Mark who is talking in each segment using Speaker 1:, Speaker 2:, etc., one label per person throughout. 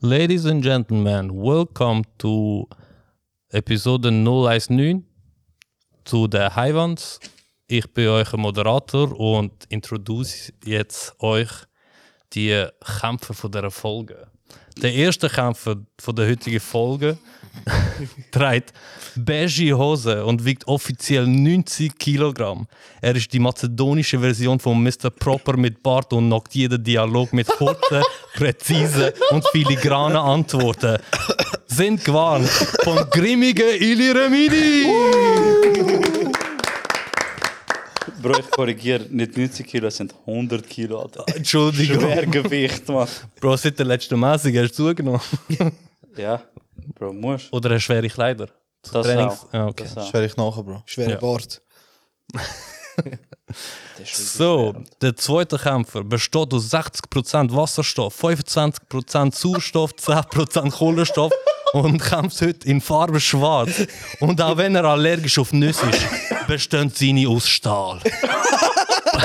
Speaker 1: Ladies and gentlemen, welcome to Episode 019 zu den Highwands. Ich bin euer Moderator und introduce jetzt euch die Kämpfer von dieser Folge. Der erste Kämpfer von der heutigen Folge trägt beige Hose und wiegt offiziell 90 Kilogramm. Er ist die mazedonische Version von Mr. Proper mit Bart und knockt jeden Dialog mit kurzen, präzisen und filigranen Antworten. Sind gewarnt vom grimmigen Ili Remidi! Uh!
Speaker 2: Bro, ich korrigiere, nicht 90 Kilo, es sind 100 Kilo, Alter.
Speaker 1: Entschuldigung,
Speaker 2: Schwergewicht, Mann.
Speaker 1: Bro, seit der letzten Messung hast du zugenommen.
Speaker 2: Ja, Bro, musst.
Speaker 1: Oder hast du schwere Kleider? Zu
Speaker 2: Das
Speaker 1: Trainings-
Speaker 2: auch.
Speaker 1: Ah, okay.
Speaker 2: Das auch.
Speaker 3: Schwer ich nachher, Bro.
Speaker 4: Schwerer
Speaker 1: Ja.
Speaker 4: Bart.
Speaker 2: Das ist wirklich
Speaker 1: So,
Speaker 2: schwer.
Speaker 1: der zweite Kämpfer besteht aus 60% Wasserstoff, 25% Sauerstoff, 10% Kohlenstoff und kämpft heute in Farbe schwarz. Und auch wenn er allergisch auf Nüsse ist, bestehen seine aus Stahl.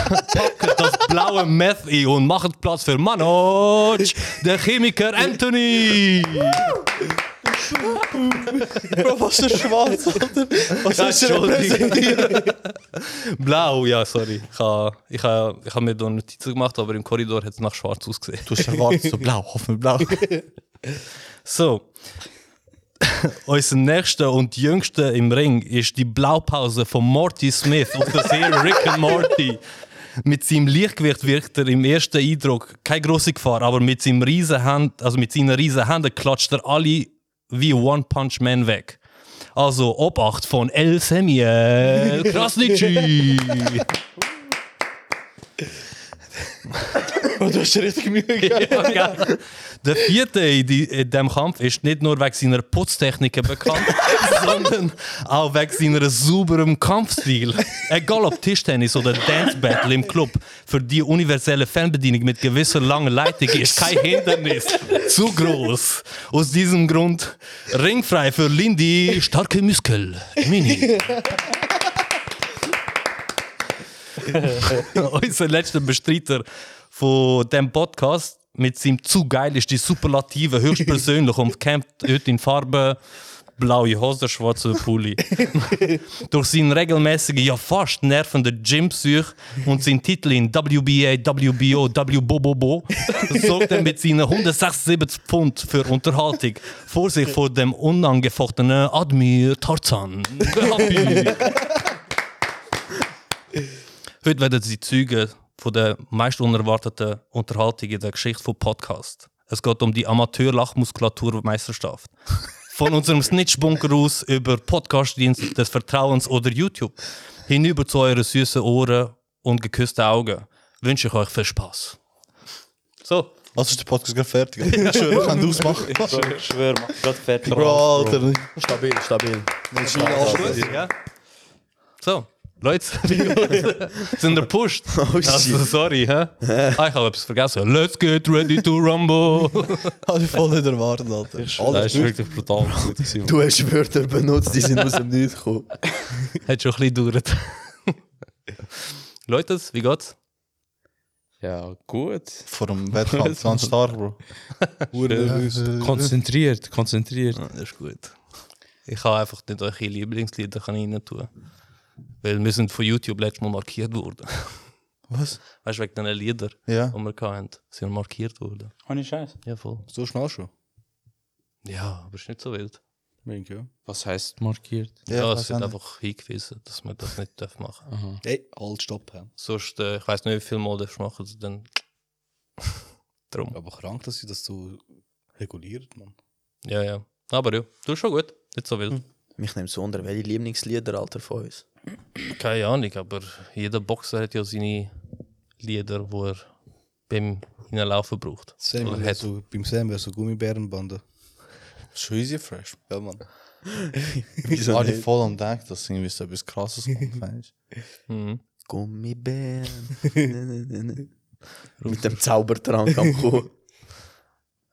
Speaker 1: Packt das blaue Meth ein und macht Platz für Manoj, der Chemiker Anthony.
Speaker 3: Bro, was ist schwarz, Alter? Was
Speaker 1: Ja,
Speaker 3: ist repräsentiert?
Speaker 1: Entschuldigung. Blau, ja, sorry. Ich habe ich ha, ich ha mir da Notizen gemacht, aber im Korridor hat es nach schwarz ausgesehen.
Speaker 3: Du hast schwarz, so blau, hoffentlich blau.
Speaker 1: So. Unser nächster und jüngster im Ring ist die Blaupause von Morty Smith aus der Serie Rick and Morty. Mit seinem Lichtgewicht wirkt er im ersten Eindruck keine große Gefahr, aber mit, seinem riesen Hand, also mit seinen riesen Händen klatscht er alle wie One Punch Man weg. Also Obacht von El Samuel Krasnitschi.
Speaker 3: Bro, du hast dir richtig Mühe gegeben.
Speaker 1: Ja, gell. Der vierte in, die, in diesem Kampf ist nicht nur wegen seiner Putztechniken bekannt, sondern auch wegen seiner sauberen Kampfstil. Egal ob Tischtennis oder Dance Battle im Club, für die universelle Fernbedienung mit gewisser langer Leitung ist kein Hindernis zu groß. Aus diesem Grund ringfrei für Lindy, starke Muskel, Mini. unser letzter Bestreiter von dem Podcast mit seinem zu geil ist die Superlative höchstpersönlich und kämpft heute in Farbe blaue Hose, schwarzer Pulli. Durch seinen regelmäßigen, ja fast nervenden Gymsuch und seinen Titel in WBA, WBO, WBOBOBO sorgt er mit seinen 176 Pfund für Unterhaltung. Vor sich vor dem unangefochtenen Admir Tarzan. Heute werden Sie Zeugen von der meist unerwarteten Unterhaltung in der Geschichte von Podcast. Es geht um die Amateur-Lachmuskulatur-Meisterschaft. Von unserem Snitch-Bunker aus über Podcast-Dienst des Vertrauens oder YouTube hinüber zu euren süßen Ohren und geküssten Augen wünsche ich euch viel Spaß. So,
Speaker 3: Also ist der Podcast gerade fertig. Ich schwöre, ich kann das ausmachen.
Speaker 2: Bro, ich schwöre, Mann, gerade fertig.
Speaker 3: Bro, Oh, Alter. Stabil, stabil. Nicht
Speaker 1: gut, ja? So, Leute, sind ihr pusht?
Speaker 3: Oh
Speaker 1: Also,
Speaker 3: shit.
Speaker 1: sorry, hä? Ah, ich habe etwas vergessen. Let's get ready to rumble!
Speaker 3: Habe ich voll nicht erwartet, Alter. Alles
Speaker 5: Das ist
Speaker 3: durch.
Speaker 5: wirklich brutal gut. gewesen.
Speaker 3: Du hast Wörter benutzt, die sind aus dem Nichts gekommen.
Speaker 1: Hat schon ein bisschen gedauert. Leute, wie geht's?
Speaker 5: Ja, gut.
Speaker 3: Vor dem Wettkampf ganz stark, Bro.
Speaker 5: Konzentriert, konzentriert.
Speaker 1: Das ist gut. Ich kann einfach nicht eure Lieblingslieder kann ich rein tun. Weil wir sind von YouTube letztes Mal markiert worden.
Speaker 3: Was?
Speaker 1: Weißt du, wegen diesen Liedern,
Speaker 3: Ja.
Speaker 1: die wir hatten, sind wir markiert worden.
Speaker 2: Ohne Scheiß.
Speaker 1: Ja, voll.
Speaker 3: So schnell schon?
Speaker 1: Ja, aber ist nicht so wild.
Speaker 5: Was heißt markiert?
Speaker 1: Ja, es wird einfach hingewiesen, dass wir das nicht dürfen machen dürfen.
Speaker 4: Hey, halt, stopp. hä.
Speaker 1: Sonst, äh, ich weiß nicht, wie viel Mal darfst du machen, also dann. Drum.
Speaker 4: Aber krank, dass sie das so reguliert, man.
Speaker 1: Ja, ja. Aber ja, du bist schon gut. Nicht so wild.
Speaker 6: Mich nimmt so unter, welche Lieblingslieder, Alter, von uns?
Speaker 1: Keine Ahnung, aber jeder Boxer hat ja seine Lieder, wo er beim Hineinlaufen braucht.
Speaker 4: Sam
Speaker 3: Oh,
Speaker 1: Oder
Speaker 4: wär
Speaker 1: hat.
Speaker 4: so, beim Sam wäre so Gummibärenbande.
Speaker 3: Schon easy fresh. Oh,
Speaker 4: Ja, man.
Speaker 3: Wieso Alle voll am Denken, dass irgendwie so etwas krasses kommt, weißt
Speaker 1: Mhm.
Speaker 6: Gummibären. Nein, nein, nein, nein. Mit dem Zaubertrank am Kuh.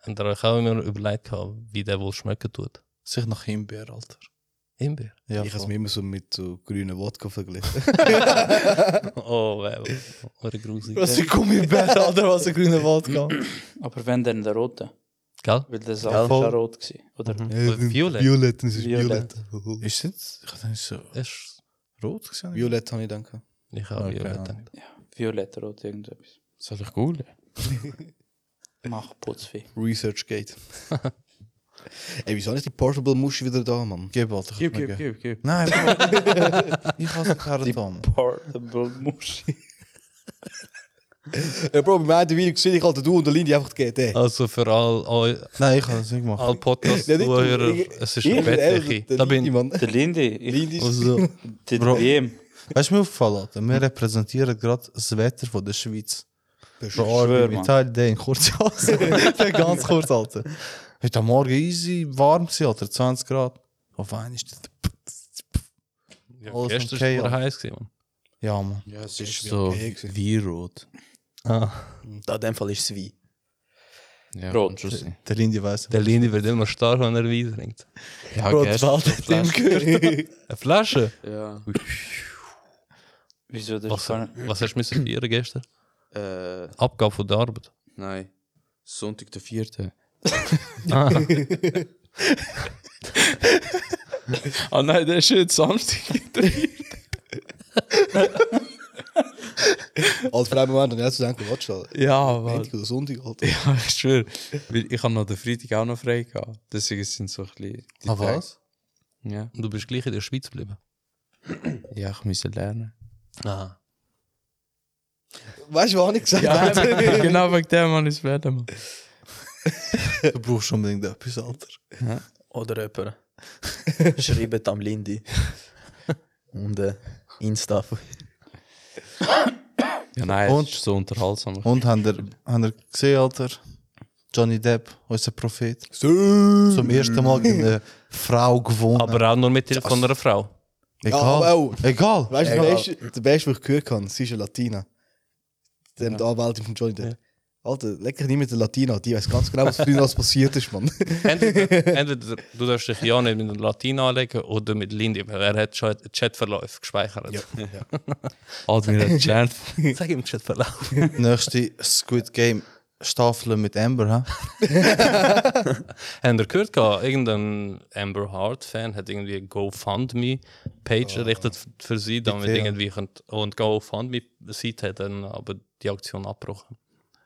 Speaker 1: Und da habe ich auch immer überlegt, gehabt, wie der wohl schmecken tut.
Speaker 3: Sich nach Himbeer, Alter.
Speaker 1: Himbeer.
Speaker 3: Ja,
Speaker 4: Ich habe
Speaker 3: voll.
Speaker 4: es mir immer so mit so grünen Wodka verglichen.
Speaker 1: Oh, wow. Oder grusig.
Speaker 3: Was für Gummibär, Alter, was für grüne Wodka.
Speaker 2: Aber wenn, dann der rote.
Speaker 1: Gell? Äh,
Speaker 7: Weil der Saft war rot gewesen. Oder
Speaker 1: Violett.
Speaker 3: Violett, es ist
Speaker 7: Violett.
Speaker 3: Violett.
Speaker 2: Ist das? Ich dachte, es so
Speaker 1: Ist,
Speaker 2: rot gesehen.
Speaker 3: Violett habe ich denken.
Speaker 1: ich habe
Speaker 2: Okay.
Speaker 1: Violett. gedacht.
Speaker 7: violett-rot, irgendetwas.
Speaker 5: Soll ich googeln?
Speaker 7: Mach Putzfee.
Speaker 3: Research Gate. Ey, wieso ist die Portable Muschi wieder da, Mann?
Speaker 2: Gib Alter.
Speaker 5: Gib, gib, gib, gib.
Speaker 2: Nein, Bro. ich hasse Karren da. Mann.
Speaker 7: Portable Muschi.
Speaker 3: Ey, Eh, Bro, bei mir hat der Video gesehen, ich halte du und der Lindy einfach gegeben. ey.
Speaker 1: Also für all, all,
Speaker 2: Nein, ich habe das nicht gemacht.
Speaker 1: all Podcast-Zuhörer, es ist
Speaker 3: Ich
Speaker 1: eine
Speaker 3: bin ehrlich,
Speaker 1: Bettdecke.
Speaker 3: der
Speaker 1: Da
Speaker 3: Lindy,
Speaker 1: bin
Speaker 3: Mann.
Speaker 7: Der Lindy. Ich,
Speaker 2: Also,
Speaker 7: der
Speaker 2: Bro.
Speaker 7: DM.
Speaker 2: weißt du, mir aufgefallen, Alter? Wir repräsentieren gerade das Wetter von der Schweiz.
Speaker 3: Bist du-
Speaker 2: Bro,
Speaker 7: schwör,
Speaker 2: ich bin
Speaker 7: Mann.
Speaker 2: Teil der in Kurzhose. Der ganz kurz, Alter. Heute Morgen easy, warm gewesen, Alter. 20 Grad. Auf einmal ist das...
Speaker 1: ja,
Speaker 2: alles
Speaker 1: gestern
Speaker 2: okay,
Speaker 1: war es
Speaker 2: ja.
Speaker 1: heiß. gewesen, Mann.
Speaker 2: Ja, Mann.
Speaker 5: Ja, es ist
Speaker 3: ist
Speaker 5: so
Speaker 3: okay gewesen.
Speaker 5: wie Mhm. rot.
Speaker 1: Ah,
Speaker 6: Da in dem Fall ist es wie.
Speaker 5: Ja,
Speaker 7: Rot.
Speaker 5: kann schon sein.
Speaker 2: Der Lindy weiß.
Speaker 1: der Lini wird immer stark, wenn er Wein trinkt.
Speaker 5: Ja,
Speaker 2: Bro,
Speaker 5: gell,
Speaker 2: das Wald
Speaker 5: schon
Speaker 2: hat ihm
Speaker 5: Fleisch.
Speaker 2: gehört.
Speaker 1: Eine Flasche?
Speaker 5: Ja.
Speaker 7: Wieso der
Speaker 1: Was, was hast du müssen feiern gestern?
Speaker 5: Äh,
Speaker 1: Abgabe von der Arbeit.
Speaker 5: nein. Sonntag der 4.
Speaker 1: Ah,
Speaker 5: Ah nein, der ist jetzt Samstag. der vierte.
Speaker 3: Als Frau im Moment, dann hättest du denken, warte schon.
Speaker 5: ja, was?
Speaker 3: Montag oder Sonntag, Alter.
Speaker 5: Ja, ich schwöre. Weil ich habe noch den Freitag auch noch frei gehabt. Deswegen sind so ein bisschen. die
Speaker 2: Ah,
Speaker 5: Tage-
Speaker 2: was?
Speaker 5: Ja.
Speaker 1: du bist gleich in der Schweiz geblieben.
Speaker 5: ja, ich musste lernen.
Speaker 1: Ah.
Speaker 3: Weißt du, was ich gesagt habe?
Speaker 5: genau wegen dem habe ich es werden. Mann.
Speaker 2: Du brauchst unbedingt etwas, Alter.
Speaker 6: Oder jemand. Schreibt am Lindy. Und äh, Insta.
Speaker 5: Ja, nein,
Speaker 2: Und-
Speaker 5: es ist so unterhaltsam.
Speaker 2: Und haben ihr, haben ihr gesehen, Alter? Johnny Depp, unser Prophet. Zum ersten Mal gegen eine Frau gewonnen.
Speaker 1: Aber auch nur mit Hilfe von einer Frau.
Speaker 2: egal.
Speaker 3: Ja, aber auch.
Speaker 2: egal.
Speaker 3: Weißt du,
Speaker 6: Egal.
Speaker 3: der Beste- der Beste, was ich gehört habe, sie ist eine Latina. Der ja. Anwältin von Johnny Depp. Alter, leck dich nicht mit der Latina, die weiß ganz genau, was früher alles passiert ist, Mann.
Speaker 1: Entweder, entweder du darfst dich ja nicht mit einer Latina anlegen oder mit Lindy, weil er hat schon Chatverlauf gespeichert.
Speaker 5: Halt mir einen Chance.
Speaker 1: Sag ihm Chatverlauf.
Speaker 2: Nächste Squid Game Staffel mit Amber, hä?
Speaker 1: Habt ihr gehört, gehabt? irgendein Amber Heard-Fan hat irgendwie eine GoFundMe-Page errichtet f- für sie, damit
Speaker 2: Bitte, ja.
Speaker 1: irgendwie könnt, und GoFundMe-Seite hat dann aber eh, die Aktion abgebrochen.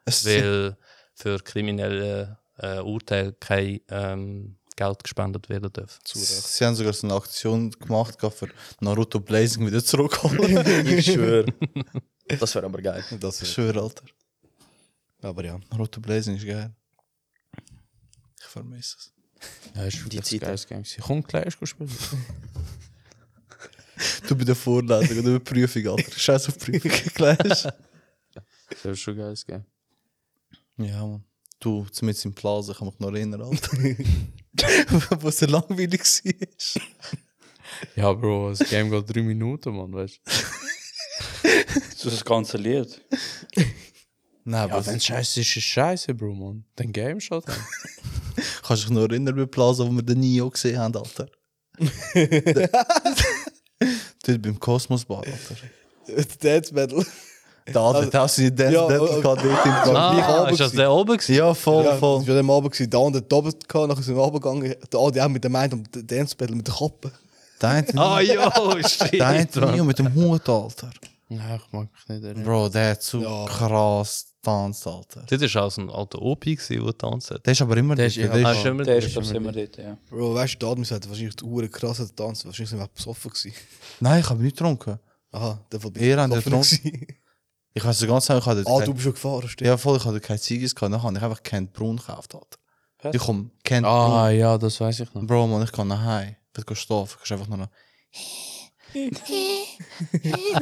Speaker 2: Es sind
Speaker 1: Weil für kriminelle äh, Urteile kein ähm, Geld gespendet werden darf.
Speaker 2: Sie haben sogar so eine Aktion gemacht, gehabt, für Naruto Blazing wieder zurückholen.
Speaker 6: Ich schwöre. Das wäre aber geil.
Speaker 3: Das
Speaker 2: ich
Speaker 3: ist,
Speaker 2: schwöre, Alter.
Speaker 3: aber ja.
Speaker 2: Naruto Blazing ist geil. Ich vermisse es.
Speaker 5: Ja, ist schon
Speaker 6: Die
Speaker 5: das
Speaker 6: Zeiten.
Speaker 5: geiles Game. gewesen. Komm, gleich ist gut spielen.
Speaker 2: Du bei der Vorlesung oder bei der Prüfung, Alter. Scheiß auf Prüfung, gleich.
Speaker 5: Das ist schon geiles Game.
Speaker 2: Ja, Mann. Du, zumindest im Plaza, ich kann mich noch erinnern, Alter. Wo es so langweilig war.
Speaker 5: Ja, Bro, das Game geht drei Minuten, Mann, weißt du?
Speaker 7: So das ganze Lied.
Speaker 2: Nein, aber
Speaker 5: Ja, wenn scheiße ist, ist scheiße, Bro, Mann. Dann Game schon. Dann.
Speaker 2: kannst du dich noch erinnern bei Plaza, wo wir den Nio gesehen haben, Alter. Dort beim Cosmos Bar, Alter.
Speaker 3: Death Metal.
Speaker 2: Der Alter, der hat seine Dance
Speaker 3: Ja,
Speaker 2: Battle
Speaker 3: äh,
Speaker 2: gehabt, dort im Gang.
Speaker 1: Ah,
Speaker 3: Abend
Speaker 1: ist das
Speaker 3: gewesen.
Speaker 1: der oben? gewesen?
Speaker 2: Ja, voll,
Speaker 3: Ja,
Speaker 2: voll.
Speaker 3: das war dem Abend, gewesen. der andere hat doppelt gehabt, nachher sind wir runtergegangen. Der andere auch mit dem einen und der Dance Battle mit der Kappe.
Speaker 2: Der eine
Speaker 1: Ah,
Speaker 2: Nio-
Speaker 1: ja,
Speaker 2: der
Speaker 1: shit.
Speaker 2: eine Nio mit dem Hut, Alter.
Speaker 5: Nein, ich Nou, mag mich nicht erinnern.
Speaker 2: Bro, der hat so
Speaker 3: Ja.
Speaker 2: krass getanzt, Alter.
Speaker 1: Das war auch ein alter Opi, gewesen, der tanzt hat.
Speaker 2: Der ist aber immer
Speaker 5: Der ist-
Speaker 2: dort,
Speaker 5: ja,
Speaker 1: Ah,
Speaker 2: ist-
Speaker 1: ist immer-
Speaker 7: Der ist, glaube ich, immer dort, ja.
Speaker 3: Bro, weißt du, der Admis hat wahrscheinlich die Uhren krass getanzt, wahrscheinlich sind wir besoffen gewesen.
Speaker 2: Nein, ich habe nicht getrunken.
Speaker 3: Aha, der von
Speaker 2: Ihr habt
Speaker 3: besoffen gewesen.
Speaker 2: Ich weiß so ganz genau, ich habe dort
Speaker 3: Ah,
Speaker 2: kein-
Speaker 3: du bist schon gefahren, stimmt.
Speaker 2: Ja, voll, ich hatte keine Ziegis gehabt, dann habe ich einfach Kent Brun gekauft. Alter.
Speaker 7: Was?
Speaker 2: Ich komme, Kent
Speaker 5: Ah, ja, das weiß ich
Speaker 2: Brun.
Speaker 5: noch.
Speaker 2: Bro, man, ich kann nach Hause. Ich will schlafen, ich kann einfach nur noch.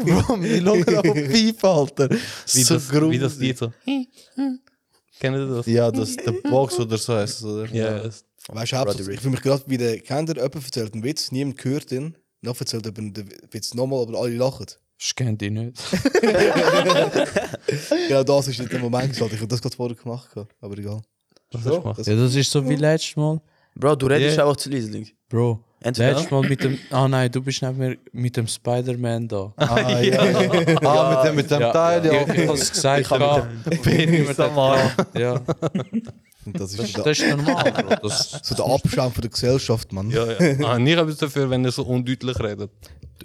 Speaker 2: Bro, meine Lungen auf Pfeife, Alter.
Speaker 1: Wie
Speaker 2: so
Speaker 1: das,
Speaker 2: gruselig.
Speaker 1: wie das Lied so. Kennen Sie das?
Speaker 2: Ja, das der Box oder so heißt es, oder?
Speaker 1: Ja, es-
Speaker 3: Weißt du, Hauptsache, ich fühle mich gerade wie der Kinder, jemand erzählt einen Witz, niemand hört ihn, dann erzählt jemand den Witz nochmal, aber alle lachen.
Speaker 5: Ich kenne dich nicht.
Speaker 3: Genau das ist nicht der Moment, gewesen, Alter. ich habe das gerade vorher gemacht, gehabt, aber egal.
Speaker 1: was hast du gemacht?
Speaker 5: Ja, das ist so wie letztes Mal.
Speaker 6: Bro, du redest
Speaker 1: Ja.
Speaker 6: einfach zu leislich.
Speaker 5: Bro,
Speaker 6: Entweder-
Speaker 5: letztes Mal mit dem. Ah nein, du bist nicht mehr mit dem Spider-Man da.
Speaker 2: Ah, ja. ah, mit dem, mit dem Teil, ja.
Speaker 5: Ich, ich hab's gesagt,
Speaker 6: Ich hab
Speaker 5: ja.
Speaker 6: mit
Speaker 5: Ich bin immer der Ja.
Speaker 4: Und das ist
Speaker 5: Das ist normal, Bro. Das,
Speaker 4: so der Abschaum von der Gesellschaft, Mann.
Speaker 1: Ja, ja. Ah, ich habe es dafür, wenn er so undeutlich redet.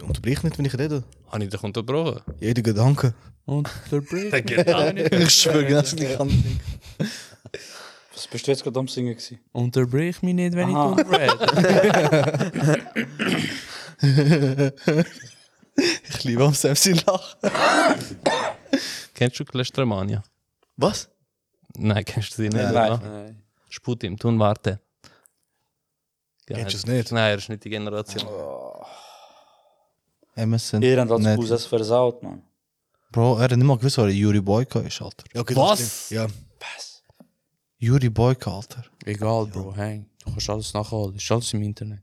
Speaker 4: Unterbrich nicht, wenn ich rede.
Speaker 1: Habe ich dich unterbrochen? Ah,
Speaker 4: Jeder Gedanke.
Speaker 5: und der Break.
Speaker 3: Ich schwöre, genau das nicht an.
Speaker 2: Was bist du jetzt gerade am Singen Ah, gewesen?
Speaker 5: Unterbrich mich nicht, wenn
Speaker 2: Aha.
Speaker 5: ich dumm rede.
Speaker 3: Ich liebe am Sam sein Lachen.
Speaker 1: Kennst du Klestremania?
Speaker 6: Was?
Speaker 1: Nein, kennst du sie nicht?
Speaker 2: Nein.
Speaker 1: oder?
Speaker 5: Nein.
Speaker 1: Sput ihm, tun warte. Geil.
Speaker 4: Kennst du es nicht?
Speaker 1: Nein, er ist nicht die Generation.
Speaker 3: Emerson.
Speaker 2: Ihr habt als
Speaker 3: Nicht.
Speaker 2: Cousins versaut, Mann.
Speaker 3: Bro, er hat nicht mal gewusst, wer Yuri Boyka ist, Alter.
Speaker 4: Ja, okay,
Speaker 1: Was?
Speaker 4: das stimmt. Ja.
Speaker 2: Was?
Speaker 3: Yuri Boyka, Alter.
Speaker 5: Egal, Bro, häng. Du kannst alles nachholen. Ist alles im Internet.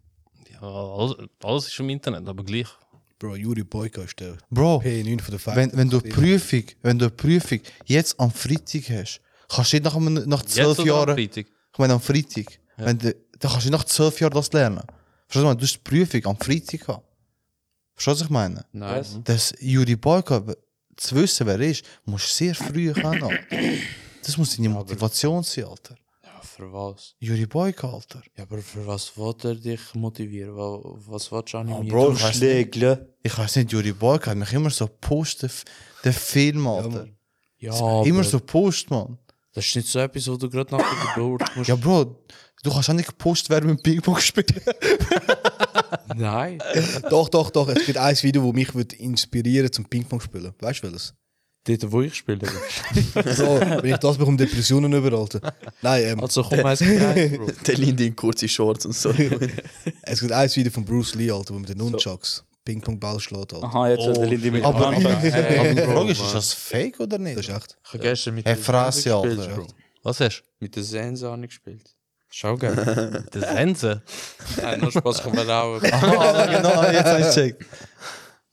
Speaker 1: Ja, alles, alles ist im Internet, aber gleich.
Speaker 4: Bro, Juri Boyko ist der
Speaker 3: Bro,
Speaker 4: P9 von der Fans.
Speaker 3: wenn, wenn du Prüfung, wenn du Prüfung jetzt am Freitag hast, kannst du nicht nach, einem- nach zwölf
Speaker 1: oder am
Speaker 3: Jahren, ich
Speaker 1: Freitag?
Speaker 3: meine am Freitag, wenn du, dann kannst du nicht nach zwölf Jahren das lernen. Verstehst du, was ich meine? du hast die Prüfung am Freitag haben. Verstehst du, was ich meine?
Speaker 5: Nein.
Speaker 2: Was?
Speaker 3: Dass Juri Boyka, zu wissen, wer er ist, musst du sehr früh kennen. Alter. Das muss deine Motivation sein, Alter.
Speaker 5: Ja, für was?
Speaker 3: Juri Boyka, Alter.
Speaker 5: Ja, aber für was wollt er dich motivieren? Wa- Was willst du animieren?
Speaker 3: Bro, ich weiss nicht,
Speaker 2: Schlägle.
Speaker 3: ich weiss nicht, Juri Boyka hat mich immer so gepusht, der F- der Film, Alter.
Speaker 5: ja,
Speaker 2: Ah,
Speaker 5: aber
Speaker 3: immer so gepusht, Mann.
Speaker 5: Das ist nicht so etwas, wo du gerade nach der Geburt musst.
Speaker 3: Ja, Bro, du kannst auch nicht gepusht werden mit Ping-Pong spielen.
Speaker 5: Nein.
Speaker 4: doch, doch, doch. Es gibt ein Video, das mich würd inspirieren zum Ping-Pong spielen. Weißt du welches?
Speaker 5: Dort, wo ich spiele.
Speaker 4: So, wenn ich das bekomme, Depressionen überalter. Nein, ähm,
Speaker 5: Also komm, eins gleich, Bro.
Speaker 6: Der Lindy in kurze Shorts und so.
Speaker 4: es gibt ein Video von Bruce Lee, Alter, wo mit den Nunchucks Ping-Pong-Ball schlägt, Alter.
Speaker 2: Aha, jetzt hat der
Speaker 7: Oh,
Speaker 2: Lindy mit
Speaker 3: Aber-
Speaker 2: Anfang.
Speaker 3: Aber
Speaker 5: Hey,
Speaker 3: die
Speaker 5: Bro,
Speaker 3: Frage ist, ist
Speaker 5: Mann.
Speaker 3: das fake oder nicht?
Speaker 4: Das ist echt.
Speaker 5: Ich habe gestern mit
Speaker 3: Hey,
Speaker 5: der
Speaker 3: Fresse,
Speaker 5: Sense gespielt,
Speaker 3: Alter.
Speaker 5: Bro.
Speaker 1: Was hast
Speaker 5: Mit der Sense habe ich gespielt. Schau geil.
Speaker 1: du? Der Sense?
Speaker 5: Nein, nur Spaß kann man auch.
Speaker 3: Ah,
Speaker 2: nou,
Speaker 3: genau, jetzt habe ich gecheckt.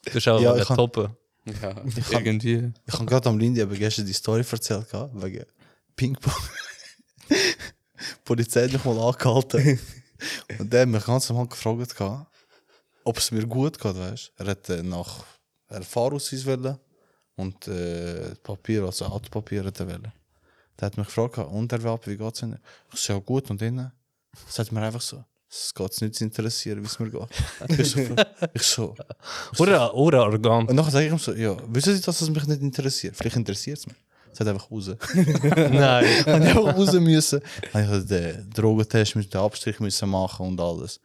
Speaker 1: Du bist auch
Speaker 3: Ja,
Speaker 1: ja,
Speaker 3: ich kann-
Speaker 1: Toppe.
Speaker 5: Ja, irgendwie.
Speaker 3: Ich habe gerade am Lindy eben gestern die Story erzählt, gehabt, wegen Ping-Pong. die Polizei hat mich mal angehalten. Und der hat mich ganz normal gefragt, gehabt, ob es mir gut geht, weißt Er hat äh, nach Erfahrungsausweis wollen und äh, Papier, also Autopapier hat er wollen. Der hat mich gefragt, gehabt, und Erwerb, wie geht's Ihnen? Ich so, ja gut, und Ihnen? Sagt mir einfach so, es geht nicht zu interessieren, wie es mir geht. Ich so, ich so
Speaker 1: Oder, oder Organ.
Speaker 3: und nachher sage ich ihm so, ja, wissen Sie, dass es mich nicht interessiert? Vielleicht interessiert es mich. Es hat einfach raus.
Speaker 1: Nein.
Speaker 3: Und ich auch raus müssen. Dann habe ich den Drogentest mit den Abstrich müssen machen und alles.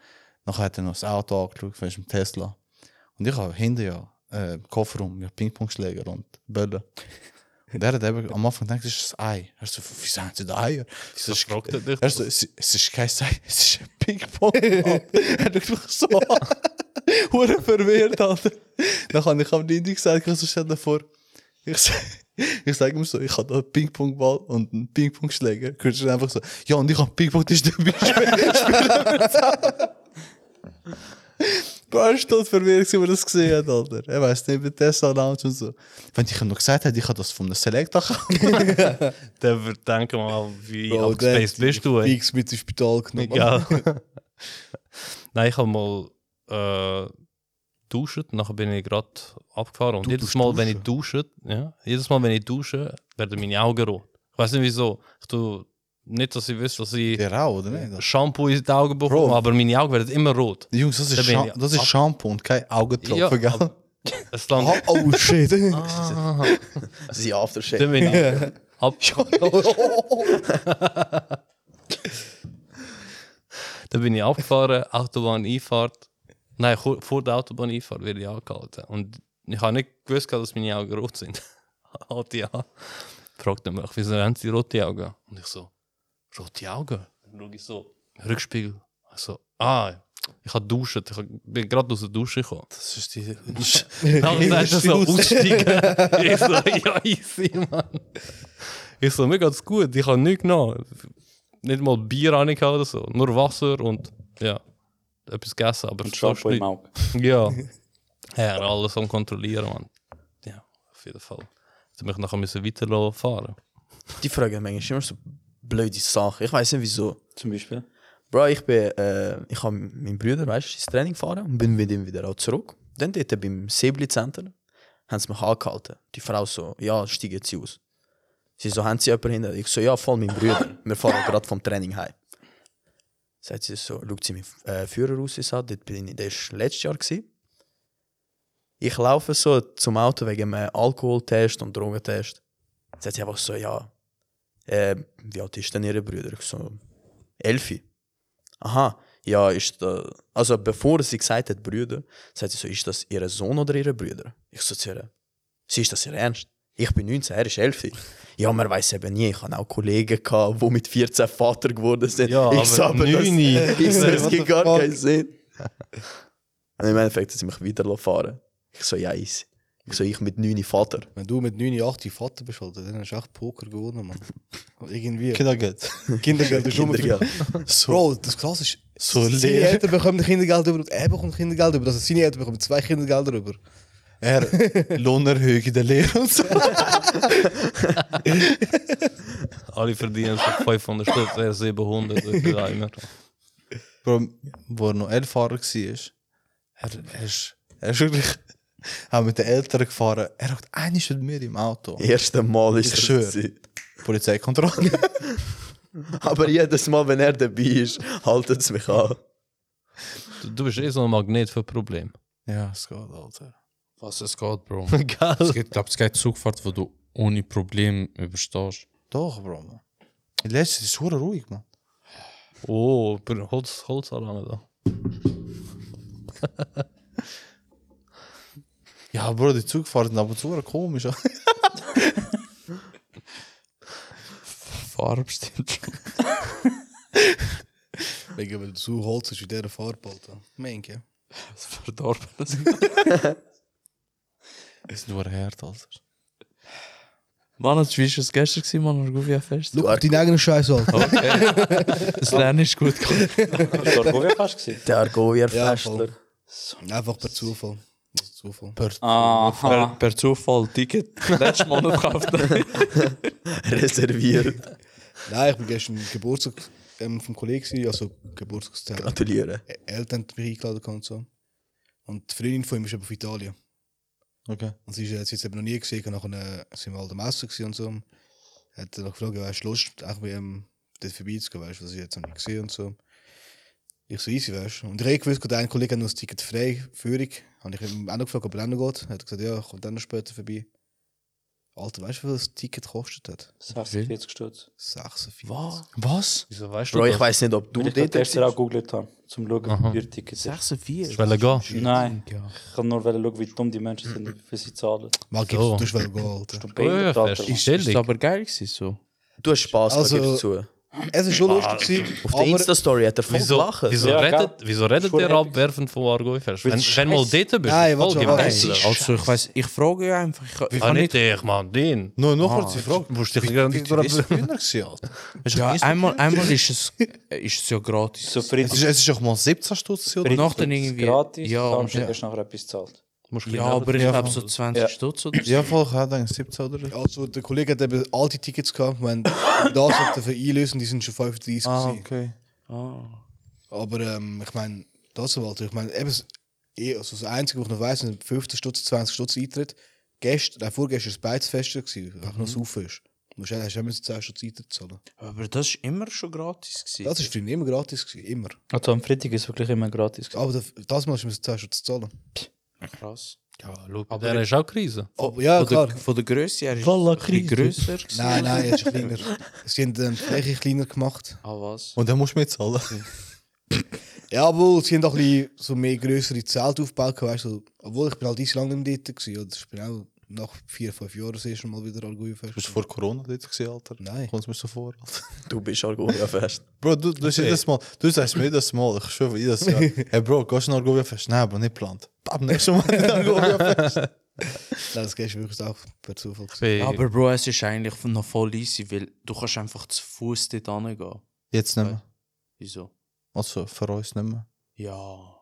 Speaker 3: Nachher hat er noch das Auto angeschaut, wenn ich im Tesla. Und ich habe hinter ja äh, im Kofferraum ja Ping-Pong-Schläger und Bälle. Und er hat eben am Anfang gedacht, das ist ein Ei. Er so, wieso haben Sie da Eier? Das ist,
Speaker 1: fragt er dich
Speaker 3: er so, es, es ist kein Ei, es ist ein Ping-Pong. er schaut mich so an. Hure verwirrt, Alter. Dann habe ich am Lindy gesagt, ich so, stell dir vor, ich, sag- ich sage ihm so, ich habe da einen Ping-Pong-Ball und einen Ping-Pong-Schläger. Könntest du einfach so, ja, und ich habe einen Ping-Pong-Tisch dabei. Spielen wir zusammen. Bro, er war tot verwirrt, als er das gesehen hat, Alter. Er weiss nicht, mit Tesla Lounge und so. Wenn ich ihm noch gesagt hätte, ich habe das von einem Select-Account.
Speaker 1: Der wird denken mal, wie
Speaker 4: Bro,
Speaker 1: abgespaced
Speaker 4: der hat
Speaker 1: bist du. Ey.
Speaker 4: Fix mit ins Spital genommen.
Speaker 1: Ja. Nein, ich habe mal äh, duschen, nachher bin ich gerade abgefahren. Und
Speaker 4: Du
Speaker 1: jedes
Speaker 4: tust
Speaker 1: Mal, wenn ich dusche, ja, jedes Mal, wenn ich dusche, werden meine Augen rot. Ich weiß nicht wieso. Ich tue nicht, dass ich wüsste, dass ich
Speaker 3: Der auch, oder nicht?
Speaker 1: Shampoo in die Augen bekomme,
Speaker 3: Bro.
Speaker 1: aber meine Augen werden immer rot.
Speaker 3: Jungs, das
Speaker 1: Da
Speaker 3: ist,
Speaker 1: bin
Speaker 3: Scha
Speaker 1: ich
Speaker 3: das ist Shampoo und kein Augentropfen,
Speaker 1: Ja,
Speaker 3: gell?
Speaker 1: Es langt-
Speaker 4: Ah, Oh, shit.
Speaker 1: Ah,
Speaker 6: Sie Aftershave.
Speaker 1: dann bin ich ab. Dann bin ich abgefahren, Autobahneinfahrt. Nein, kur- vor der Autobahneinfahrt werde ich angehalten. Und ich habe nicht gewusst, dass meine Augen rot sind. Hat ja. Fragt er mich, wieso haben sie rote Augen? Und ich so, rote Augen? Dann schaue ich so, Rückspiegel. Ich so, ah, ich habe duschen. Ich hab- bin gerade aus der Dusche gekommen.
Speaker 3: Das ist die.
Speaker 1: Dann sagst du so, aussteigen. ich so, ja, easy, Mann. Ich so, mir geht's gut, ich habe nichts genommen. Nicht mal Bier angehauen oder so, nur Wasser und ja, etwas gegessen, aber
Speaker 2: Und
Speaker 1: fast
Speaker 2: Shampoo im Auge.
Speaker 1: nicht. Ja. ja, alles am Kontrollieren, Mann. Ja, auf jeden Fall. Jetzt mich nachher müssen weiterlaufen fahren.
Speaker 6: Die fragen manchmal immer so blöde Sachen. Ich weiß nicht wieso.
Speaker 2: Zum Beispiel.
Speaker 6: Bro, ich bin, äh, ich habe meinen Bruder, weißt du, ins Training gefahren und bin mit ihm wieder auch zurück. Dann dort beim Sebli Center haben sie mich angehalten. Die Frau so, ja, steig jetzt aus. Sie so, haben Sie jemanden hinter? Ich so, ja, voll mein Bruder. Wir fahren gerade vom Training heim. Sagt sie so, schaut sie meinen äh, Führer raus, ich so, dort bin ich, der war letztes Jahr. Gewesen. Ich laufe so zum Auto wegen einem Alkoholtest und Drogentest. Sagt sie einfach so, ja, äh, wie alt ist denn Ihre Brüder? Ich so, elfi. Aha, ja, ist da, also bevor sie gesagt hat, Brüder, sagt sie so, ist das Ihr Sohn oder Ihre Brüder? Ich so zu ihr, sie ist das Ihr Ernst? Ich bin 19, er ist 11. Ja, man weiß eben nie. Ich hatte auch Kollegen, gehabt, die mit 14 Vater geworden sind.
Speaker 1: Ja,
Speaker 6: ich
Speaker 1: aber
Speaker 6: so, das-
Speaker 1: neuni.
Speaker 6: ich so, das
Speaker 3: What
Speaker 6: gibt
Speaker 3: the
Speaker 6: gar
Speaker 3: fuck?
Speaker 6: keinen Sinn. Und im Endeffekt, dass sie mich wieder fahren Ich so, ja, easy. Ich so, ich mit 9 Vater.
Speaker 3: Wenn du mit 9, 8 Vater bist, Alter, dann hast du echt Poker gewonnen, Mann. Irgendwie.
Speaker 2: Kindergeld.
Speaker 3: Kindergeld ist schon
Speaker 6: Kindergeld.
Speaker 3: So. Bro, das krass ist,
Speaker 2: So
Speaker 3: seine
Speaker 2: leer.
Speaker 3: Eltern bekommen Kindergeld über und er bekommt Kindergeld über. Also seine Eltern bekommen zwei Kindergelder über.
Speaker 2: Er Lohnerhöhung in der Lehre und so.
Speaker 1: Alle verdienen so 500 Stutz, er 700 oder immer.
Speaker 2: Bro, nou wo er noch L-Fahrer war, er, er, ist, er ist wirklich auch mit den Eltern gefahren. Er hat einiges mit mir im Auto.
Speaker 6: Erste Mal ist
Speaker 2: Ich schwöre.
Speaker 6: gewesen.
Speaker 2: Polizeikontrolle.
Speaker 6: Aber jedes Mal, wenn er dabei ist, haltet es mich an.
Speaker 1: Du, du bist eh so ein Magnet für Probleme.
Speaker 2: ja, es geht, Alter.
Speaker 5: Was es geht, Bro.
Speaker 1: Geil.
Speaker 5: Es gibt, glaube ich, keine Zugfahrt, wo du ohne Problem überstehst.
Speaker 2: Doch, Bro. Man. Die letzte ist hure ruhig, man.
Speaker 1: Oh, bin Holz, Holzalarme da.
Speaker 2: Ja, Ah, Bro, die Zugfahrten ab und zu hure komisch.
Speaker 5: Fahrer bestimmt schon.
Speaker 3: Wegen, weil du so holst, ist in dieser Farbe, Alter. Menke.
Speaker 5: Das verdorben.
Speaker 2: Es ist hure hart, Alter.
Speaker 5: Mann, wie war es gestern, gewesen, Mann? Arguvia-Fest?
Speaker 3: Schau auf deinen eigenen Scheiß, Alter.
Speaker 5: Das Lernen ist gut gegangen.
Speaker 7: Ist da Argovia fast gewesen?
Speaker 6: Der
Speaker 3: Ja,
Speaker 6: Argovier-Festler.
Speaker 3: voll. Einfach per Zufall. Das ist Zufall.
Speaker 5: Per,
Speaker 7: Aha.
Speaker 5: per Zufall Ticket letztes Monat gekauft.
Speaker 6: reserviert.
Speaker 3: Nein, ich bin gestern Geburtstag ähm, vom Kollegen, gewesen, also Geburtstagszeit.
Speaker 6: Gratuliere.
Speaker 3: Ä- Eltern haben mich eingeladen und so. Und die Freundin von ihm ist eben auf Italien.
Speaker 2: Okay.
Speaker 3: Und sie hat sie jetzt eben noch nie gesehen. Und nachher äh, sind wir halt am Essen gewesen und so. Hat dann noch gefragt, weißt du, Lust, auch mit ihm dort vorbeizugehen, weißt du, was ich jetzt noch nicht gesehen und so. Ich so easy, weißt du. Und ich habe gewusst, ein Kollege hat noch das Ticket frei, Führung. Habe ich ihm auch noch gefragt, ob er auch noch geht. Er hat gesagt, ja, kommt dann noch später vorbei. Alter, weißt du, wie viel das Ticket gekostet hat?
Speaker 7: 46 Stutz.
Speaker 3: 46.
Speaker 2: Was?
Speaker 1: Wieso weißt
Speaker 6: Bro, ich weiß nicht, ob du
Speaker 7: Weil ich das
Speaker 6: dort
Speaker 7: gestern auch
Speaker 6: warst.
Speaker 7: gegoogelt habe, um zu schauen,
Speaker 1: Aha.
Speaker 7: wie ihr Ticket ist.
Speaker 6: 46.
Speaker 1: Ich will gehen.
Speaker 7: Nein, ich kann nur schauen, wie dumm die Menschen sind, wie viel sie zahlen.
Speaker 3: Mal gibst
Speaker 1: So.
Speaker 3: du, du willst gehen, Alter.
Speaker 7: Zum
Speaker 1: Argovia
Speaker 7: Behindert, Alter.
Speaker 1: Fest.
Speaker 7: Mann.
Speaker 1: Ist chillig.
Speaker 5: Ist aber geil gewesen, so.
Speaker 6: Du hast Spass,
Speaker 3: Also-
Speaker 6: da gibst du zu.
Speaker 3: Es war schon lustig,
Speaker 6: Auf
Speaker 3: gewesen,
Speaker 6: der
Speaker 3: aber
Speaker 6: Insta-Story hat er voll
Speaker 1: Wieso,
Speaker 6: gelacht.
Speaker 1: wieso,
Speaker 7: Ja,
Speaker 1: redet,
Speaker 7: gell?
Speaker 1: wieso redet
Speaker 7: Schon
Speaker 1: ihr
Speaker 7: ehrlich.
Speaker 1: abwerfend von Argoifest?
Speaker 7: Weil
Speaker 1: Wenn,
Speaker 7: es
Speaker 1: wenn mal
Speaker 7: scheiße-
Speaker 1: dort bist,
Speaker 3: Nein,
Speaker 1: voll
Speaker 3: warte, warte,
Speaker 1: gemeißelt.
Speaker 5: Also, ich weiß, ich frage ja einfach. Ich, ich
Speaker 1: Ah,
Speaker 5: kann
Speaker 1: nicht
Speaker 5: nicht.
Speaker 1: dich, Mann, den.
Speaker 2: Nur noch kurz Nou, Ah, die Frage.
Speaker 1: Musst dich
Speaker 2: Wie
Speaker 1: gerade
Speaker 2: teuer ist es früher gewesen, Alter?
Speaker 5: Ja, einmal, einmal ist es, äh, ist es ja gratis.
Speaker 7: So
Speaker 2: Es ist,
Speaker 7: Freitag
Speaker 2: es ist auch mal 17 Stutz gewesen, oder?
Speaker 5: Brit- noch
Speaker 7: Freitag
Speaker 5: dann irgendwie-
Speaker 7: gratis,
Speaker 5: ja,
Speaker 7: Samstag
Speaker 5: ja.
Speaker 7: hast du nachher etwas gezahlt.
Speaker 5: Ja, aber ich glaube so 20
Speaker 7: Ja.
Speaker 5: Stutz oder so.
Speaker 2: Ja, voll, ich habe gedacht, 17 oder?
Speaker 3: Also, der Kollege hat eben alte Tickets gehabt. Wenn das hat er für einlösen, die sind schon 35
Speaker 2: Ah,
Speaker 3: gewesen.
Speaker 2: okay.
Speaker 5: Ah.
Speaker 3: Aber ähm, ich meine, das Walter, ich meine, eben das- eh, also das Einzige, was ich noch weiss, sind 15 Stutz, 20 Stutz Eintritt. Gestern, nein, vorgestern war das Beizfest, gewesen, weil mhm. noch saufen ist. Du musst- hast immer 10 Stutz Eintritt zahlen.
Speaker 5: Aber das war immer schon gratis. Gewesen.
Speaker 3: Das war früher immer gratis, gewesen, immer.
Speaker 7: Also am Freitag ist wirklich immer gratis.
Speaker 3: Aber das, das Mal musst du 10 Stutz zahlen.
Speaker 5: krass.
Speaker 1: Ja, schau, aber
Speaker 5: Aber
Speaker 1: der
Speaker 5: ich-
Speaker 1: ist auch Krise.
Speaker 3: Aber, ja,
Speaker 5: Von der,
Speaker 3: klar.
Speaker 5: von der Größe her ist
Speaker 1: Voll
Speaker 5: es ein bisschen
Speaker 1: Krise.
Speaker 5: grösser. gewesen.
Speaker 3: Nein, nein, er ist kleiner. Sie haben dann die Fläche kleiner gemacht.
Speaker 5: Ah, was?
Speaker 2: Und dann musst du mitzahlen.
Speaker 3: Ja, obwohl, sie haben doch ein bisschen so mehr grössere Zelte aufgebaut. Weißt, du. obwohl, ich bin halt so lange nicht mehr dort. Gewesen, oder? Ich bin auch nach vier, dus fünf Jahren das erste Mal wieder Arguifest.
Speaker 2: Du bist vor Corona dort gewesen, Alter.
Speaker 3: Nein.
Speaker 2: Kommt mir so vor, Alter.
Speaker 6: Du bist Argovier-Fest.
Speaker 2: Bro, dus du, du, okay. jedes Mal, du sagst mir jedes Mal, ich schwöre jedes Jahr, hey Bro, gehst du nach Argovia fest? Nein, Bro, nicht geplant. Bam, nächstes Mal in Argovia fest.
Speaker 3: Nein, das gestern wirklich auch per Zufall. gewesen.
Speaker 1: Aber
Speaker 5: Aber Bro, es ist eigentlich noch voll easy, weil du kannst einfach zu Fuß dort hingehen.
Speaker 2: Jetzt nicht mehr.
Speaker 5: Wieso?
Speaker 2: Also, für uns nicht mehr.
Speaker 5: Ja.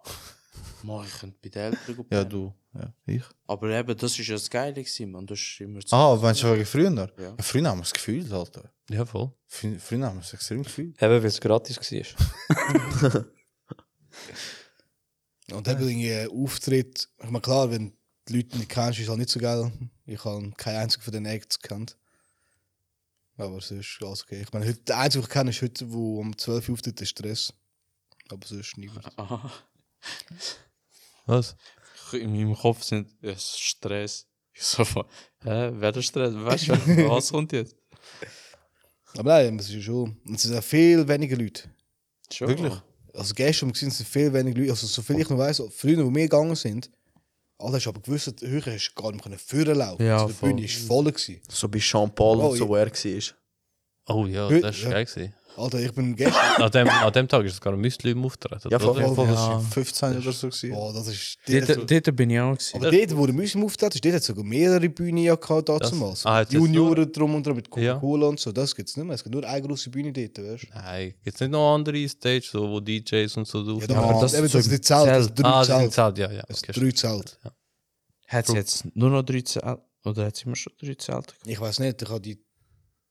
Speaker 5: Mal, ich könnte bei den Eltern gehen.
Speaker 2: Ja, du. Ja, ich.
Speaker 5: Aber eben, das war ja das Geile, gewesen, man. Du hast immer zu
Speaker 2: Ah, meinst du wegen früher?
Speaker 5: Ja.
Speaker 2: Ja. Früher haben wir es gefühlt, Alter.
Speaker 1: ja, voll.
Speaker 2: Frü- Früher haben wir es extrem gefühlt.
Speaker 7: Eben, weil es gratis war.
Speaker 3: Und dann bin ich äh, Auftritt. Ich meine, klar, wenn du die Leute nicht kennst, ist es halt nicht so geil. Ich habe keinen einzigen von den Acts gekannt. Aber sonst alles okay. Ich meine, heute, der einzige, den ich kenne, ist heute, wo um 12 Uhr auftritt, ist Stress. Aber sonst niemand.
Speaker 5: Aha.
Speaker 1: Was?
Speaker 5: In meinem Kopf sind es Stress. Ich so von, hä, wer der Stress? Weißt du, was kommt jetzt?
Speaker 3: Aber nein, es ist ja schon. und Es sind auch viel weniger Leute.
Speaker 5: Schon.
Speaker 3: Wirklich? Also gestern haben wir gesehen, es sind viel weniger Leute. Also, so viel ich noch weiss, früher, wo wir gegangen sind, Alter, hast du aber gewusst, höher hast du gar nicht mehr führen laufen.
Speaker 5: Ja,
Speaker 3: also, die
Speaker 5: voll.
Speaker 3: Bühne war voll. Gewesen.
Speaker 6: So bei Jean Paul
Speaker 3: Oh,
Speaker 6: und so,
Speaker 3: ja.
Speaker 6: wo er war.
Speaker 1: Oh ja,
Speaker 3: Hü-
Speaker 1: das
Speaker 3: ja.
Speaker 1: war geil. gewesen.
Speaker 3: Alter, ich bin gestern.
Speaker 1: An dem, an dem Tag ist es gar Muslim auftreten.
Speaker 6: Ja, voll,
Speaker 1: oder?
Speaker 3: voll.
Speaker 2: Ja. 15 oder so. gewesen.
Speaker 3: Boah, das ist. dort hat so-
Speaker 5: Dort dort bin ich auch. gewesen.
Speaker 3: aber dort, wo der Muslim auftritt, ist, dort hat es sogar mehrere Bühnen ja gehabt, damals.
Speaker 1: ah, hat es
Speaker 3: Junioren drum und drum mit
Speaker 1: Ja.
Speaker 3: Coca-Cola und so. Das gibt es nicht mehr. Es gibt nur eine große Bühne dort, weißt du?
Speaker 1: Nein, gibt nicht noch andere Stage, so, wo DJs und so drauf
Speaker 3: Ja,
Speaker 1: sind?
Speaker 3: aber das,
Speaker 5: das
Speaker 3: eben,
Speaker 5: ist
Speaker 3: das
Speaker 5: so
Speaker 3: ist die Zelt. Das ist drei
Speaker 1: Ah, sie sind
Speaker 3: Zelt.
Speaker 1: zahlt, ja, ja.
Speaker 3: Es
Speaker 1: Okay,
Speaker 3: ist drei Zelt.
Speaker 5: Hat es jetzt nur noch drei Zelte? Oder hat es immer schon drei Zelte? gehabt?
Speaker 3: Ich weiß nicht, ich habe die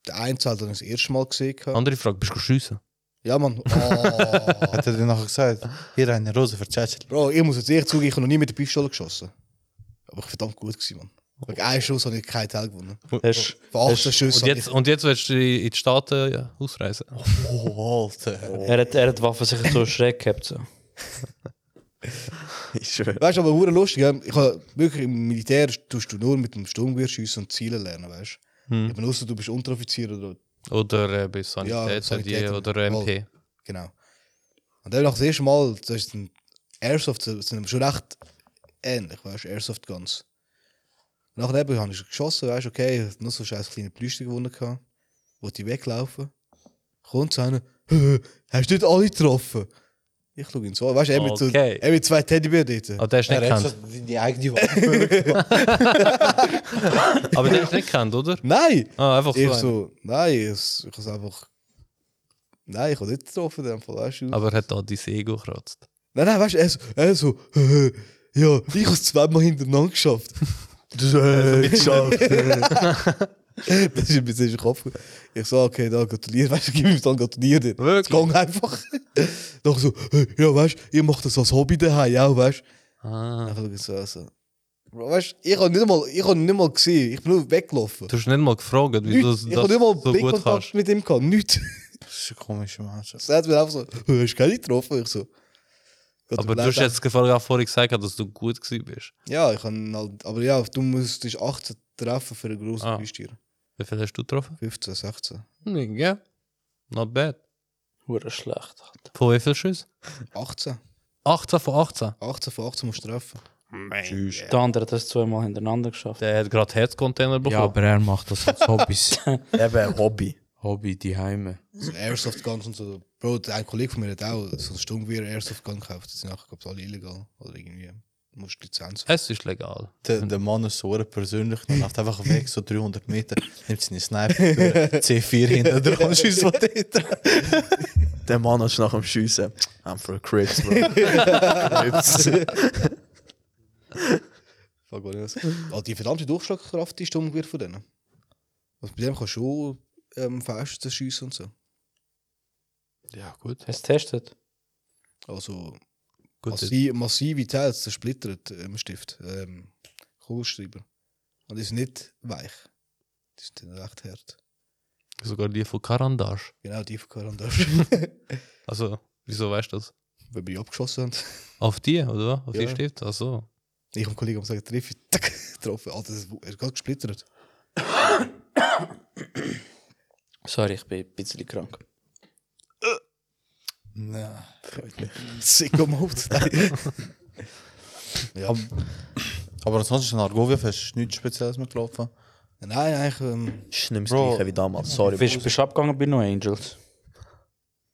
Speaker 3: den einen Zelt dann das erste Mal gesehen. gehabt.
Speaker 1: Andere Frage, bist du schiessen?
Speaker 3: Ja, Mann. Oh.
Speaker 2: Hat er dir nachher gesagt, hier eine Rose für Tschetschel.
Speaker 3: Bro, ich muss jetzt ehrlich zugeben, ich habe noch nie mit der Pistole geschossen. Aber ich war verdammt gut, gewesen, Mann. Wegen einem Schuss habe ich keinen Teil gewonnen.
Speaker 6: Hast
Speaker 3: Von 18 Schüssen
Speaker 1: Und
Speaker 3: habe
Speaker 1: jetzt, und jetzt willst du in in die Staaten ja, ausreisen?
Speaker 2: Oh, Alter.
Speaker 7: Er hat, er hat die Waffe sicher so schräg gehabt. So.
Speaker 6: ich schwör.
Speaker 3: Weißt du, aber hure lustig, ja. ich hab, wirklich im Militär tust du nur mit dem Sturmgewehr schiessen und Ziele lernen, weißt du?
Speaker 1: Hm.
Speaker 3: Aber außer du bist Unteroffizier oder
Speaker 1: Oder äh, bei
Speaker 3: Ja,
Speaker 1: Sanität,
Speaker 3: Sanität
Speaker 1: die-
Speaker 3: und-
Speaker 1: oder MP?
Speaker 3: genau. Und dann nach das erste Mal, das ist ein Airsoft, das sind schon recht ähnlich, weißt du, Airsoft Guns. Und Nachher eben habe ich geschossen, weißt du, okay, ich hab nur so scheiß kleine Plüschchen gewonnen gehabt, wollte ich weglaufen. Kommt so einer, hast du nicht alle getroffen? Ich schau ihn so, an, weißt du, er mit, so,
Speaker 1: Okay. Also
Speaker 3: er mit zwei Teddybären dort.
Speaker 1: Aber Ah, der ist nicht
Speaker 2: Er hat so
Speaker 1: gekannt.
Speaker 2: die eigene Waffe.
Speaker 1: Aber der ist nicht gekannt, oder?
Speaker 3: Nein!
Speaker 1: Ah, einfach
Speaker 3: Ich
Speaker 1: so. einen.
Speaker 3: so, nein, es- ich habe einfach. Nein, ich habe nicht getroffen, in dem Fall, weißt du?
Speaker 1: Aber er hat da dein Ego gekratzt.
Speaker 3: nein, nein, weißt du, er so, er so ja, ich habe es zweimal hintereinander geschafft. das äh, geschafft. das ist ein bisschen im Kopf. Ich so, okay, da gratuliere, weißt du, gib ihm dann gratuliere dir. Es
Speaker 1: Wirklich?
Speaker 3: ging einfach. Dann so, «Äh, ja, weißt du, ich mache das dus als Hobby daheim, auch, weißt du?
Speaker 1: Ah.
Speaker 3: Dann schaue ich so, also. Bro, weißt du, ich habe nicht mal, ich habe nicht mal gesehen, ich bin nur weggelaufen.
Speaker 1: Du hast nicht mal gefragt, wieso
Speaker 3: Nichts.
Speaker 1: du
Speaker 3: Ich habe nicht mal
Speaker 1: das so gut kannst.
Speaker 3: Blickkontakt mit ihm gehabt, nichts.
Speaker 2: Das ist ein komischer Mensch.
Speaker 3: Er hat mir einfach so, du hast keine getroffen. Ich so. Gott,
Speaker 1: Aber du
Speaker 3: bleib
Speaker 1: hast jetzt gefragt, auch vorhin gesagt, hat, dass du gut gewesen bist.
Speaker 3: Ja, ich kann halt, aber ja, du musstest 18 treffen für einen grossen
Speaker 1: Ah.
Speaker 3: ah. Beistier.
Speaker 1: Wie viel hast du getroffen?
Speaker 3: 15, 16.
Speaker 1: Hm, Ja. Not bad.
Speaker 7: Hure schlecht.
Speaker 1: Von wie viel Schuss?
Speaker 3: 18.
Speaker 1: 18 von 18.
Speaker 3: 18 von 18 musst du treffen.
Speaker 5: Tschüss.
Speaker 7: Der andere hat das zweimal hintereinander geschafft.
Speaker 1: Der hat gerade Herzcontainer bekommen.
Speaker 5: Ja, aber er macht das als Hobbys.
Speaker 6: Eben ein Hobby.
Speaker 5: Hobby, die Heime.
Speaker 3: So Airsoft Guns und so. Bro, der- ein Kollege von mir hat auch so ein Sturmgewehr Airsoft Gun gekauft. Das sind nachher, glaube ich, alle illegal. Oder irgendwie. Du musst die Lizenz.
Speaker 1: Es ist legal.
Speaker 2: Der, der Mann ist so persönlich, er läuft einfach weg, so 300 Meter, nimmt seine Sniper, C4 hinten dran und schießt von dort.
Speaker 6: Der Mann ist nach dem Schiessen. I'm for Crips, bro. Crips.
Speaker 3: Fuck, gar nicht. Also, die verdammte Durchschlagkraft ist Sturmgewehr von denen. Also, bei dem kannst du schon ähm, Fäuste schiessen und so.
Speaker 1: Ja, gut.
Speaker 7: Hast du getestet?
Speaker 3: Also,
Speaker 1: gut jetzt-
Speaker 3: Massi massive Teile zersplittert äh, im Stift. Ähm, Kugelschreiber. Und die sind nicht weich. Die sind dann recht hart.
Speaker 1: Sogar die von Karandash.
Speaker 3: Genau die von Karanda.
Speaker 1: Also, wieso weißt du das?
Speaker 3: Weil wir die abgeschossen haben.
Speaker 1: Auf die, oder? was? Auf die
Speaker 3: Ja.
Speaker 1: steht? Ach so.
Speaker 3: Ich und ein Kollege haben gesagt, triff ich, tack, getroffen. Alter, das ist- er ist gerade gesplittert.
Speaker 7: Sorry, ich bin ein bisschen krank.
Speaker 2: Nein,
Speaker 3: Sicko Mode. Nein. ja.
Speaker 2: Aber ansonsten in Argovia hast du nichts Spezielles mehr gelaufen.
Speaker 3: Nein, eigentlich. Ähm,
Speaker 6: Ist nicht mehr das
Speaker 2: Bro.
Speaker 6: gleiche wie damals. Sorry.
Speaker 7: Bist
Speaker 6: Bro.
Speaker 7: bist du abgegangen bei No Angels?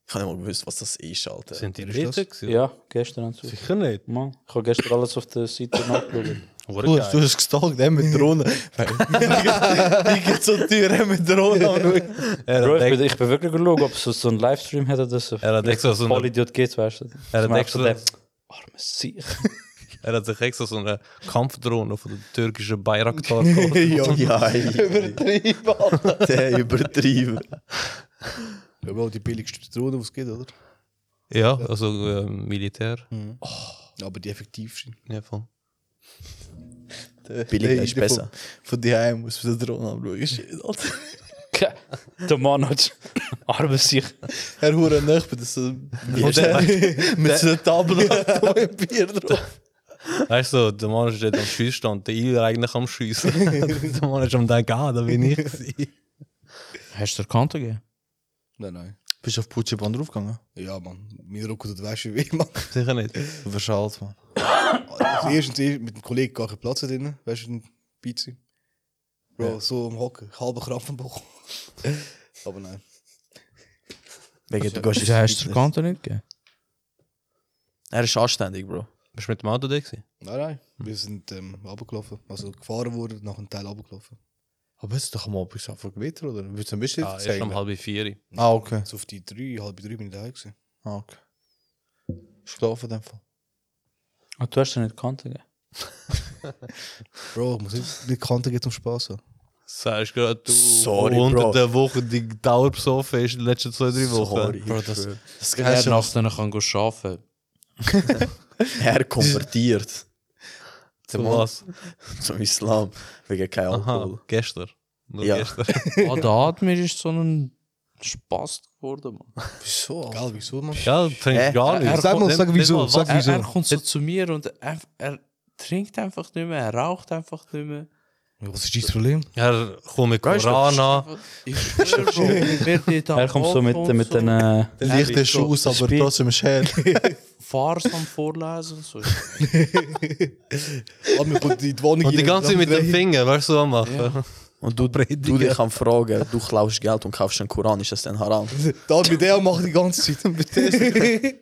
Speaker 6: Ich habe nicht mal gewusst, was das ist, Alter.
Speaker 1: Sind die
Speaker 3: Wer ist das?
Speaker 1: dort gewesen?
Speaker 7: Ja, gestern haben sie.
Speaker 1: Sicher nicht.
Speaker 7: Mann, ich habe gestern alles auf der Seite nachgeschaut.
Speaker 2: Du, hast- du hast gestalkt, er mit Drohnen. Ich gehe zur Tür, er mit Drohnen. am Schauen.
Speaker 7: Bro, ich, bin, ich bin wirklich geschaut, ob es so einen Livestream hätte, dass
Speaker 1: Er hat extra so eine,
Speaker 7: Vollidiot geht, weißt du.
Speaker 1: er
Speaker 7: Ich
Speaker 1: hat
Speaker 7: merke so
Speaker 1: extra,
Speaker 7: den- Arme Sieg.
Speaker 1: er hat sich extra so eine Kampfdrohne von der türkischen Bayraktar geholt.
Speaker 3: ja.
Speaker 6: Ja, übertrieben, Alter. Der übertrieben.
Speaker 3: ja, Bro, die billigste Patrone, die es gibt, oder?
Speaker 1: ja, also äh, Militär.
Speaker 3: Aber die effektivste.
Speaker 1: In dem Fall.
Speaker 6: Billiger ist
Speaker 2: Der-
Speaker 6: besser.
Speaker 2: Von dir muss mit der Drohne anschauen.
Speaker 7: Der Mann hat arme sich.
Speaker 3: Er hoort nicht, bei diesem mit so einer Tablet und einem Bier drauf.
Speaker 1: Weißt du, der Mann steht am Schiessen und der Eiler eigentlich am Schiessen. der Mann ist am Denken, ah, da bin ich. gewesen.
Speaker 5: Hast du Kante gegeben?
Speaker 4: Nein, nein.
Speaker 3: Bist du auf Putscheband draufgegangen?
Speaker 4: Ja, man. Mein Rücken tut Wäsche wie man.
Speaker 1: Sicher nicht.
Speaker 3: Verschalt, man.
Speaker 4: Also erstens ich mit dem Kollegen gar keinen Platz drin, weißt du, ein Pizza. Bro, so am Hocken, halber Krampf am Bauch. Aber nein.
Speaker 6: Wegen, du gehst
Speaker 5: Wieso hast du Kante nicht gegeben?
Speaker 6: Er ist anständig, Bro.
Speaker 1: Bist du mit dem Auto da? gewesen?
Speaker 4: Nein, nein. Wir sind ähm, runtergelaufen. Also gefahren wurden, nach einem Teil runtergelaufen.
Speaker 3: Aber jetzt doch mal bis auf Gewitter, oder? Willst du ein bisschen
Speaker 1: Ah, erst um halb vier.
Speaker 3: Ah, okay.
Speaker 4: So auf die drei, halb drei bin ich daheim gewesen.
Speaker 3: Ah, okay. Ist gelaufen in dem Fall.
Speaker 7: Ah, du hast dir nicht Kante gegeben.
Speaker 4: Bro, ich muss nicht, nicht Kante gehen zum Spass haben.
Speaker 1: Sagst gerade, du
Speaker 6: Sorry,
Speaker 1: unter
Speaker 6: Bro.
Speaker 1: der Woche die Dauerbesoffen ist in den letzten zwei, drei Wochen.
Speaker 6: Sorry,
Speaker 3: Bro,
Speaker 6: ich
Speaker 3: das-
Speaker 6: schwör.
Speaker 3: Das
Speaker 5: Er
Speaker 3: kannst du
Speaker 5: nachts dann kann gehen arbeiten.
Speaker 6: Er konvertiert
Speaker 1: Zu was?
Speaker 6: zum Islam wegen kein Alkohol.
Speaker 1: Aha, gestern. Nur
Speaker 6: Ja.
Speaker 1: gestern.
Speaker 5: Ah, der Admir ist so ein Spaß geworden, Mann.
Speaker 6: Wieso? Alter?
Speaker 4: Geil, wieso, man?
Speaker 1: Ja, trinkt
Speaker 6: Hä?
Speaker 1: gar
Speaker 4: Er-
Speaker 1: nicht.
Speaker 4: sag mal, sag wieso, sag
Speaker 5: Er,
Speaker 4: wieso.
Speaker 5: er kommt so zu mir und er, er trinkt einfach nicht mehr, er raucht einfach nicht mehr.
Speaker 4: Ja, Was ist dein Problem?
Speaker 1: Er kommt mit
Speaker 6: Weißt du,
Speaker 1: Koran an.
Speaker 5: Ich schwöre, Bro, wird nicht am
Speaker 7: Er kommt so mit,
Speaker 5: Hocken und
Speaker 7: mit
Speaker 5: so.
Speaker 7: den. Äh,
Speaker 3: Der Licht ist
Speaker 5: so
Speaker 3: aus, aber
Speaker 7: Speed.
Speaker 3: trotzdem ist hell.
Speaker 5: Farce am Vorlesen und so.
Speaker 4: Ah, mir kommt in die Wohnung
Speaker 1: Und die ganze Zeit mit dem Finger, weißt du, was machen?
Speaker 6: Und du, du dich am Fragen, du klaust Geld und kaufst einen Koran, ist das denn haram?
Speaker 4: Da mit der macht die ganze Zeit. mit der.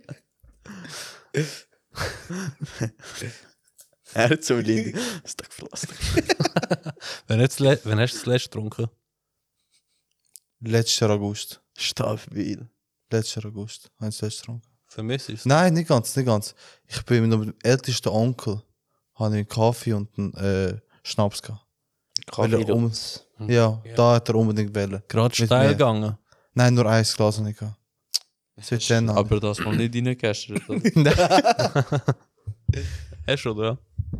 Speaker 6: Er zu Lindy. Ist doch verlassen.
Speaker 1: Wenn, hast du das le- wenn hast du das letzte getrunken?
Speaker 3: Letzter August.
Speaker 6: Stabil.
Speaker 3: Letzter August. Eins letzter August.
Speaker 1: Vermisst es?
Speaker 3: Nein, nicht ganz, nicht ganz. Ich bin mit meinem ältesten Onkel, habe ich einen Kaffee und einen äh, Schnaps gehabt. Weil er um, ja, da hat er unbedingt wählen.
Speaker 1: Gerade
Speaker 3: Mit
Speaker 1: steil
Speaker 3: mir.
Speaker 1: gegangen.
Speaker 3: Nein, nur ein Glas habe ich gehabt. Seitdem habe
Speaker 5: Aber das mal nicht reingestern.
Speaker 3: ich- Nein,
Speaker 1: Hast du, oder?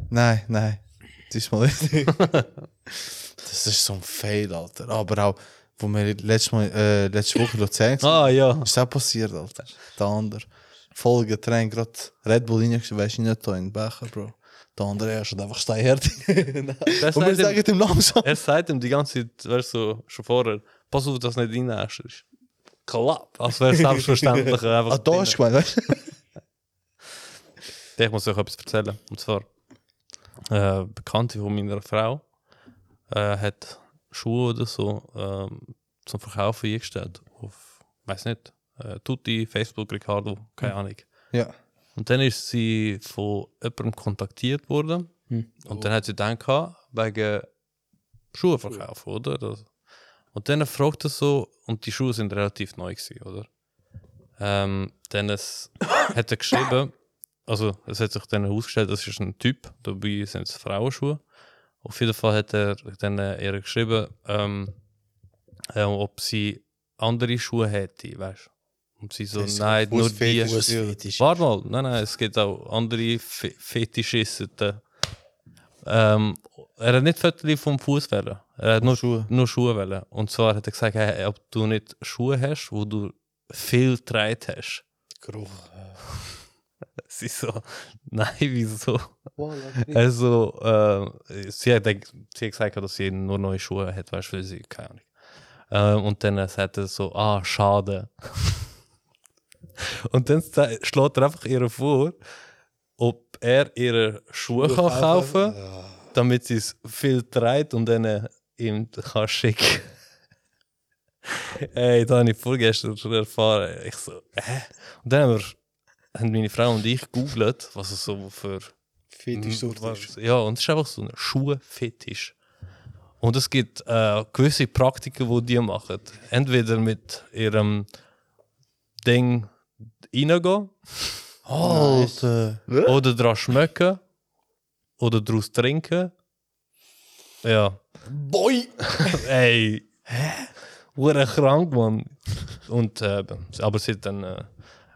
Speaker 3: nein, nein. Diesmal nicht. das ist so ein Fail, Alter. Aber auch, wo wir letztes Mal, äh, letzte Woche Luzern waren,
Speaker 1: Ah, ja.
Speaker 3: ist auch passiert, Alter. Der andere. Voll getränkt, gerade Red Bull reingeschrieben, weißt du nicht, da in den Becher, Bro. Der andere, er ist einfach steinhärtig.
Speaker 1: Er
Speaker 3: Und wir
Speaker 1: sagt, ihm,
Speaker 3: sagen dem langsam.
Speaker 1: er sagt ihm die ganze Zeit, weißt du, schon vorher, pass auf, dass du nicht reinäschst. Klapp. Als wäre es selbstverständlich. einfach
Speaker 3: Ah, da
Speaker 1: drin.
Speaker 3: hast du gemeint, weißt du?
Speaker 1: Ich muss euch etwas erzählen. Und zwar, äh, Bekannte von meiner Frau äh, hat Schuhe oder so ähm, zum Verkaufen eingestellt. Auf, weiß nicht, äh, Tutti, Facebook, Ricardo, keine Ahnung.
Speaker 3: Ja.
Speaker 1: Und dann ist sie von jemandem kontaktiert worden. Und dann hat sie gedacht, ah, wegen Schuheverkauf, oder? Das. Und dann fragt er so, und die Schuhe sind relativ neu gewesen, oder? Ähm, dann es, hat er geschrieben, also es hat sich dann herausgestellt, das ist ein Typ, dabei sind es Frauenschuhe. Auf jeden Fall hat er dann äh, ihr geschrieben, ähm, äh, ob sie andere Schuhe hätte, weißt du? Und sie so,
Speaker 3: Das ist
Speaker 1: nein,
Speaker 3: ein
Speaker 1: nur die.
Speaker 3: Fußfetisch.
Speaker 6: Fußfetisch.
Speaker 1: Warte mal, nein, nein, es gibt auch andere Fe Fetischisten. Ähm, er hat nicht Viertel vom Fuß wählen. Er hat nur Schuhe. Nur Schuhe wählen. Und zwar hat er gesagt, hey, ob du nicht Schuhe hast, wo du viel getragen hast. Sie so, nein, wieso? Also, äh, sie, hat, denk- sie hat gesagt, dass sie nur neue Schuhe hat, weißt du, weil sie, keine Ahnung. Ähm, und dann äh, sagt er so, ah, schade. und dann ze- schlägt er einfach ihr vor, ob er ihre Schuhe kann kaufen kann, damit sie es viel trägt und dann äh, ihm kann schicken Ey, da habe ich vorgestern schon erfahren. Ich so, hä? Und dann haben, wir, haben meine Frau und ich gegoogelt, was es so für
Speaker 3: Mhm.
Speaker 4: Fetisch so.
Speaker 1: Mhm, was- Ja, und es ist einfach so ein Schuhfetisch. Und es gibt äh, gewisse Praktiken, die die machen. Entweder mit ihrem Ding reingehen
Speaker 3: Alter.
Speaker 1: oder dran schmecken oder daraus trinken. Ja. Boy! Ey! Wurde krank, Mann. Und, äh, aber sie hat dann äh,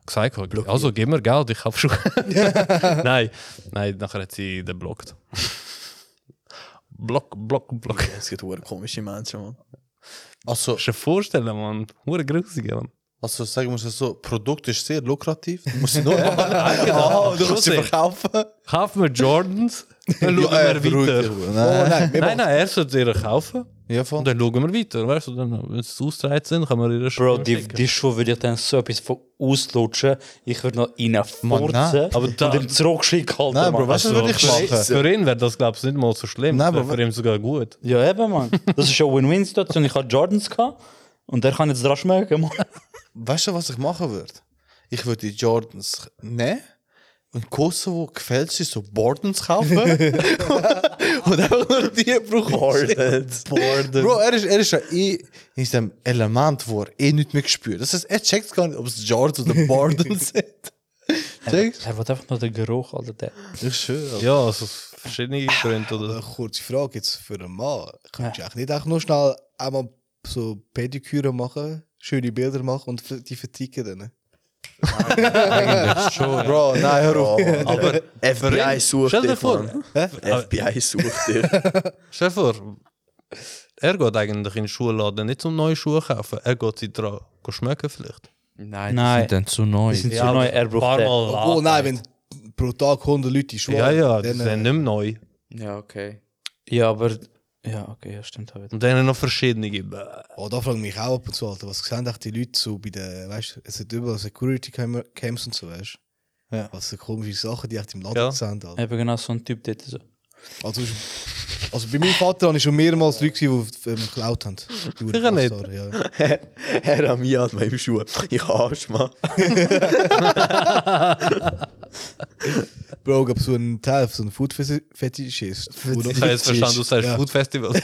Speaker 1: gesagt, also gib mir Geld, ich habe Schuhe. nein, nein, nachher hat sie den blockt. block, block, block.
Speaker 6: Es gibt hure komische Menschen, Mann.
Speaker 3: Also,
Speaker 1: Kannst du dir vorstellen, Mann? Hure grusig, Mann.
Speaker 3: also sagen wir es so, Produkt ist sehr lukrativ. Du musst nur ah, du musst sie
Speaker 1: Schlussendlich.
Speaker 3: verkaufen.
Speaker 1: Kaufen wir Jordans, dann schauen
Speaker 3: Ja,
Speaker 1: wir
Speaker 3: beruhig
Speaker 1: weiter.
Speaker 3: dich, Bro. Nein.
Speaker 1: Nein, nein, er sollte ihre kaufen
Speaker 3: Ja,
Speaker 1: und
Speaker 3: voll.
Speaker 1: dann schauen wir weiter. Weißt du, dann, wenn sie ausgereizt sind, kann man ihre
Speaker 7: Bro,
Speaker 1: Schuhe
Speaker 7: die,
Speaker 1: schicken.
Speaker 7: die Schuhe würde ich dann so etwas von auslutschen. Ich würde noch
Speaker 3: Mann,
Speaker 7: reinfurzen
Speaker 3: nein.
Speaker 7: aber und
Speaker 1: da-
Speaker 7: dann zurückschicken. Alter,
Speaker 3: Nein, Bro,
Speaker 7: Mann.
Speaker 3: weißt du, was würde ich machen?
Speaker 1: Für ihn wäre das, glaube ich, nicht mal so schlimm.
Speaker 3: Nein,
Speaker 1: Nein,
Speaker 3: aber
Speaker 1: aber für ihn sogar gut.
Speaker 7: Ja, eben, Mann. Das ist eine Win-Win-Situation. Ich hatte Jordans gehabt, und der kann jetzt dran schmecken, Mann.
Speaker 3: Weißt du, was ich machen würde? Ich würde die Jordans nehmen und Kosovo gefälscht so Bordens kaufen und einfach nur die brauchen. Bro, er ist, er ist ja eh in diesem Element, wo er eh nicht mehr spürt. Das heißt, er checkt gar nicht, ob es Jordans oder Bordens sind. Checkst?
Speaker 7: Er will einfach nur den Geruch, Alter. Der.
Speaker 3: Ich schwöre.
Speaker 1: Ja, also verschiedene Gründe.
Speaker 4: Eine
Speaker 1: Oder?
Speaker 4: kurze Frage jetzt für einen Mann. Könntest du eigentlich nicht auch nur schnell einmal so Pediküre machen, schöne Bilder machen und f- die verticken dann?
Speaker 3: Bro, nein, hör auf.
Speaker 1: Aber
Speaker 6: FBI sucht
Speaker 1: Stell dir
Speaker 6: dich,
Speaker 1: vor.
Speaker 6: Mann. FBI sucht dich.
Speaker 1: Stell dir vor, er geht eigentlich in den Schuhladen nicht um neue Schuhe kaufen, er geht sie dran schmecken vielleicht.
Speaker 5: Nein,
Speaker 7: Nein.
Speaker 5: die sind dann zu neu.
Speaker 7: Die sind
Speaker 1: Ja,
Speaker 7: zu neu,
Speaker 1: aber
Speaker 7: er
Speaker 1: Ein paar
Speaker 7: braucht den.
Speaker 1: Mal
Speaker 4: Oh nein, wenn pro Tag 100 Leute schwören.
Speaker 1: Ja, ja, die
Speaker 4: dann,
Speaker 3: äh,
Speaker 1: sind nicht mehr neu.
Speaker 5: Ja, okay.
Speaker 7: Ja, aber... Ja, okay, ja, stimmt. David.
Speaker 1: Und dann noch verschiedene. Bäh.
Speaker 4: Oh, da frage ich mich auch ab und zu, Alter, was sehen echt die Leute so bei den, weißt du, es sind überall Security Cam- Cams und so, weißt du?
Speaker 3: Ja.
Speaker 4: Was so komische Sachen, die echt im Laden
Speaker 1: Ja.
Speaker 4: sehen, Alter.
Speaker 7: Eben genau so ein Typ dort. So.
Speaker 4: Also, also bei meinem Vater habe ich schon mehrmals Leute gesehen, die ähm, geklaut haben. Die
Speaker 1: Sicher nicht.
Speaker 4: Bastarde, Ja.
Speaker 6: Herr Ami hat meinem Schuh. Ich habe Arsch, Mann.
Speaker 4: Bro, gab so einen Teil, so einen Food-Fetischist.
Speaker 1: Ich habe jetzt verstanden, du sagst
Speaker 4: Ja.
Speaker 1: Food Festival.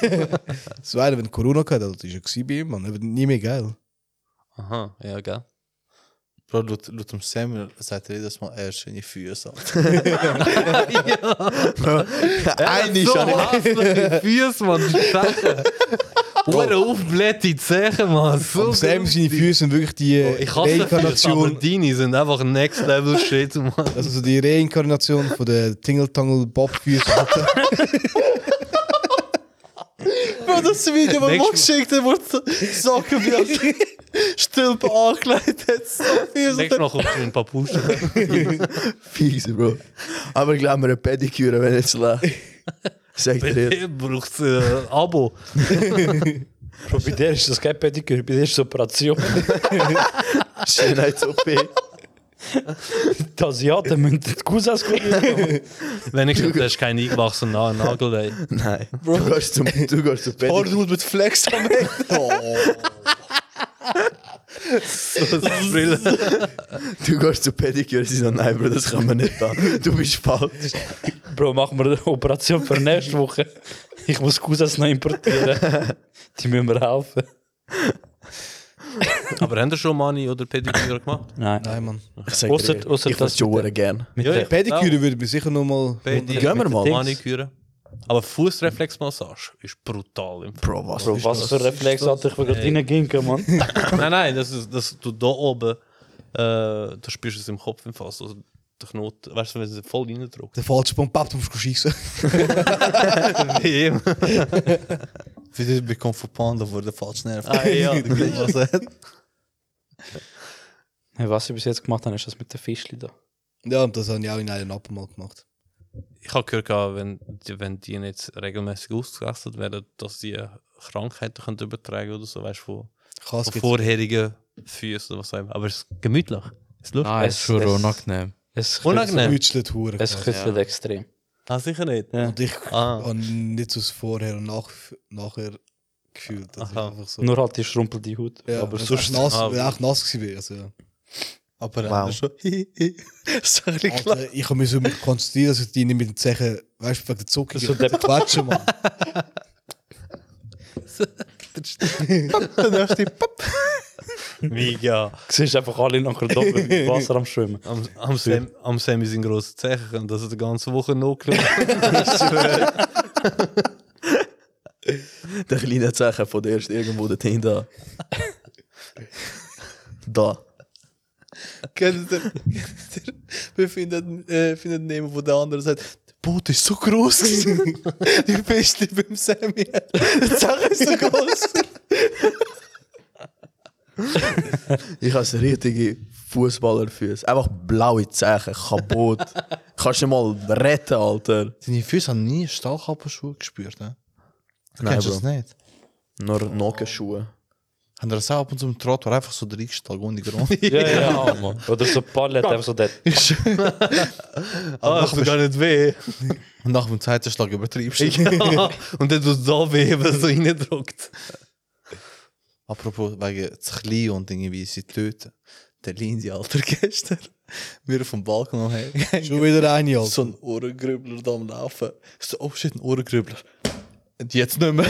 Speaker 4: So einer, wenn Corona gehabt hat, ist er gewesen bei ihm, man. Aber nie mehr geil.
Speaker 1: Aha, ja, gell.
Speaker 3: Bro, laut, laut dem Samuel sagt er jedes Mal, er ist in die Füße.
Speaker 1: Eine so hässliche Füße, Mann. die Zechen. Hure aufblätte Zeche, Mann. So
Speaker 4: Und Sam, seine Füße sind wirklich die
Speaker 1: Oh,
Speaker 4: äh,
Speaker 1: ich hasse Füße, aber
Speaker 4: Reinkarnation.
Speaker 1: deine sind einfach Next Level Shit, Mann.
Speaker 4: Also so die Reinkarnation von der Tingle-Tangle-Bob-Füße, Alter.
Speaker 3: Bro, das Video,
Speaker 1: Nächstes
Speaker 3: das mir
Speaker 1: Mal.
Speaker 3: geschickt hat, wurde Socken wie als Stülpe angelegt. hat. So viel. so-
Speaker 1: Nächstes Mal kommst du in Papuschen.
Speaker 6: Fies, Bro. Aber glaub mir, eine Pediküre, wenn jetzt lacht. Sagt er dir.
Speaker 1: Ihr braucht ein Abo.
Speaker 7: Bro, bei dir ist das kein Pediküre, bei dir ist es Operation.
Speaker 6: Schönheits-OP.
Speaker 7: Die Asiaten müssen die Cousins gucken.
Speaker 1: Wenigstens hast du keinen eingewachsenen Nagel. Ey.
Speaker 6: Nein. Du gehst zum, du gehst zum
Speaker 3: Oh,
Speaker 6: Pediküre.
Speaker 3: du musst mit Flex am
Speaker 1: So eine Brille.
Speaker 6: Du gehst zum Pediküre. Sie sagen, nein, Bro, das kann man nicht haben. Du bist falsch.
Speaker 7: Bro, machen wir eine Operation für nächste Woche. Ich muss Cousins noch importieren. Die müssen mir helfen.
Speaker 1: Aber habt ihr schon Mani oder Pediküre gemacht?
Speaker 7: Nein.
Speaker 4: Nein, Mann.
Speaker 6: Ich sag
Speaker 7: Ausser-
Speaker 6: dir,
Speaker 7: ausser
Speaker 6: ich
Speaker 7: das
Speaker 6: würde schon
Speaker 7: mit
Speaker 6: sehr gerne.
Speaker 1: Ja, ja.
Speaker 4: Pediküre würde mir sicher noch mal...
Speaker 1: Pediküre.
Speaker 6: Gehen wir mal.
Speaker 1: Maniküre. Aber Fußreflexmassage ist brutal. Im
Speaker 6: Bro, was?
Speaker 7: Bro, was für Reflex hat ich gerade reingehen, Mann?
Speaker 1: nein, nein, das ist, das, du da oben, äh, da spürst du es im Kopf im Fass. Also, der Knoten, weißt du, wenn sie voll reindrückt.
Speaker 4: Der falsche Punkt, Papp, du musst schiessen.
Speaker 1: Wie
Speaker 3: Wie dit bekomt voor Panda voor de valsnerf.
Speaker 1: Ah, ja.
Speaker 7: Hey, was ich bis jetzt gemacht habe, ist das mit den Fischli da.
Speaker 4: Ja, und das habe ich auch in einem Appen mal gemacht.
Speaker 1: Ich habe gehört, gehabt, wenn, die- wenn die nicht regelmäßig ausgelastet werden, dass sie Krankheiten können übertragen oder so, weißt du, von,
Speaker 4: Ich hasse
Speaker 1: von
Speaker 4: jetzt-
Speaker 1: vorherigen Füßen oder was auch immer. Aber es ist gemütlich. Es ist lustig.
Speaker 5: Nein, ist schon
Speaker 7: es-
Speaker 5: unangenehm.
Speaker 7: Es
Speaker 1: Unangenehm.
Speaker 4: Hütschelt hure.
Speaker 7: Es
Speaker 4: krass.
Speaker 7: kützelt extrem.
Speaker 1: Ah, sicher nicht.
Speaker 7: Ja.
Speaker 4: Und ich
Speaker 1: Ah.
Speaker 4: habe nicht so das Vorher und nach, Nachher gefühlt. Das ist
Speaker 1: Aha.
Speaker 4: einfach so.
Speaker 7: Nur halt die schrumpelte Haut.
Speaker 4: ja,
Speaker 7: aber
Speaker 4: wenn ich
Speaker 7: sonst.
Speaker 4: nass,
Speaker 1: Ah,
Speaker 4: wenn ich echt nass war. Also, ja.
Speaker 3: Aber
Speaker 6: Wauw.
Speaker 3: wow. zo. Zo gelijk lachen.
Speaker 4: Alter, ich musste mich konzentrieren, dass ich die nicht mit den Zechen, weißt du, wegen der Zucker
Speaker 7: So der-
Speaker 4: quetschen, Mann.
Speaker 3: Dan heeft hij pap.
Speaker 1: Mega.
Speaker 7: Du siehst einfach alle nachher da mit Wasser am Schwimmen.
Speaker 1: Am, am, Sam, am Sam ist ein grosser Zeichen und das hat die ganze Woche noch
Speaker 6: Der kleine Zeichen von der ist irgendwo dorthin da. da.
Speaker 3: Kennt ihr, kennt ihr, wir finden, äh, finden jemanden, wo der andere sagt, der Boot ist so groß gewesen. Die Beste beim Sammy. Die Sache ist so groß.
Speaker 6: Ich habe richtige Fußballerfüße. Einfach blaue Zeichen, kaputt. Kannst du nicht mal retten, Alter.
Speaker 3: Deine Füße haben nie Stahlkappenschuhe gespürt. Ne? Du
Speaker 6: Nein,
Speaker 3: kennst das nicht.
Speaker 6: Nur Nockenschuhe.
Speaker 3: Haben das auch ab und zu im Trottoir einfach so reingeschlagen ohne Grund.
Speaker 7: Ja, ja, Mann. Oder so Pallet, einfach so dort.
Speaker 3: Aber nach dem-
Speaker 6: gar nicht weh.
Speaker 3: Und nach dem zweiten Schlag übertreibst du.
Speaker 1: Und dann tut so weh, wenn es so reindrückt.
Speaker 3: Apropos wegen zu klein und irgendwie sie töten. Der Lindy, Alter, gestern. Wir vom Balkon am Hängen.
Speaker 4: Schon wieder eine, Alter.
Speaker 3: So ein Ohrengrübler da am Laufen. Ich so, oh shit, ein Ohrengrübler. Und jetzt nicht mehr.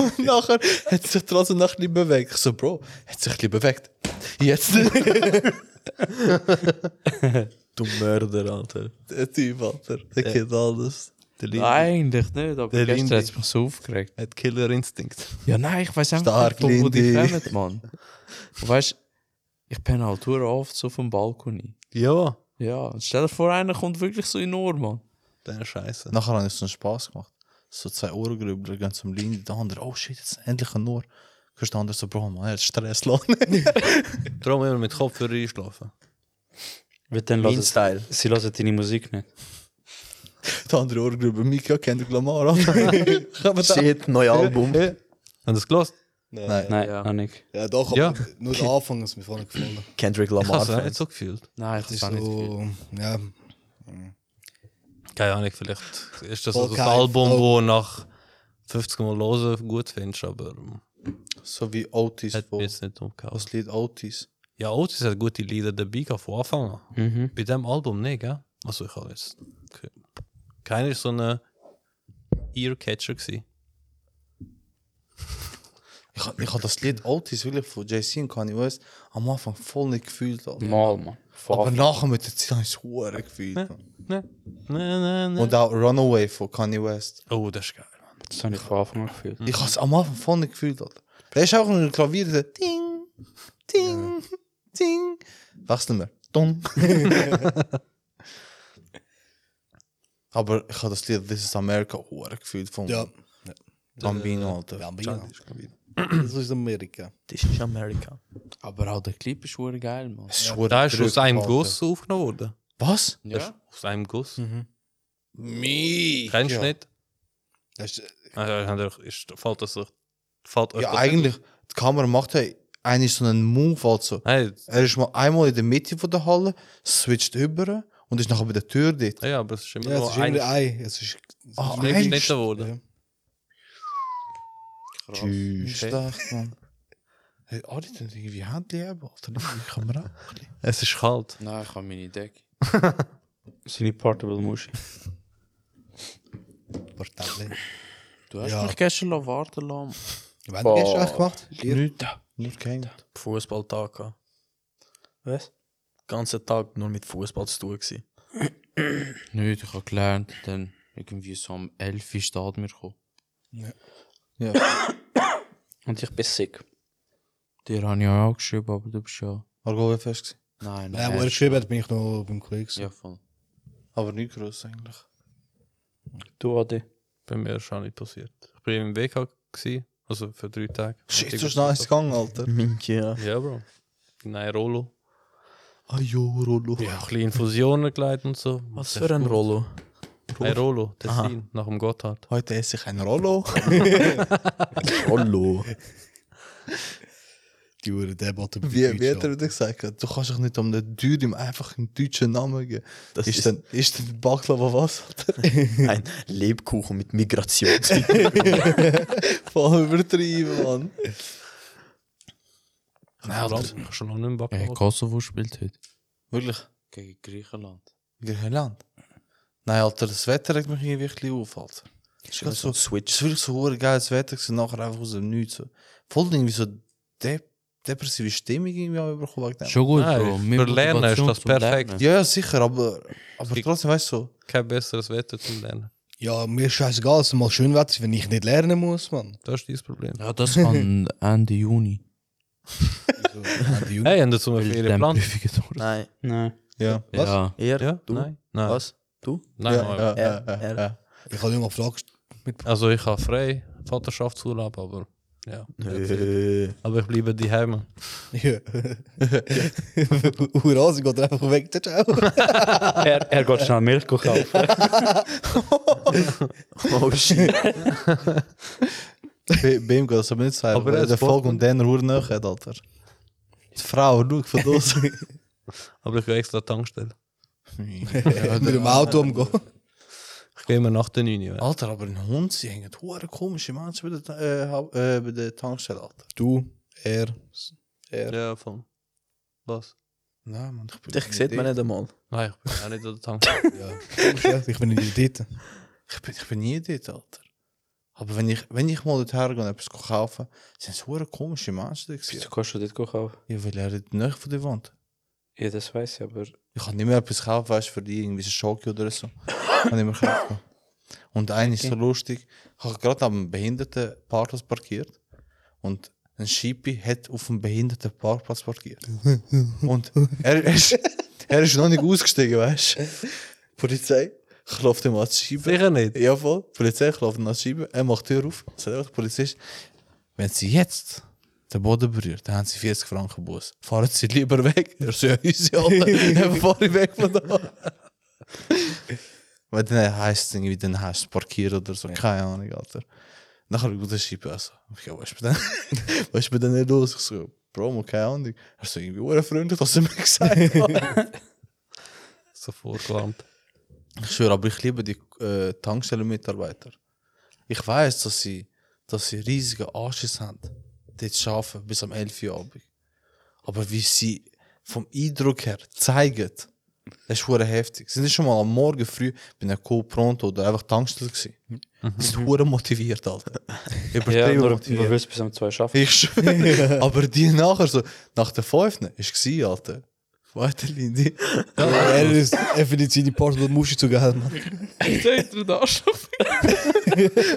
Speaker 3: und nachher hat sich trotzdem noch ein bisschen bewegt. Ich so, Bro, hat sich ein bisschen bewegt. Jetzt nicht mehr.
Speaker 6: Du Mörder, Alter.
Speaker 3: Der Typ, Alter. Der kennt alles. Der Lindy.
Speaker 5: Eigentlich nicht, aber
Speaker 1: Der
Speaker 5: gestern
Speaker 1: Lindy.
Speaker 5: hat es mich so aufgeregt.
Speaker 1: Hat Killer Instinct.
Speaker 5: Ja, nein, ich weiß einfach
Speaker 3: Stark,
Speaker 5: nicht, wo- wo die
Speaker 3: Lindy.
Speaker 5: kommen, Mann. Und weißt ich bin halt sehr oft so auf dem Balkon. ein.
Speaker 1: Ja.
Speaker 5: Ja, und stell dir vor, einer kommt wirklich so in den Ohr, Mann.
Speaker 1: Deine Scheiße.
Speaker 3: Nachher hat es einen Spaß gemacht. So zwei Ohrengrübler gehen zum Lindy. Der andere, oh shit, jetzt endlich ein Ohr. Kannst der andere so, Bro, man, er hat Stress lassen.
Speaker 1: Darum immer mit Kopfhörer einschlafen.
Speaker 7: Wird dann
Speaker 6: Mein
Speaker 7: hören-
Speaker 6: Style.
Speaker 7: Sie hören deine Musik nicht.
Speaker 3: der andere Ohrengrübler, Mika, Kendrick Lamar. Alter.
Speaker 6: Shit, neues Album.
Speaker 1: Haben das gelost?
Speaker 3: Nein.
Speaker 7: Nein,
Speaker 5: Ja.
Speaker 7: noch nicht.
Speaker 4: Ja, doch, aber
Speaker 1: Ja.
Speaker 4: nur der Anfang ist mir vorne gefallen.
Speaker 6: Kendrick
Speaker 1: Ich habe
Speaker 6: Lamar.
Speaker 1: es nicht
Speaker 6: Fan.
Speaker 1: so gefühlt.
Speaker 5: Nein,
Speaker 4: Das
Speaker 5: das
Speaker 4: ist
Speaker 5: ist auch nicht. viel.
Speaker 4: so, ja,
Speaker 1: Keine Ahnung, vielleicht ist das
Speaker 4: Voll
Speaker 1: also das
Speaker 4: geil,
Speaker 1: Album,
Speaker 4: voll.
Speaker 1: wo nach 50 Mal hören gut findest, aber ähm,
Speaker 3: So wie Otis.
Speaker 1: hat
Speaker 3: von-
Speaker 1: mich jetzt nicht umgehauen.
Speaker 3: Das Lied Otis.
Speaker 1: Ja, Otis hat gute Lieder dabei gehabt von Anfang an.
Speaker 3: Mhm.
Speaker 1: Bei diesem Album nicht, gell? Also ich habe jetzt... ke- Keiner eh, ist so ein Earcatcher gewesen.
Speaker 3: Ich, ich habe das Lied Otis wirklich von JC und Kanye West am Anfang voll nicht gefühlt. Alter.
Speaker 7: Mal, Mann.
Speaker 3: Aber
Speaker 7: Fuck.
Speaker 3: nachher mit der Zeit habe ich es hure gefühlt. Mann.
Speaker 1: Nein, nein, nein.
Speaker 3: Und auch Runaway von Kanye West.
Speaker 1: Oh, das ist geil. Mann.
Speaker 7: Das habe ich von Anfang an gefühlt.
Speaker 3: Ich habe es am Anfang voll nicht gefühlt. Alter. Da ist auch ein Klavier, der Ding, Ding, Ding. Wechseln wir. Dong. Aber ich habe das Lied This is America hure gefühlt von
Speaker 4: ja,
Speaker 3: Bambino, Alter.
Speaker 4: Bambino.
Speaker 3: Ja, das ist Klavier.
Speaker 4: das ist Amerika.
Speaker 6: Das ist Amerika.
Speaker 5: Aber auch der Clip ist hure geil, Mann.
Speaker 3: Es ist hure
Speaker 1: Da ist
Speaker 3: verrückt,
Speaker 1: aus einem
Speaker 3: Alter.
Speaker 1: Guss aufgenommen worden.
Speaker 3: Was?
Speaker 1: Das ist Aus einem Guss.
Speaker 3: Mie.
Speaker 1: Kennst du
Speaker 3: Mhm. Ja.
Speaker 1: nicht?
Speaker 4: Das ist,
Speaker 1: Also, ist, fällt das euch... Fällt euch
Speaker 3: Ja,
Speaker 1: das-
Speaker 3: eigentlich, die Kamera macht ja eigentlich so einen Move. Also.
Speaker 1: Nein,
Speaker 3: Er ist mal einmal in der Mitte von der Halle, switcht über und ist nachher bei der Tür dort.
Speaker 1: ja, aber es ist immer
Speaker 4: ja, es
Speaker 1: nur
Speaker 4: ist
Speaker 1: ein...
Speaker 4: irgendwie ein, es ist, es
Speaker 3: Ah,
Speaker 1: Nicht
Speaker 3: ein
Speaker 1: geschnitten worden.
Speaker 4: ja.
Speaker 3: Nicht schlecht, Mann. Hey,
Speaker 4: oh,
Speaker 3: Ari, dann irgendwie Handy haben, Alter. Ich kann mir auch.
Speaker 1: Es ist kalt.
Speaker 5: Nein, ich habe meine Decke.
Speaker 7: Seine Portable Muschi.
Speaker 4: Portale.
Speaker 5: Du hast
Speaker 4: Ja.
Speaker 5: mich gestern lassen warten lassen.
Speaker 4: Wann hast du eigentlich gemacht?
Speaker 3: Nicht. Nur kein.
Speaker 6: Fußballtag. gehabt. Was? Den ganzen Tag nur mit Fußball zu tun. Gewesen.
Speaker 5: Nicht, ich habe gelernt, dann irgendwie so am 11 Uhr steht mir gekommen.
Speaker 7: Und ich bin sick.
Speaker 5: Dir habe ich auch geschrieben, aber du bist ja...
Speaker 3: Argo fest.
Speaker 5: Nein,
Speaker 4: Nein,
Speaker 5: nein.
Speaker 4: wo er geschrieben hat, bin ich noch beim Kollegen. gewesen.
Speaker 5: ja, voll.
Speaker 3: Aber nicht groß eigentlich.
Speaker 7: Du, Adi.
Speaker 1: Bei mir ist auch nicht passiert. Ich bin im WK, gewesen, also für drei Tage.
Speaker 3: Shit, so schnell ist es gegangen, Alter.
Speaker 6: Minke, ja.
Speaker 1: Ja, Bro. Nein, Rollo.
Speaker 3: Ajo, Rollo.
Speaker 1: Ja, ein bisschen Infusionen geleitet und so.
Speaker 6: Was für ein Rollo.
Speaker 1: Ein Rollo, Tessin, nach dem Gotthard.
Speaker 3: Heute esse ich ein Rollo.
Speaker 6: Rollo.
Speaker 4: Die Uhr, der Bot
Speaker 3: Wie, wie hat er dir gesagt? Du kannst doch nicht um den Dürüm einfach einen deutschen Namen geben.
Speaker 6: Das
Speaker 3: ist,
Speaker 6: ist
Speaker 3: denn, ist denn Baklava was?
Speaker 6: ein Lebkuchen mit Migration.
Speaker 3: Voll übertrieben, Mann.
Speaker 1: Nein, das ich schon lange nicht mehr
Speaker 5: Äh,
Speaker 1: backen.
Speaker 5: Kosovo spielt heute.
Speaker 3: Wirklich?
Speaker 5: Gegen Griechenland.
Speaker 3: Griechenland? Nein, Alter, das Wetter regt mich irgendwie ein bisschen auf, Alter. Es ist gerade so,
Speaker 6: ein
Speaker 3: es
Speaker 6: Switch.
Speaker 3: ist wirklich so hure geiles Wetter gewesen, nachher einfach aus dem Nichts. So. Voll irgendwie so de depressive Stimmung irgendwie am überkommen. wegen dem.
Speaker 5: Schon gut,
Speaker 1: Nein,
Speaker 5: Bro.
Speaker 1: für
Speaker 5: Mehr
Speaker 1: Lernen ist
Speaker 5: Motivation
Speaker 1: das
Speaker 5: zum
Speaker 1: perfekt.
Speaker 5: Lernen.
Speaker 3: Ja, ja, sicher, aber, aber
Speaker 1: Ich-
Speaker 3: trotzdem, weißt du, so,
Speaker 1: Kein besseres Wetter zum Lernen.
Speaker 4: Ja, mir ist scheißegal, dass es mal schön Wetter ist, wenn ich nicht lernen muss, Mann.
Speaker 1: Das ist dein Problem.
Speaker 5: Ja, das kann Ende Juni.
Speaker 4: Ich So, an die Jungen.
Speaker 1: Hey, haben Sie zum Beispiel Ihren Plan?
Speaker 6: Nein.
Speaker 7: Nein.
Speaker 3: Ja.
Speaker 4: Was?
Speaker 5: Ja.
Speaker 6: Er?
Speaker 1: Ja?
Speaker 6: Du?
Speaker 1: Nein? Nein.
Speaker 6: Was? Du?
Speaker 1: Nein,
Speaker 3: ja,
Speaker 1: nein.
Speaker 3: ja,
Speaker 6: Ja,
Speaker 3: ja, ja,
Speaker 6: ja.
Speaker 3: ja.
Speaker 4: Ich habe immer gefragt,
Speaker 1: Also ich habe frei Vaterschaftsurlaub, aber ja.
Speaker 6: Nö.
Speaker 1: Aber ich bleibe daheim.
Speaker 4: ja. Urasi geht er einfach weg, ciao.
Speaker 7: Er, er geht schnell Milch kaufen.
Speaker 6: Oh shit.
Speaker 3: Bij bij hem gaat het zo niet zijn.
Speaker 1: Aber
Speaker 3: weil
Speaker 1: er
Speaker 3: der
Speaker 1: ist
Speaker 3: Folge
Speaker 1: Sportler.
Speaker 3: und den Ruhr nach hat, Alter. Die Frau, schau, von das.
Speaker 1: Aber ich gehe extra Tankstelle.
Speaker 4: Mit dem Auto umgehen.
Speaker 1: Ich gehe immer nach der 9 Uhr.
Speaker 3: Alter, aber ein Hund, sie hängen hohe komische Menschen bei der, äh, Hau- äh, bei der Tankstelle, Alter.
Speaker 4: Du, er.
Speaker 1: Ja, voll. Was?
Speaker 3: Nein, Nou, man, ich bin
Speaker 6: Dich sieht man nicht einmal.
Speaker 1: Nein, ich bin auch nicht an der Tankstelle.
Speaker 4: Ich bin nicht dort.
Speaker 3: Ich bin, ich bin nie dort, Alter. Aber wenn ich, wenn ich mal dorthin gehe und etwas kaufen, sind es hohe komische Menschen. Die
Speaker 5: Wieso kannst du das kaufen?
Speaker 3: ja, weil er nicht nahe von dir wohnt.
Speaker 5: Ja, das weiß ich, aber
Speaker 3: Ich kann nicht mehr etwas kaufen, weißt du, für die irgendwie so Schoki oder so. Kann ich mir kaufen. Und einer ist so lustig. Ich habe gerade am Behindertenparkplatz parkiert. Und ein Schipi hat auf dem Behindertenparkplatz parkiert. Und er ist, er ist noch nicht ausgestiegen, weißt du. Polizei klopft ihm an die Scheibe.
Speaker 1: Sicher nicht.
Speaker 3: Jawohl, die Polizei klopft ihn an die Scheibe. Er macht die Tür auf. Sagt einfach der Polizist, wenn sie jetzt den Boden berührt, dann haben sie 40 Franken Bus. Fahren sie lieber weg. Er soll uns ja alle. Dann fahre ich weg von da. Weil dann heisst es irgendwie, dann hast du parkieren oder so. Keine Ahnung, Alter. Dann habe ich gut den Scheibe. Also, ich ja, was ist denn, was ist denn nicht los? Ich so, Promo, keine Ahnung. Er so, irgendwie, oh, freundlich, was er mir gesagt hat.
Speaker 1: So vorgewarnt.
Speaker 3: Ich schwöre, aber ich liebe die äh, Tankstellenmitarbeiter. Ich weiß, dass sie, dass sie riesige Arsches haben, dort arbeiten bis am 11 Uhr Abend. Aber wie sie vom Eindruck her zeigen, das ist hure heftig. Sind sie schon mal am Morgen früh bei einer Co Pronto oder einfach Tankstelle gewesen?
Speaker 4: Mhm.
Speaker 3: Sie sind hure motiviert, Alter.
Speaker 5: ja,
Speaker 3: Übertrieben
Speaker 5: nur, nur
Speaker 3: motiviert.
Speaker 5: willst du bis um zwei schaffen.
Speaker 3: Ich schwöre. aber die nachher so, nach der 5. ist gsi, Alter. Weiter, Lindy.
Speaker 4: Er ist definitiv seine Partner, das musst du zu gehen.
Speaker 5: Seht ihr da schon?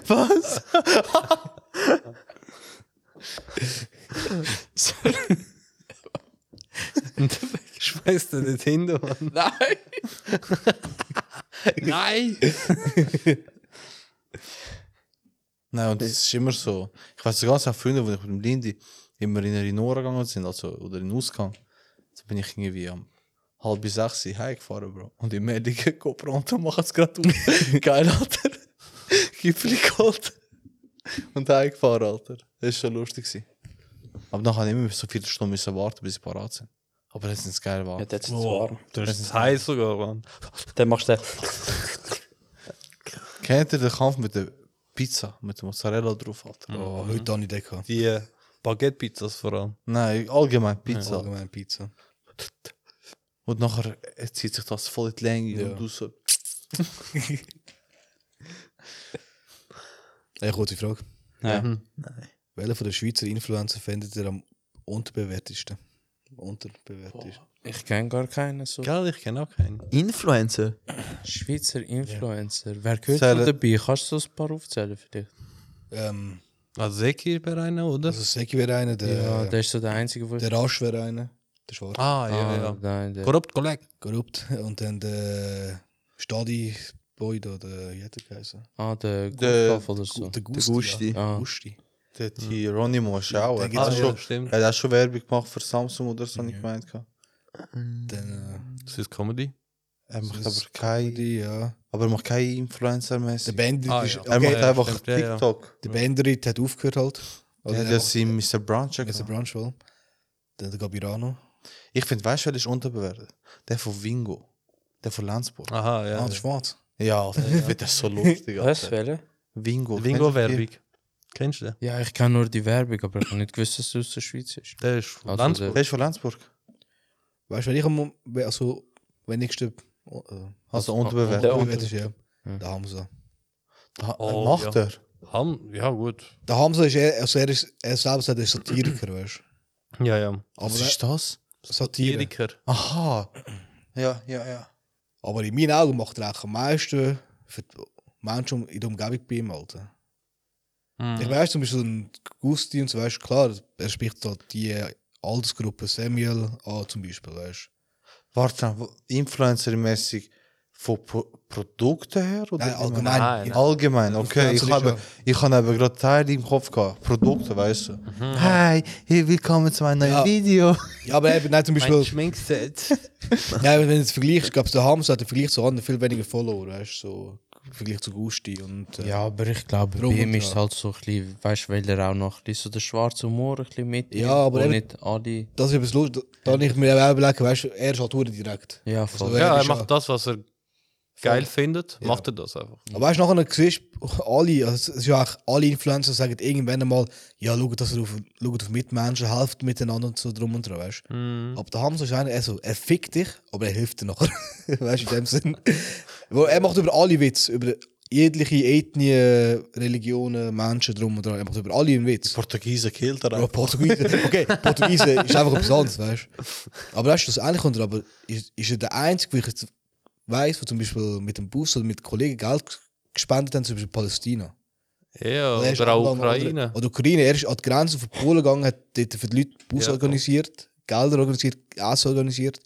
Speaker 3: Was?
Speaker 1: Schmeißt du nicht hin, Mann.
Speaker 5: Nein!
Speaker 1: Nein!
Speaker 3: Nein, und das ist immer so. Ich weiß ganz auch Freunde, wo ich mit dem Lindy immer in eine Nora gegangen sind, also oder in den Ausgang. Da bin ich irgendwie am halb bis sechs Uhr heimgefahren, Bro. Und die Meldungen Kopronto machen es gerade um. Geil, Alter. Gipfel geholt. Und heimgefahren, Alter. Das war schon lustig. Gewesen. Aber dann habe ich immer so vier Stunden müssen warten, bis sie parat sind. Aber jetzt sind es geil war.
Speaker 5: Ja, das ist
Speaker 1: Wow,
Speaker 5: warm.
Speaker 1: das ist heiß sogar, Mann.
Speaker 7: Dann machst du den.
Speaker 3: Kennt ihr den Kampf mit der Pizza, mit der Mozzarella drauf, Alter?
Speaker 4: Oh, heute habe ich den gehabt.
Speaker 1: Die äh, Baguette-Pizzas vor allem.
Speaker 3: Nein, allgemein Pizza.
Speaker 4: Allgemein Pizza.
Speaker 3: Und nachher äh, zieht sich das voll in die Länge
Speaker 4: Ja.
Speaker 3: und du so.
Speaker 4: Eine kurze Frage.
Speaker 5: Ja.
Speaker 4: Welcher von den Schweizer Influencer findet ihr am unterbewertesten? Unterbewertesten.
Speaker 5: Ich kenne gar keinen so.
Speaker 1: Gell, ich kenne auch keinen.
Speaker 6: Influencer?
Speaker 5: Schweizer Influencer. Wer gehört
Speaker 3: Zählen-
Speaker 5: so dabei? Kannst du so ein paar aufzählen vielleicht?
Speaker 4: Ähm,
Speaker 1: Also Seki wäre einer, oder?
Speaker 4: also Seki wäre einer, der,
Speaker 5: Ja, der ist so der Einzige, wo ich...
Speaker 4: der Rasch wäre einer, der Schwarze.
Speaker 1: Ah, ja,
Speaker 5: Ah,
Speaker 1: ja.
Speaker 5: nein, der...
Speaker 1: Korrupt Kolleg.
Speaker 4: Korrupt. Und dann der Stadi-Boy da, der, wie hat er geheißen?
Speaker 5: Ah, der
Speaker 3: Der-
Speaker 5: Gustav oder so.
Speaker 6: Der
Speaker 4: Der Gusti.
Speaker 6: Gusti.
Speaker 4: Ja.
Speaker 5: Ah.
Speaker 4: Gusti.
Speaker 3: Der Tironimo ist auch. Er
Speaker 4: Den gibt's
Speaker 3: hat
Speaker 4: auch.
Speaker 3: schon-
Speaker 1: Ah, stimmt.
Speaker 3: er hat schon Werbung gemacht für Samsung oder so, habe ich
Speaker 4: Ja.
Speaker 3: gemeint. gehabt.
Speaker 4: Dann,
Speaker 1: Das ist Comedy.
Speaker 3: Er macht
Speaker 4: Das
Speaker 3: aber
Speaker 4: ist
Speaker 3: keine,
Speaker 4: äh, ja.
Speaker 3: aber er macht keine influencer mäßig
Speaker 4: Der Bandit,
Speaker 1: Ah,
Speaker 4: ist,
Speaker 1: ja.
Speaker 3: Er
Speaker 4: okay,
Speaker 3: macht
Speaker 1: Ja,
Speaker 3: einfach
Speaker 1: stimmt, ja, ja.
Speaker 3: TikTok.
Speaker 4: der Bandit hat aufgehört halt.
Speaker 3: Ja,
Speaker 4: Also der
Speaker 3: das
Speaker 4: macht-
Speaker 3: sind Mr. Brown check.
Speaker 4: Mr. Brunchwell. Dann der Gabirano.
Speaker 3: Ich finde, weißt du, wer ist unterbewertet? Der von Wingo. Der von Landsburg.
Speaker 1: Aha,
Speaker 4: Ah,
Speaker 1: ja.
Speaker 4: der Schwarz.
Speaker 3: Ja, Alter, ich find das so lustig.
Speaker 5: Was,
Speaker 3: Alter.
Speaker 5: welche?
Speaker 3: Wingo.
Speaker 1: Wingo-Werbung. Kennst du den?
Speaker 5: Ja, ich kenne nur die Werbung, aber ich habe nicht gewusst, dass du aus der Schweiz bist.
Speaker 1: Der ist von
Speaker 5: Also
Speaker 1: Landsburg.
Speaker 5: der-
Speaker 3: Der ist von Landsburg.
Speaker 4: Weißt du, wenn ich am Mom- we- also wenigsten oh, äh,
Speaker 3: Also
Speaker 5: der-
Speaker 3: unterbewertet.
Speaker 4: bewertet ja.
Speaker 5: Ja.
Speaker 4: Der Hamza.
Speaker 3: Da-
Speaker 1: Oh,
Speaker 3: macht
Speaker 1: ja.
Speaker 3: er.
Speaker 1: Ham, ja gut.
Speaker 4: Der Hamza ist er, also er ist er selbst sagt, er ist Satiriker, weißt du.
Speaker 1: Ja, ja.
Speaker 4: Aber
Speaker 3: Was ist das?
Speaker 4: Satire.
Speaker 1: Satiriker.
Speaker 3: Aha. Ja, ja, ja.
Speaker 4: Aber in meinen Augen macht er auch am meisten für die
Speaker 3: um-
Speaker 4: Menschen in der Umgebung bei ihm, Alter.
Speaker 1: Mhm.
Speaker 4: Ich weiß zum Beispiel, so ein Gusti und so, weißt du, klar, er spricht halt die
Speaker 3: Altersgruppe Samuel A zum Beispiel, weißt
Speaker 2: Warte, influencermäßig von Pro Produkten her?
Speaker 3: du?
Speaker 2: Oder
Speaker 3: Nein,
Speaker 2: immer?
Speaker 1: Nein.
Speaker 3: allgemein. genau.
Speaker 2: Allgemein, okay. Ich
Speaker 3: Influencer
Speaker 2: habe,
Speaker 3: ist
Speaker 2: ich habe gerade Teile im Kopf gehabt. Produkte, weißt du. Hi, hier, willkommen zu meinem neuen
Speaker 3: Ja.
Speaker 2: Video.
Speaker 3: Ja, aber eben, nein, zum Beispiel,
Speaker 2: Schminkset.
Speaker 3: nein, wenn du es vergleichst, gab es der Hamza hat im Vergleich zu anderen viel weniger Follower, weißt du, so im Vergleich zu Gusti und äh,
Speaker 5: Ja, aber ich glaube, bei
Speaker 3: Drum und
Speaker 5: ihm ist es
Speaker 3: dran.
Speaker 5: halt so ein bisschen, weißt du, weil er auch noch ein bisschen so den schwarzen Humor ein bisschen mit
Speaker 3: Ja, aber
Speaker 5: und
Speaker 3: er-
Speaker 5: nicht alle.
Speaker 3: das ist etwas lustig, da habe ich mir eben auch überlegt, weißt du, er ist halt verdammt direkt.
Speaker 5: Ja,
Speaker 3: Also,
Speaker 5: voll.
Speaker 3: er
Speaker 1: Ja, er
Speaker 3: ist
Speaker 1: macht das, was er geil findet,
Speaker 3: Ja.
Speaker 1: macht er das einfach.
Speaker 3: Aber weißt du, nachher siehst du alle, also es ist ja auch, alle Influencer sagen irgendwann einmal, ja, schaut, dass ihr auf, schaut auf Mitmenschen, helft miteinander und so drum und dran, weißt du. Aber der Hamza ist einer, er, so, also, er fickt dich, aber er hilft dir nachher. weißt du, in dem Sinn. Wo er macht über alle Witz, über jegliche Ethnien, Religionen, Menschen drum und dran. Er macht über alle einen Witz.
Speaker 2: Portugiesen killt er
Speaker 3: Bro,
Speaker 2: auch.
Speaker 3: Portugiese. Okay, Portugiese ist einfach etwas anderes, weißt du? Aber weißt du, eigentlich kommt er, aber ist, ist er der Einzige, wie ich jetzt weiss, der zum Beispiel mit dem Bus oder mit Kollegen Geld g- gespendet haben, zum Beispiel Palästina.
Speaker 1: Ja,
Speaker 3: Er ist
Speaker 1: oder auch
Speaker 3: angegangen,
Speaker 1: Ukraine.
Speaker 3: Oder, oder Ukraine. Er ist an die Grenze von Polen gegangen, hat dort für die Leute Bus
Speaker 1: Ja,
Speaker 3: organisiert, Gelder organisiert, Essen organisiert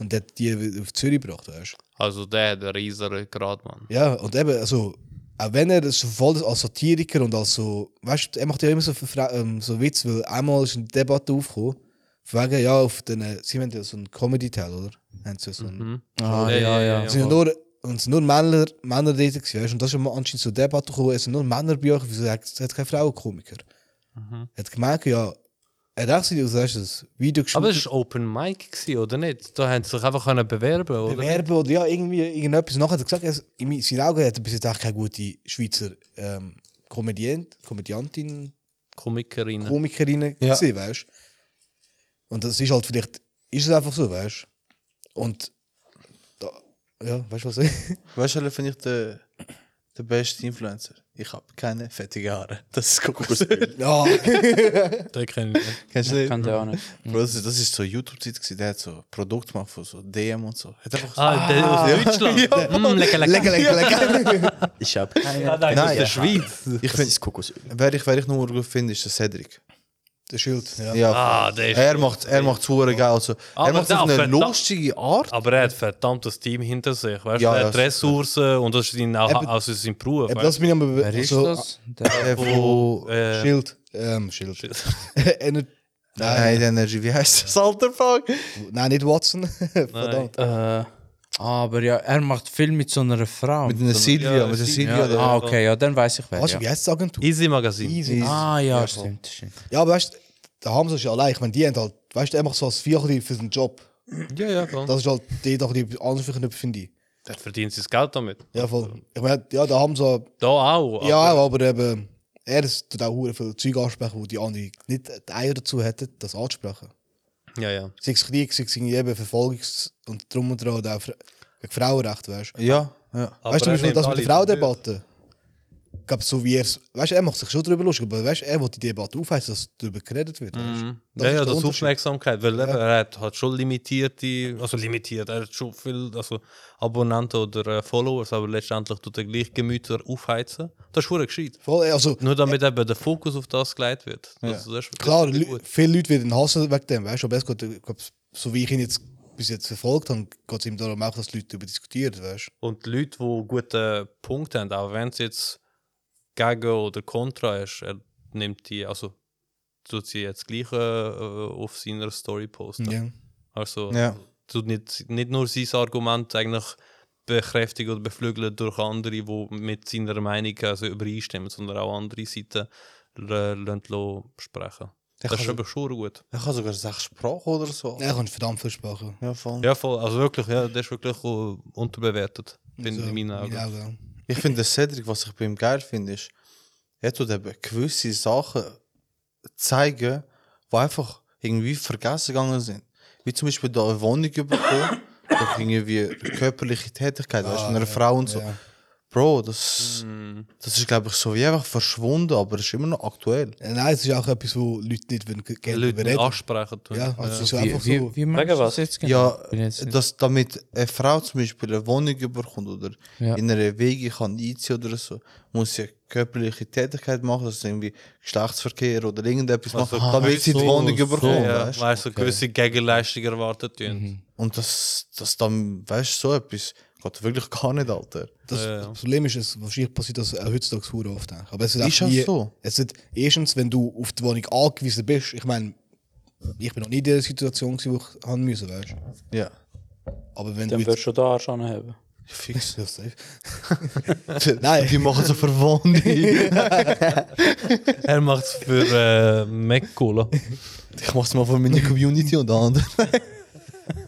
Speaker 3: und hat die auf Zürich gebracht, weißt du?
Speaker 1: Also der, der riesere Grad, Mann.
Speaker 3: Ja, und eben, also, auch wenn er so voll ist als Satiriker und als so, weißt du, er macht ja immer so, Verfra- ähm, so Witz, weil einmal ist eine Debatte aufgekommen, von wegen, ja, auf den, äh, sie haben ja so einen Comedy-Teil, oder? Haben sie so einen,
Speaker 1: Mhm.
Speaker 5: Ah,
Speaker 1: Ja, ja, ja.
Speaker 3: Es sind ja nur, und es sind nur Männer, Männer dort gewesen, weißt du, und das ist ja mal anscheinend so eine Debatte gekommen, es sind nur Männer bei euch, wieso hat es hat keine Frauenkomiker? Er hat gemerkt, ja, er hat auch so, also, weißt du, das Video
Speaker 1: Aber
Speaker 3: geschrieben,
Speaker 1: es war Open Mic, gewesen, oder nicht? Da haben sie sich einfach können bewerben oder?
Speaker 3: bewerben oder ja, irgendwie, irgendetwas. Und Nachher hat er gesagt, er, ist- in seinen Augen hat er bis jetzt auch keine gute Schweizer ähm, Komödient, Komödiantin,
Speaker 1: Komikerinnen.
Speaker 3: Komikerinnen
Speaker 2: Ja.
Speaker 3: gesehen, weißt Und das ist halt vielleicht, ist es einfach so, weißt Und da, ja, weißt du was?
Speaker 2: Weißt du, finde ich der, der beste Influencer. Ich habe keine fettigen Haare. Das ist Kokosöl.
Speaker 3: ja,
Speaker 1: Den kenn ich nicht.
Speaker 2: Kennst du den?
Speaker 5: Kann der auch nicht.
Speaker 2: Bro, das, ist, das ist so YouTube-Zeit, gewesen, der hat so Produkt gemacht von so DM und so. Hat einfach so
Speaker 1: Ah, der aus Deutschland. Mm, lecker, lecker.
Speaker 3: lecker, lecker, lecker.
Speaker 6: Ich habe keine
Speaker 2: nein, aus der
Speaker 6: Schweiz. Ich
Speaker 2: find-
Speaker 6: finde es Kokosöl.
Speaker 2: Wer ich, wer ich nur gut finde, ist der Cedric.
Speaker 3: Der Schild, ja.
Speaker 2: Ja,
Speaker 1: Ah, der ist
Speaker 2: er macht er macht hure geil. Also,
Speaker 1: Aber
Speaker 2: er macht es
Speaker 1: der
Speaker 2: auf eine
Speaker 1: verdammt-
Speaker 2: lustige Art.
Speaker 1: Aber er hat verdammt das Team hinter sich. Weißt du,
Speaker 2: Ja,
Speaker 1: er
Speaker 2: ja,
Speaker 1: hat
Speaker 2: sicher.
Speaker 1: Ressourcen und das ist sein,
Speaker 3: Eben-
Speaker 1: also sein Beruf.
Speaker 3: Eben,
Speaker 1: weißt
Speaker 3: das bin ich aber
Speaker 5: Wer ist das? Der
Speaker 2: Der
Speaker 1: du?
Speaker 2: von
Speaker 1: Äh,
Speaker 3: Schild. Ähm, Schild. Ener-
Speaker 2: Nein,
Speaker 3: nein,
Speaker 2: der Energy, wie heißt das? Alter Fuck.
Speaker 3: nein, nicht Watson. Verdammt.
Speaker 5: äh, aber ja, er macht viel mit so einer Frau.
Speaker 2: Mit einer Silvia,
Speaker 1: ja,
Speaker 2: mit einer
Speaker 1: Silvia,
Speaker 2: Silvia.
Speaker 1: ja.
Speaker 2: der-
Speaker 5: ah, okay, ja, dann weiß ich wer.
Speaker 3: Weißt du,
Speaker 5: Ja.
Speaker 3: wie heißt die Agentur?
Speaker 1: Easy Magazin.
Speaker 5: Ah, ja, stimmt. stimmt.
Speaker 3: Ja, aber weißt du, der Hamza ist ja allein. Ich meine, die haben halt, weißt du, er macht so als Vierchen für seinen Job.
Speaker 1: Ja, ja, klar.
Speaker 3: Das ist halt die, doch die anderen Knöpfe, finde ich.
Speaker 1: Er verdient sein Geld damit.
Speaker 3: Ja, voll. Ich meine, ja, der Hamza,
Speaker 1: Da auch. aber-
Speaker 3: ja, aber eben, er ist- tut auch hure viel Zeug ansprechen, wo die anderen nicht die Eier dazu hätten, das anzusprechen.
Speaker 1: ja, ja.
Speaker 3: Sei es Krieg, sei es irgendwie eben Verfolgungs- und drum und dran, und auch Fra- gegen Frauenrecht, weißt du.
Speaker 2: Ja, ja.
Speaker 1: Aber
Speaker 3: Weißt du,
Speaker 1: er
Speaker 3: zum Beispiel
Speaker 1: nimmt
Speaker 3: das
Speaker 1: alle
Speaker 3: mit der Frauendebatte? Ich glaube, so wie er es. Weißt du, er macht sich schon darüber lustig, aber weißt du, er will die Debatte aufheizen, dass darüber geredet wird. Weißt? du?
Speaker 1: Mhm.
Speaker 3: Das
Speaker 1: ja,
Speaker 3: ist
Speaker 1: ja,
Speaker 3: der
Speaker 1: das
Speaker 3: Unterschied.
Speaker 1: Aufmerksamkeit, weil eben, er hat, hat schon limitierte, also limitiert, er hat schon viel also Abonnenten oder äh, Followers, aber letztendlich tut er gleich Gemüter aufheizen. Das ist verdammt gescheit.
Speaker 3: Voll, eh, also,
Speaker 1: Nur damit eben der Fokus auf das gelegt wird. Das, das ist
Speaker 3: klar,
Speaker 1: wirklich
Speaker 3: Leu- viele Leute werden ihn hassen wegen dem, weißt du, aber es geht, ich glaub, so wie ich ihn jetzt bis jetzt verfolgt habe, geht es ihm darum auch, dass die Leute darüber diskutieren, weißt du.
Speaker 1: Und die Leute, die gute Punkte haben, auch wenn es jetzt gegen oder kontra ist, er nimmt die, also tut sie jetzt gleich äh, auf seiner Story posten.
Speaker 3: Ja.
Speaker 1: Also
Speaker 2: Ja.
Speaker 1: tut nicht, nicht nur sein Argument eigentlich bekräftigt oder beflügelt durch andere, die mit seiner Meinung also übereinstimmen, sondern auch andere Seiten lö- lassen lo sprechen. Das ist aber schon gut.
Speaker 2: Er kann sogar sechs Sprachen oder so.
Speaker 3: Er kann verdammt viel Sprache.
Speaker 2: Ja, voll.
Speaker 1: Ja, voll. Also wirklich, ja, der ist wirklich äh, unterbewertet, bin
Speaker 4: Also,
Speaker 1: in meinen Augen.
Speaker 3: Meine
Speaker 4: genau.
Speaker 3: Augen.
Speaker 2: Ich finde, der Cedric, was ich bei ihm geil finde, ist, er tut eben gewisse Sachen zeigen, die einfach irgendwie vergessen gegangen sind. Wie zum Beispiel da eine Wohnung bekommen, durch irgendwie körperliche Tätigkeit, weißt du,
Speaker 3: Ah,
Speaker 2: von
Speaker 3: ja,
Speaker 2: einer Frau und so.
Speaker 3: ja. Bro, das, das ist, glaube ich, so wie einfach verschwunden, aber ist immer noch aktuell.
Speaker 4: Äh, Nein, es ist auch etwas, wo Leute nicht wollen, ge- gerne
Speaker 1: Leute
Speaker 4: Leute
Speaker 1: nicht
Speaker 4: reden.
Speaker 1: ansprechen tun.
Speaker 4: Ja, also es ist
Speaker 8: Wie,
Speaker 4: einfach so.
Speaker 8: wie, wie meinst du das
Speaker 7: was?
Speaker 8: jetzt
Speaker 3: Ja,
Speaker 5: genau?
Speaker 3: äh,
Speaker 8: Bin jetzt nicht-
Speaker 3: dass damit eine Frau zum Beispiel eine Wohnung überkommt oder
Speaker 8: Ja.
Speaker 3: in einer Wege kann einziehen oder so, muss sie eine körperliche Tätigkeit machen, also irgendwie Geschlechtsverkehr oder irgendetwas machen, damit sie die Wohnung überkommt.
Speaker 1: Ja,
Speaker 3: weißt du?
Speaker 1: weißt du, gewisse Gegenleistung erwartet werden.
Speaker 3: Und das, das dann, weißt du, so etwas geht wirklich gar nicht, Alter.
Speaker 4: Das,
Speaker 1: Ja, ja.
Speaker 4: das Problem ist, es, wahrscheinlich passiert das auch heutzutage sehr oft. auch. Aber es wird
Speaker 3: Ist
Speaker 4: auch
Speaker 3: auch
Speaker 4: nie,
Speaker 3: so.
Speaker 4: Es wird, erstens, wenn du auf die Wohnung angewiesen bist, ich meine, ich bin noch nie in der Situation, gewesen, wo ich haben müssen, weißt du.
Speaker 3: Ja.
Speaker 4: Aber wenn
Speaker 7: Dann
Speaker 4: du jetzt,
Speaker 7: wirst du da schon haben.
Speaker 4: fix ja, safe.
Speaker 3: Nein. Die machen so Verwohnung.
Speaker 1: Er macht es für äh, Mac-Cola.
Speaker 3: ich mach's mal von meiner Community und anderen.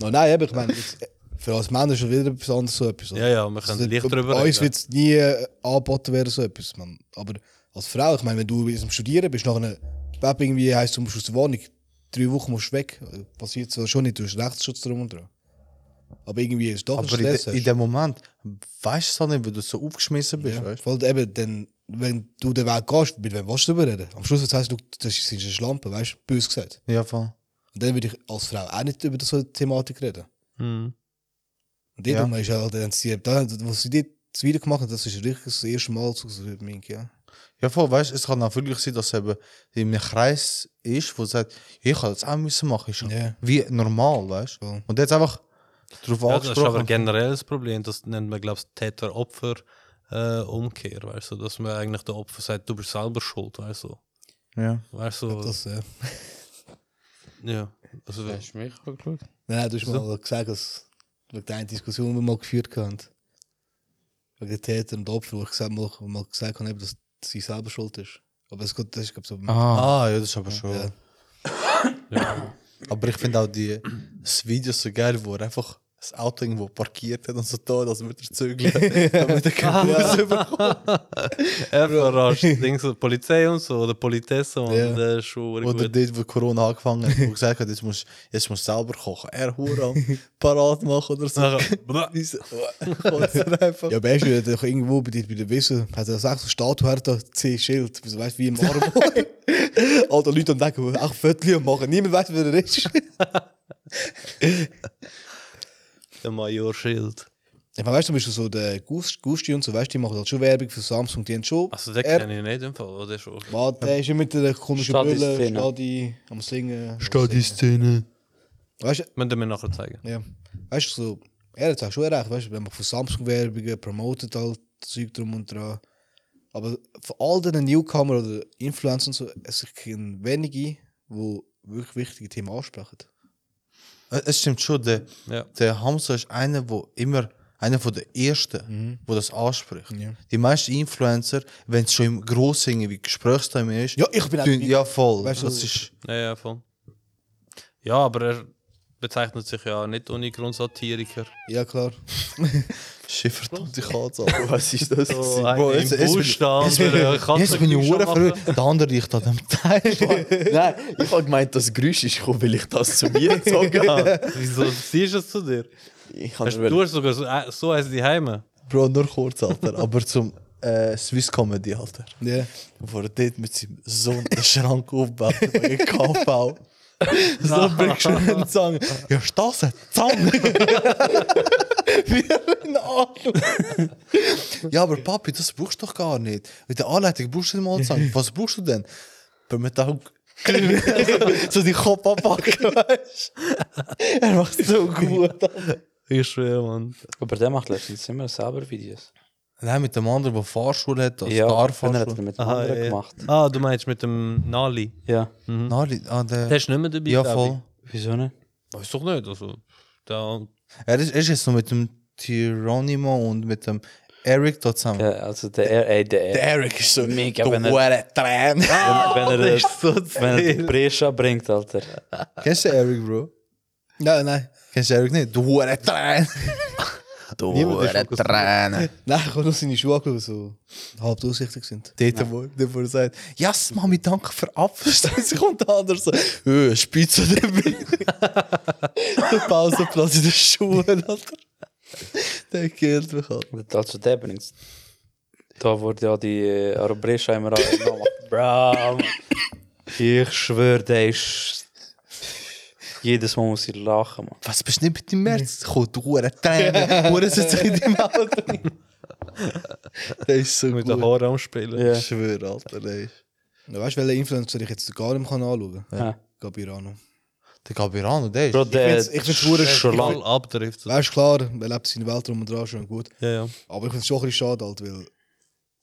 Speaker 4: No, nein, eben, ich meine, jetzt, äh, für uns Männer ist schon wieder etwas anderes so etwas. oder?
Speaker 1: Ja, ja, wir
Speaker 4: Also,
Speaker 1: können leicht
Speaker 4: bei-
Speaker 1: drüber
Speaker 4: Bei uns
Speaker 1: reden.
Speaker 4: wird es nie äh, angeboten werden, so etwas. Man. Aber als Frau, ich meine, wenn du am Studieren bist, nach einer Web irgendwie heisst, du musst aus der Wohnung, drei Wochen musst du weg. Äh, Passiert zwar schon nicht, du hast Rechtsschutz drum und dran. Aber irgendwie ist doch ein
Speaker 3: Aber in, de,
Speaker 4: Stress.
Speaker 3: in dem Moment weißt du es auch nicht, weil du so aufgeschmissen bist, weißt
Speaker 4: hast. Weil eben, dann, wenn du den Weg gehst, mit wem willst du darüber reden? Am Schluss jetzt heisst du, das ist eine Schlampe, weißt du, bös gesagt.
Speaker 3: du? Ja, voll.
Speaker 4: Und dann würde ich als Frau auch nicht über so eine Thematik reden. Und
Speaker 3: Ja.
Speaker 4: darum ist halt dann sie, da, was sie dort wieder gemacht haben, das ist richtig das erste Mal so so mit Mink, ja.
Speaker 3: Ja, voll, weißt du, es kann auch wirklich sein, dass eben in einem Kreis ist, wo sagt, ja, ich kann das auch müssen machen, ist
Speaker 4: Ja.
Speaker 3: wie normal, weißt du?
Speaker 4: Voll.
Speaker 3: Und jetzt einfach darauf
Speaker 1: Ja, das ist aber
Speaker 3: angesprochen.
Speaker 1: generell das Problem, das nennt man, glaube ich, Täter-Opfer-Umkehr. weißt du, dass man eigentlich dem Opfer sagt, du bist selber schuld. Weißt du,
Speaker 3: Ja.
Speaker 1: weißt du
Speaker 4: Das, äh,
Speaker 1: ja. Also,
Speaker 5: Hast du mich angeschaut?
Speaker 4: nein, nein, du hast mal gesagt, dass wegen der einen Diskussion, die wir mal geführt haben, wegen der Täter und Opfer, wo ich gesagt, mal, mal gesagt habe, eben, dass sie selber schuld ist. Aber es geht, das ist, glaube ich, so.
Speaker 8: Ah,
Speaker 3: Ah, ja, das ist aber schon.
Speaker 4: Ja.
Speaker 3: Aber ich finde auch die, eh, das Video so geil, wo er einfach das Auto irgendwo parkiert hat und so da, dass wir der Zügel damit er keinen Bus überkommt.
Speaker 1: er verarscht Dings, die Polizei und so, oder Politesse und
Speaker 4: Ja.
Speaker 1: der ist schon
Speaker 3: Oder
Speaker 1: gut.
Speaker 3: dort, wo Corona angefangen hat, wo gesagt hat, jetzt musst jetzt musst du selber kochen. Er Huran parat machen oder so.
Speaker 1: Nachher, bra-
Speaker 3: Diese- Kotzt er einfach.
Speaker 4: Ja, aber er ist doch irgendwo bei dir, bei der Wissen, hat er auch so Statue her, da C-Schild, wieso weißt du, wie im Marmor. Alter, Leute am denken, die auch Fötchen machen, niemand weiß, wer er ist.
Speaker 1: der Major Schild.
Speaker 4: Ich meine, weißt du, bist du so der Gusti Gusti und so, weißt du, die machen halt schon Werbung für Samsung, die haben schon.
Speaker 1: Also, den
Speaker 4: Er-
Speaker 1: kenne ich nicht im Fall. oder? Der ist schon.
Speaker 4: Warte, der ist immer mit der komischen
Speaker 7: Stadt ist
Speaker 4: Brille,
Speaker 7: Szene.
Speaker 4: Stadi, am Singen.
Speaker 3: Szene.
Speaker 4: Weißt du,
Speaker 1: Müssen wir nachher zeigen.
Speaker 4: ja. Weißt du, so, er hat auch schon recht, weißt du, wenn man von Samsung Werbungen promotet, halt Zeug drum und dran. Aber von all den Newcomer oder Influencern und so, es sind wenige, die wirklich wichtige Themen ansprechen.
Speaker 3: Äh, Es stimmt schon, der,
Speaker 1: Ja.
Speaker 3: der Hamza ist einer, wo immer einer von der ersten, wo das anspricht.
Speaker 4: Mhm. Ja.
Speaker 3: Die meisten Influencer, wenn es schon im grossen irgendwie Gesprächsthema ist,
Speaker 4: Ja, ich bin auch
Speaker 3: tun-
Speaker 4: dabei.
Speaker 3: ja voll.
Speaker 4: Weißt du,
Speaker 3: das
Speaker 4: so-
Speaker 3: ist,
Speaker 1: Ja, ja, voll. Ja, aber er bezeichnet sich ja nicht ohne Grund Satiriker.
Speaker 4: Ja, klar.
Speaker 3: das ist verdammt die Katze.
Speaker 6: Was ist das?
Speaker 1: So,
Speaker 3: Bro,
Speaker 1: einer
Speaker 3: jetzt-
Speaker 1: im
Speaker 3: jetzt bin-
Speaker 1: Busch da,
Speaker 3: jetzt
Speaker 1: mit einer Katze
Speaker 3: äh, Jetzt bin ich
Speaker 1: Kühlschrank
Speaker 3: hure
Speaker 1: machen.
Speaker 3: froh. Der andere riecht an dem Teil.
Speaker 6: Nein, ich habe gemeint, das Geräusch ist gekommen, weil ich das zu mir gezogen habe.
Speaker 1: Ah, Wieso siehst du es zu dir?
Speaker 6: Ich kann
Speaker 1: Hast, du hast sogar so, äh, so eins die Heime.
Speaker 3: Bro, nur kurz, Alter. Aber zum äh, Swiss Comedy, Alter.
Speaker 4: Ja.
Speaker 3: Wo er dort mit seinem Sohn den Schrank aufbaut, wegen KV. So bringst du mir eine Zange. Ja, ist das eine Zange? Wie ein Arsch. ja, aber Papi, das brauchst du doch gar nicht. Mit der Anleitung brauchst du nicht mal eine Zange. Was brauchst du denn? Bei mir Tag. so die Kopf abpacken, weißt du? Er macht so gut.
Speaker 1: Ich schwöre, Mann.
Speaker 7: Aber der macht letztens immer selber Videos.
Speaker 3: Nein, mit dem anderen, der Fahrschule hat, als
Speaker 7: Ja, einer hat
Speaker 3: Starfahrschule.
Speaker 7: er mit
Speaker 1: Aha,
Speaker 7: anderen
Speaker 1: ja.
Speaker 7: gemacht.
Speaker 1: Ah, du meinst mit dem Nali.
Speaker 7: Ja,
Speaker 3: Nein, ah, der-
Speaker 1: Der ist nicht mehr dabei.
Speaker 3: ja,
Speaker 1: glaub ich.
Speaker 3: voll.
Speaker 7: wieso nicht?
Speaker 1: Weiß doch nicht. Also, da,
Speaker 3: Er ist, er ist jetzt noch mit dem Geronimo und mit dem Eric da zusammen.
Speaker 7: Ja, also der, er, ey, der,
Speaker 3: Der Eric ist so
Speaker 7: Mega,
Speaker 3: du
Speaker 7: wenn er-
Speaker 3: hure Tränen.
Speaker 7: wenn, wenn er, das, wenn er die Brescia bringt, Alter.
Speaker 3: Kennst du Eric, Bro?
Speaker 4: Nein, nein.
Speaker 3: Kennst du Eric nicht? Du hure Tränen.
Speaker 6: Tore, Tränen.
Speaker 4: Nein, ich habe nur seine Schuhe angeschaut, die so halb durchsichtig sind.
Speaker 3: Dort, wo, dort, wo er sagt, yes, Mami, danke für Apfelstein. Sie kommt der andere so, öh, Spitze dabei. der Pausenplatz in den Schuhen, Alter. Der killt mich, Alter.
Speaker 7: Also der bringt Da wurde ja die äh, Arbresheimer angenommen. Bram. Ich schwöre, der ist. Jedes Mal muss ich lachen, Mann.
Speaker 3: Was bist du nicht mit dem März? Kommt, du Huren Tränen, Huren sitzt in deinem Auto. Der ist so
Speaker 1: Mit
Speaker 3: gut.
Speaker 1: den Haaren am Spielen.
Speaker 7: Ja.
Speaker 3: Ich schwöre, Alter, ey.
Speaker 4: Ja, weißt du, welchen Influencer ich jetzt gar nicht kann anschauen kann?
Speaker 7: Ja.
Speaker 4: Gabirano.
Speaker 3: Der Gabirano, der ist...
Speaker 7: Bro, der
Speaker 4: find's- ich find's verdammt-
Speaker 7: Schlag-
Speaker 1: Schall abdrift.
Speaker 4: Weißt du, klar, er lebt seine Welt drum und dran, schon gut.
Speaker 1: Ja, ja.
Speaker 4: Aber ich finde es schon ein bisschen schade, halt, weil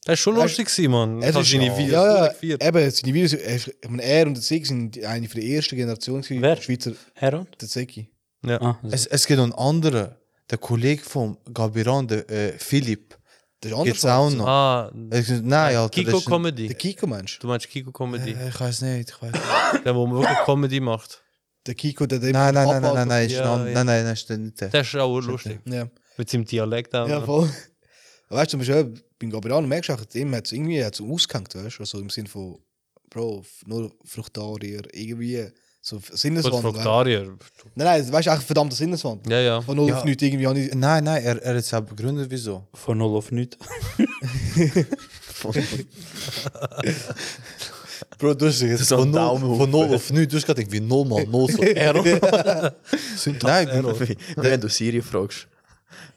Speaker 1: Das war schon
Speaker 4: Er-
Speaker 1: lustig, gewesen, Mann.
Speaker 4: Er
Speaker 1: Ich habe
Speaker 4: ist-
Speaker 1: seine Videos
Speaker 4: ja,
Speaker 1: ja,
Speaker 4: ja, eben, seine Videos, er ist- ich meine, er und der Zeki sind die- eine von der ersten Generationen gewesen,
Speaker 7: Wer?
Speaker 4: Schweizer,
Speaker 7: Herald?
Speaker 4: der Zeki.
Speaker 7: Ah,
Speaker 3: Es, es gibt noch einen anderen, der Kollege von Gabiran, der äh, Philipp.
Speaker 4: Das ist
Speaker 3: Gibt's
Speaker 4: anders.
Speaker 3: auch
Speaker 4: als-
Speaker 3: noch.
Speaker 1: Ah,
Speaker 3: Es gibt- nein, Alter. das
Speaker 1: Kiko
Speaker 3: ist ein-
Speaker 4: Der
Speaker 1: Comedy.
Speaker 4: Kiko, meinst du?
Speaker 1: Du meinst Kiko Comedy?
Speaker 3: Äh, Ich weiß nicht, ich weiß nicht.
Speaker 1: Der, wo wirklich Comedy macht.
Speaker 4: Der Kiko, der der
Speaker 3: Nein, nein,
Speaker 4: immer
Speaker 3: nein, nein, nein, nein, ist
Speaker 1: Ja,
Speaker 3: ein anderer.
Speaker 1: ja.
Speaker 3: nein, nein, nein, ist der nicht der.
Speaker 1: Der ist auch lustig.
Speaker 4: Ja,
Speaker 1: Mit seinem Dialekt auch. ne?
Speaker 4: ja
Speaker 1: Ja,
Speaker 4: voll. Aber weißt du, zum Beispiel, eben, beim Gabriano merkst du auch, dem hat es irgendwie hat's ausgehängt, weißt du? Also im Sinn von, Bro, f- nur Fruchtarier, irgendwie, so f- Sinneswandel. weißt du?
Speaker 1: Fruktarier.
Speaker 4: Nein, nein, weißt du, echt verdammter Sinneswandel.
Speaker 1: Ja, ja.
Speaker 4: Von 0
Speaker 3: Ja.
Speaker 4: auf nichts, irgendwie habe ich.
Speaker 3: Nein, nein, er, er hat es auch begründet, wieso.
Speaker 7: Von null auf nichts.
Speaker 3: Bro, du hast jetzt
Speaker 6: so
Speaker 3: von
Speaker 6: ein
Speaker 3: null,
Speaker 6: Daumen hoch.
Speaker 3: von null auf nichts, du hast gerade irgendwie null mal null so Error. nein, Bro.
Speaker 6: Wie- Wenn du Siri fragst,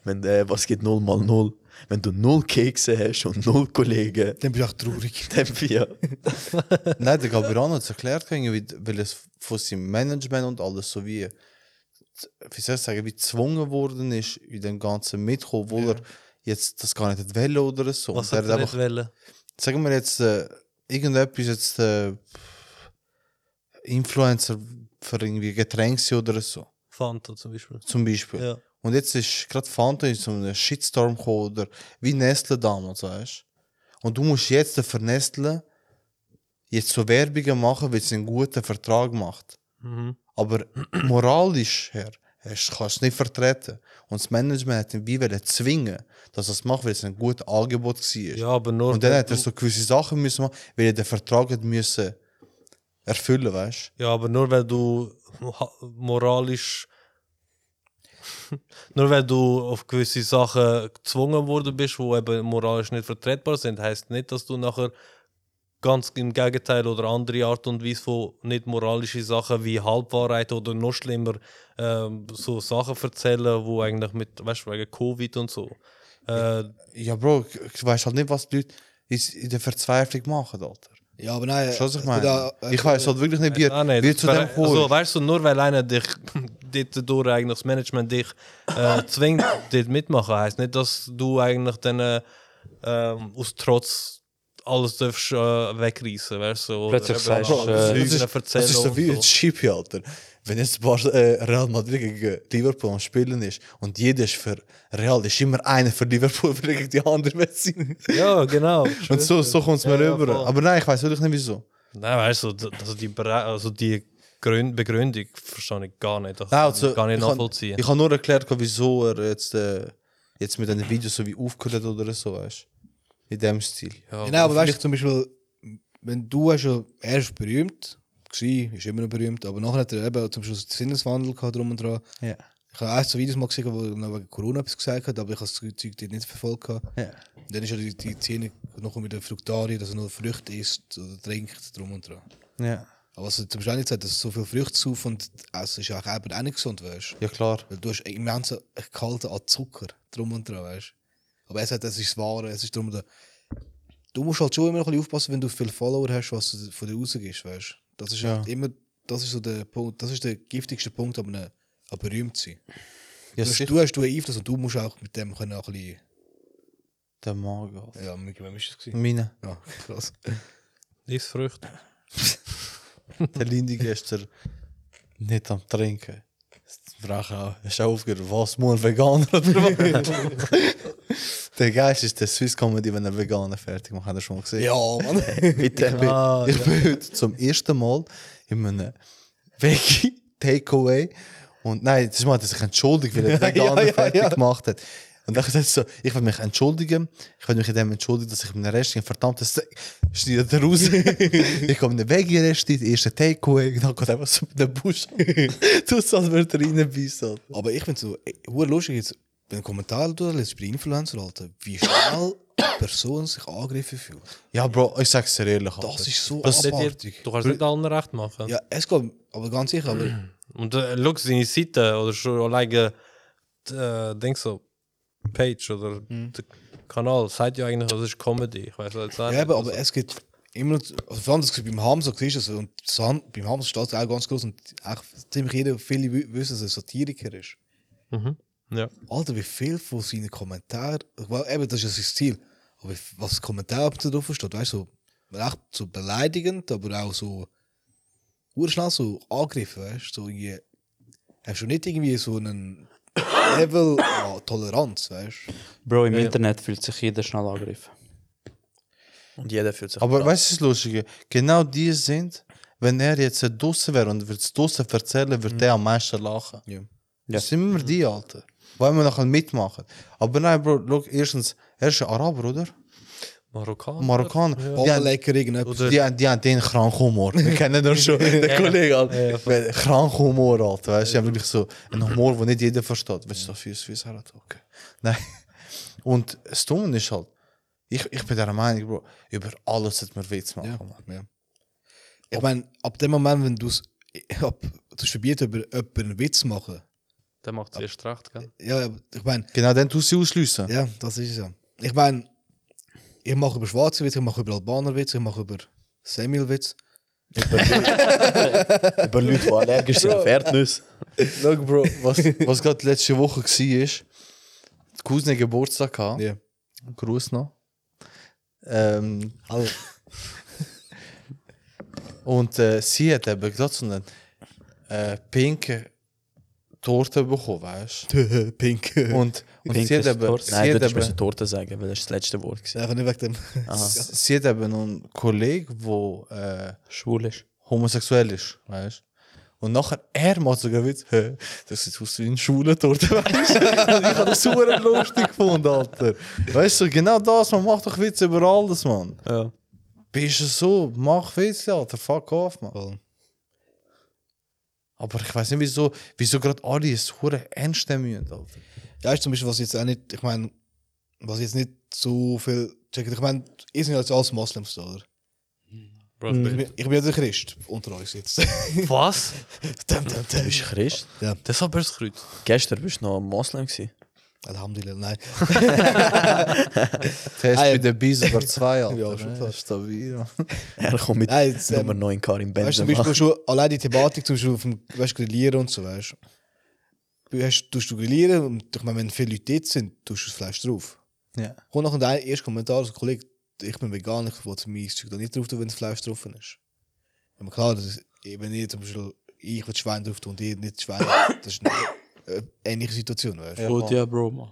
Speaker 6: wenn, äh, was geht 0 mal 0? Wenn du 0 Kekse hast und 0 Kollegen,
Speaker 4: Dann bin ich auch traurig.
Speaker 6: dann ja.
Speaker 3: nein, der Gabriano hat es erklärt, irgendwie, weil es von seinem Management und alles so wie, wie soll ich sagen, wie gezwungen worden ist, in dem Ganzen mitzukommen, obwohl er jetzt das gar nicht hat wollen oder so.
Speaker 1: Was
Speaker 3: und
Speaker 1: hat
Speaker 3: er
Speaker 1: er
Speaker 3: hat
Speaker 1: nicht
Speaker 3: einfach,
Speaker 1: wollen?
Speaker 3: sagen wir jetzt, äh, irgendetwas jetzt äh, Influencer für irgendwie Getränke oder so,
Speaker 1: Fanta zum Beispiel.
Speaker 3: zum Beispiel.
Speaker 1: Ja.
Speaker 3: Und jetzt ist gerade Fanta in so einem Shitstorm gekommen oder wie Nestle damals, weißt Und du musst jetzt für Nestle jetzt so Werbungen machen, weil es einen guten Vertrag macht.
Speaker 1: Mhm.
Speaker 3: Aber moralisch her hast- kannst du es nicht vertreten. Und das Management hat ihn wie wollen zwingen, dass er es macht, weil es ein gutes Angebot war.
Speaker 1: Ja, aber nur.
Speaker 3: Und dann
Speaker 1: wenn
Speaker 3: hat er
Speaker 1: du-
Speaker 3: so gewisse Sachen müssen machen, weil er den Vertrag hat müssen erfüllen, weißt
Speaker 1: Ja, aber nur wenn du ha- moralisch. nur wenn du auf gewisse Sachen gezwungen worden bist, die eben moralisch nicht vertretbar sind, heißt nicht, dass du nachher ganz im Gegenteil oder andere Art und Weise von nicht moralischen Sachen wie Halbwahrheit oder noch schlimmer ähm, so Sachen erzählen, wo eigentlich mit, weißt du, wegen Covid und so. Äh,
Speaker 3: du? Ja, Bro, ich weiß halt nicht, was die Leute is- in der Verzweiflung machen, Alter.
Speaker 4: Ja, eh, aber nein.
Speaker 3: Verstehst du, was ich
Speaker 4: es wird
Speaker 3: meine?
Speaker 4: auch-
Speaker 3: Ich weiß halt wirklich nicht, wie,
Speaker 1: Ah, nee,
Speaker 3: wie zu dem
Speaker 1: weil- also,
Speaker 3: kommt.
Speaker 1: weißt du, nur weil einer dich dort durch eigentlich das Management dich äh, zwingt, dort mitmachen, heisst nicht, dass du eigentlich dann äh, ähm, aus Trotz alles darfst äh, wegreißen, weißt du? oder
Speaker 7: Plötzlich
Speaker 1: eben
Speaker 7: sagst
Speaker 1: alles
Speaker 7: du, äh,
Speaker 1: Lügen
Speaker 3: Das ist,
Speaker 1: erzählen
Speaker 3: das ist so
Speaker 1: und
Speaker 3: dus wie jetzt Schipi, Alter. Wenn jetzt Bar äh, Real Madrid gegen Liverpool am Spielen ist und jeder ist für dus Real, ist immer einer für Liverpool gegen die andere Messi.
Speaker 1: Ja, genau.
Speaker 3: Und so, so kommt es mir
Speaker 1: Ja, ja,
Speaker 3: rüber.
Speaker 1: voll.
Speaker 3: Aber nein, ich weiß wirklich nicht wieso.
Speaker 1: Nein, weißt du, d- also die, Bere- also die Grün- Begründung verstehe ich gar nicht. Das
Speaker 3: Nein,
Speaker 1: kann
Speaker 3: also,
Speaker 1: ich gar nicht
Speaker 3: ich kann-
Speaker 1: nachvollziehen.
Speaker 3: Ich habe nur erklärt, wieso er jetzt, äh, jetzt mit einem Video so wie aufgehört hat oder so, weißt du? In dem Stil.
Speaker 4: Ja, nein, aber weißt du, zum Beispiel, wenn du hast ja, er ist berühmt, war, ist immer noch berühmt, aber nachher hat er eben zum Schluss den Sinneswandel gehabt, drum und dran.
Speaker 3: Ja.
Speaker 4: Ich habe erst so Videos mal gesehen, wo er noch wegen Corona etwas gesagt hat, aber ich habe das Zeug dort nicht verfolgt. gehabt.
Speaker 3: Ja.
Speaker 4: Und Dann ist ja die, die Szene noch mit der Fruktarie, dass er nur Früchte isst oder trinkt, drum und dran.
Speaker 3: Ja,
Speaker 4: Aber was er zum Beispiel auch nicht sagt, dass er so viel Früchte sauf und essen ist ja auch eben auch nicht gesund, weißt du.
Speaker 3: ja klar.
Speaker 4: Weil du hast immense Gehalte an Zucker drum und dran, weißt du? Aber er sagt, das ist das Wahre, es ist drum und dran. Du musst halt schon immer noch ein bisschen aufpassen, wenn du viele Follower hast, was du von dir rausgibst, weißt du? Das ist
Speaker 3: Ja.
Speaker 4: halt immer, das ist so der Punkt, das ist der giftigste Punkt an, einem, an berühmt sein.
Speaker 3: Ja,
Speaker 4: du, hast,
Speaker 3: sicher.
Speaker 4: du hast du einen Einfluss und du musst auch mit dem können auch ein bisschen,
Speaker 3: Der Magen. Alter.
Speaker 4: ja, mit wem ist das gewesen?
Speaker 3: Meine.
Speaker 4: Ja, krass.
Speaker 1: Ist Frucht.
Speaker 3: Der Lindy gestern nicht am Trinken. Vraag auch, ist auch aufgehört, was muss Veganer oder was? Der Geist ist der Swiss Comedy, wenn er Veganer fertig macht, hat er schon gesehen.
Speaker 4: Ja, Mann.
Speaker 6: Mit dem.
Speaker 1: Ah,
Speaker 3: ich bin heute zum ersten Mal in eh, einem Veggie Takeaway und nein, das hat er sich entschuldigt, weil er den Veganer fertig gemacht hat. Und dann hat er so, ich will mich entschuldigen, ich will mich in dem entschuldigen, dass ich mit einem Restaurant verdammt das schneidet er raus. ich komme in einen Veggie Restaurant, erste Takeaway, und dann geht einfach so mit dem Busch. du sollst mir reinbeißen.
Speaker 4: Aber ich finde so, ey, hure lustig jetzt, wenn du Kommentare durchlässt bei den Influencer, Alter, wie schnell die Person sich angegriffen fühlt.
Speaker 3: Ja, Bro, ich sag's dir ehrlich. Alter.
Speaker 4: Das ist so
Speaker 3: Das seht
Speaker 4: abartig.
Speaker 1: Du kannst nicht allen recht machen.
Speaker 4: Ja, es geht, aber ganz sicher, aber
Speaker 1: Und äh, schau seine Seite oder schon alleine äh, denkst so, Page oder
Speaker 3: Mhm.
Speaker 1: der Kanal sagt ja eigentlich, das ist Comedy. Ich weiß jetzt nicht.
Speaker 4: ja, eben, aber es gibt immer noch, also vor allem das beim Hamza siehst du es, und das Ham, beim Hamza steht es auch ganz groß und auch ziemlich jeder, viele wi- wissen, dass er Satiriker ist.
Speaker 1: Mhm. Ja.
Speaker 4: Alter, wie viel von seinen Kommentaren, well, eben, das ist ja sein Ziel, aber wie- was Kommentar da drauf steht, weißt du, so, echt so beleidigend, aber auch so, urschnell so angegriffen, weißt du, so irgendwie, hast du nicht irgendwie so einen Level an Toleranz, weißt du?
Speaker 7: Bro, im Internet fühlt sich jeder schnell angegriffen.
Speaker 6: Und jeder fühlt sich.
Speaker 3: Aber
Speaker 6: gebracht.
Speaker 3: weißt du, das Lustige? Genau die sind, wenn er jetzt draußen wäre und würde es draußen erzählen, würde er am meisten lachen.
Speaker 4: Mhm. Ja. Mhm.
Speaker 3: Das sind immer die, Alter. Weil wir nachher mitmachen. Aber nein, Bro, look, erstens, er ist ein Araber, oder?
Speaker 1: Marokkaner.
Speaker 3: Marokkaner. Die haben-
Speaker 4: Bombenlecker, irgendetwas.
Speaker 3: Die, haben- die haben den Krankhumor. Wir kennen doch schon den Kollegen. Alter. Weil Krankhumor, Alter. Weißt du, die haben wirklich so einen Humor, den nicht jeder versteht. Weißt du, so fies, fies, halt. Okay. Nein. Und das Dumme ist halt, ich, ich bin der Meinung, Bro, über alles hat man Witz machen.
Speaker 4: Ja,
Speaker 3: Mann.
Speaker 4: ja. Ich meine, ab dem Moment, wenn du es, ab, du verbietest, über jemanden einen Witz machen,
Speaker 1: Der macht es erst recht, gell?
Speaker 4: ja, aber ich meine,
Speaker 3: Genau, dann tust du sie ausschliessen.
Speaker 4: Ja, das ist es ja. Ich meine, ich mache über Schwarze Witze, ich mache über Albaner Witze, ich mache über Samuel Witz.
Speaker 6: Über Leute, die allergisch sind auf Erdnüsse.
Speaker 3: Look, Bro, was, was gerade letzte Woche war, ist, die Cousine Geburtstag hatte.
Speaker 4: Ja.
Speaker 3: Gruß noch. Ähm, Hallo. und äh, sie hat eben gerade so eine äh, pinke Torte bekommen, weißt
Speaker 4: Pink.
Speaker 3: du?
Speaker 4: Und
Speaker 3: Und, und
Speaker 6: Pink
Speaker 3: sie hat
Speaker 6: ist
Speaker 3: eben,
Speaker 6: Torte.
Speaker 3: sie
Speaker 6: Nein,
Speaker 3: hat
Speaker 6: du
Speaker 3: eben,
Speaker 6: musst Torte sagen, weil das ist das letzte Wort. gewesen.
Speaker 4: einfach nicht wegen dem.
Speaker 6: Aha.
Speaker 3: sie hat eben einen Kollegen, der äh,
Speaker 7: Schwul ist.
Speaker 3: homosexuell ist, weißt Und nachher, er macht sogar Witz, hä, das sieht aus wie ein Schulentorte, weißt du? Und ich habe das super lustig gefunden, Alter. Weißt du, genau das, man macht doch Witze über alles, Mann.
Speaker 7: Ja.
Speaker 3: Bist du so, mach Witze, Alter, fuck off, Mann.
Speaker 4: Voll.
Speaker 3: Aber ich weiß nicht, wieso, wieso gerade alle es hure ernst nehmen müssen, Alter.
Speaker 4: Ja, ist zum Beispiel, was jetzt auch nicht, ich meine, was jetzt nicht so viel checkt. Ich meine, ihr seid ja jetzt alles Moslems, da, oder?
Speaker 1: Bro,
Speaker 3: Mhm.
Speaker 4: Ich bin, ich bin ja der Christ unter euch jetzt.
Speaker 1: Was?
Speaker 4: dum, dum,
Speaker 6: Du
Speaker 4: dum.
Speaker 6: bist Christ.
Speaker 1: Das hat das Kreuz.
Speaker 6: Gestern bist du noch Moslem. Gewesen.
Speaker 4: Alhamdulillah, nein.
Speaker 3: Test
Speaker 4: ja.
Speaker 3: bei der Bise über zwei, Alter.
Speaker 4: Ja, schon
Speaker 3: ne?
Speaker 4: klar.
Speaker 3: Stabil. Mann.
Speaker 6: Er kommt mit
Speaker 4: Nein, jetzt, ähm,
Speaker 6: Nummer 9 Karim
Speaker 4: Weißt du, zum
Speaker 6: Benzema.
Speaker 4: Beispiel schon allein die Thematik, zum Beispiel auf dem weißt, du, Grillieren und so, weißt du. Hast, tust du grillieren und ich meine, wenn viele Leute dort sind, tust du das Fleisch drauf.
Speaker 3: Ja.
Speaker 4: Kommt nachher der erste Kommentar, so Kollege, ich bin vegan, ich wollte mein Zeug da nicht drauf tun, wenn das Fleisch drauf ist. Aber klar, das ist, wenn ihr zum Beispiel, ich will Schwein drauf tun und ihr nicht Schwein, das ist eine äh, ähnliche Situation, weißt du.
Speaker 5: Gut, ja, Bro, man.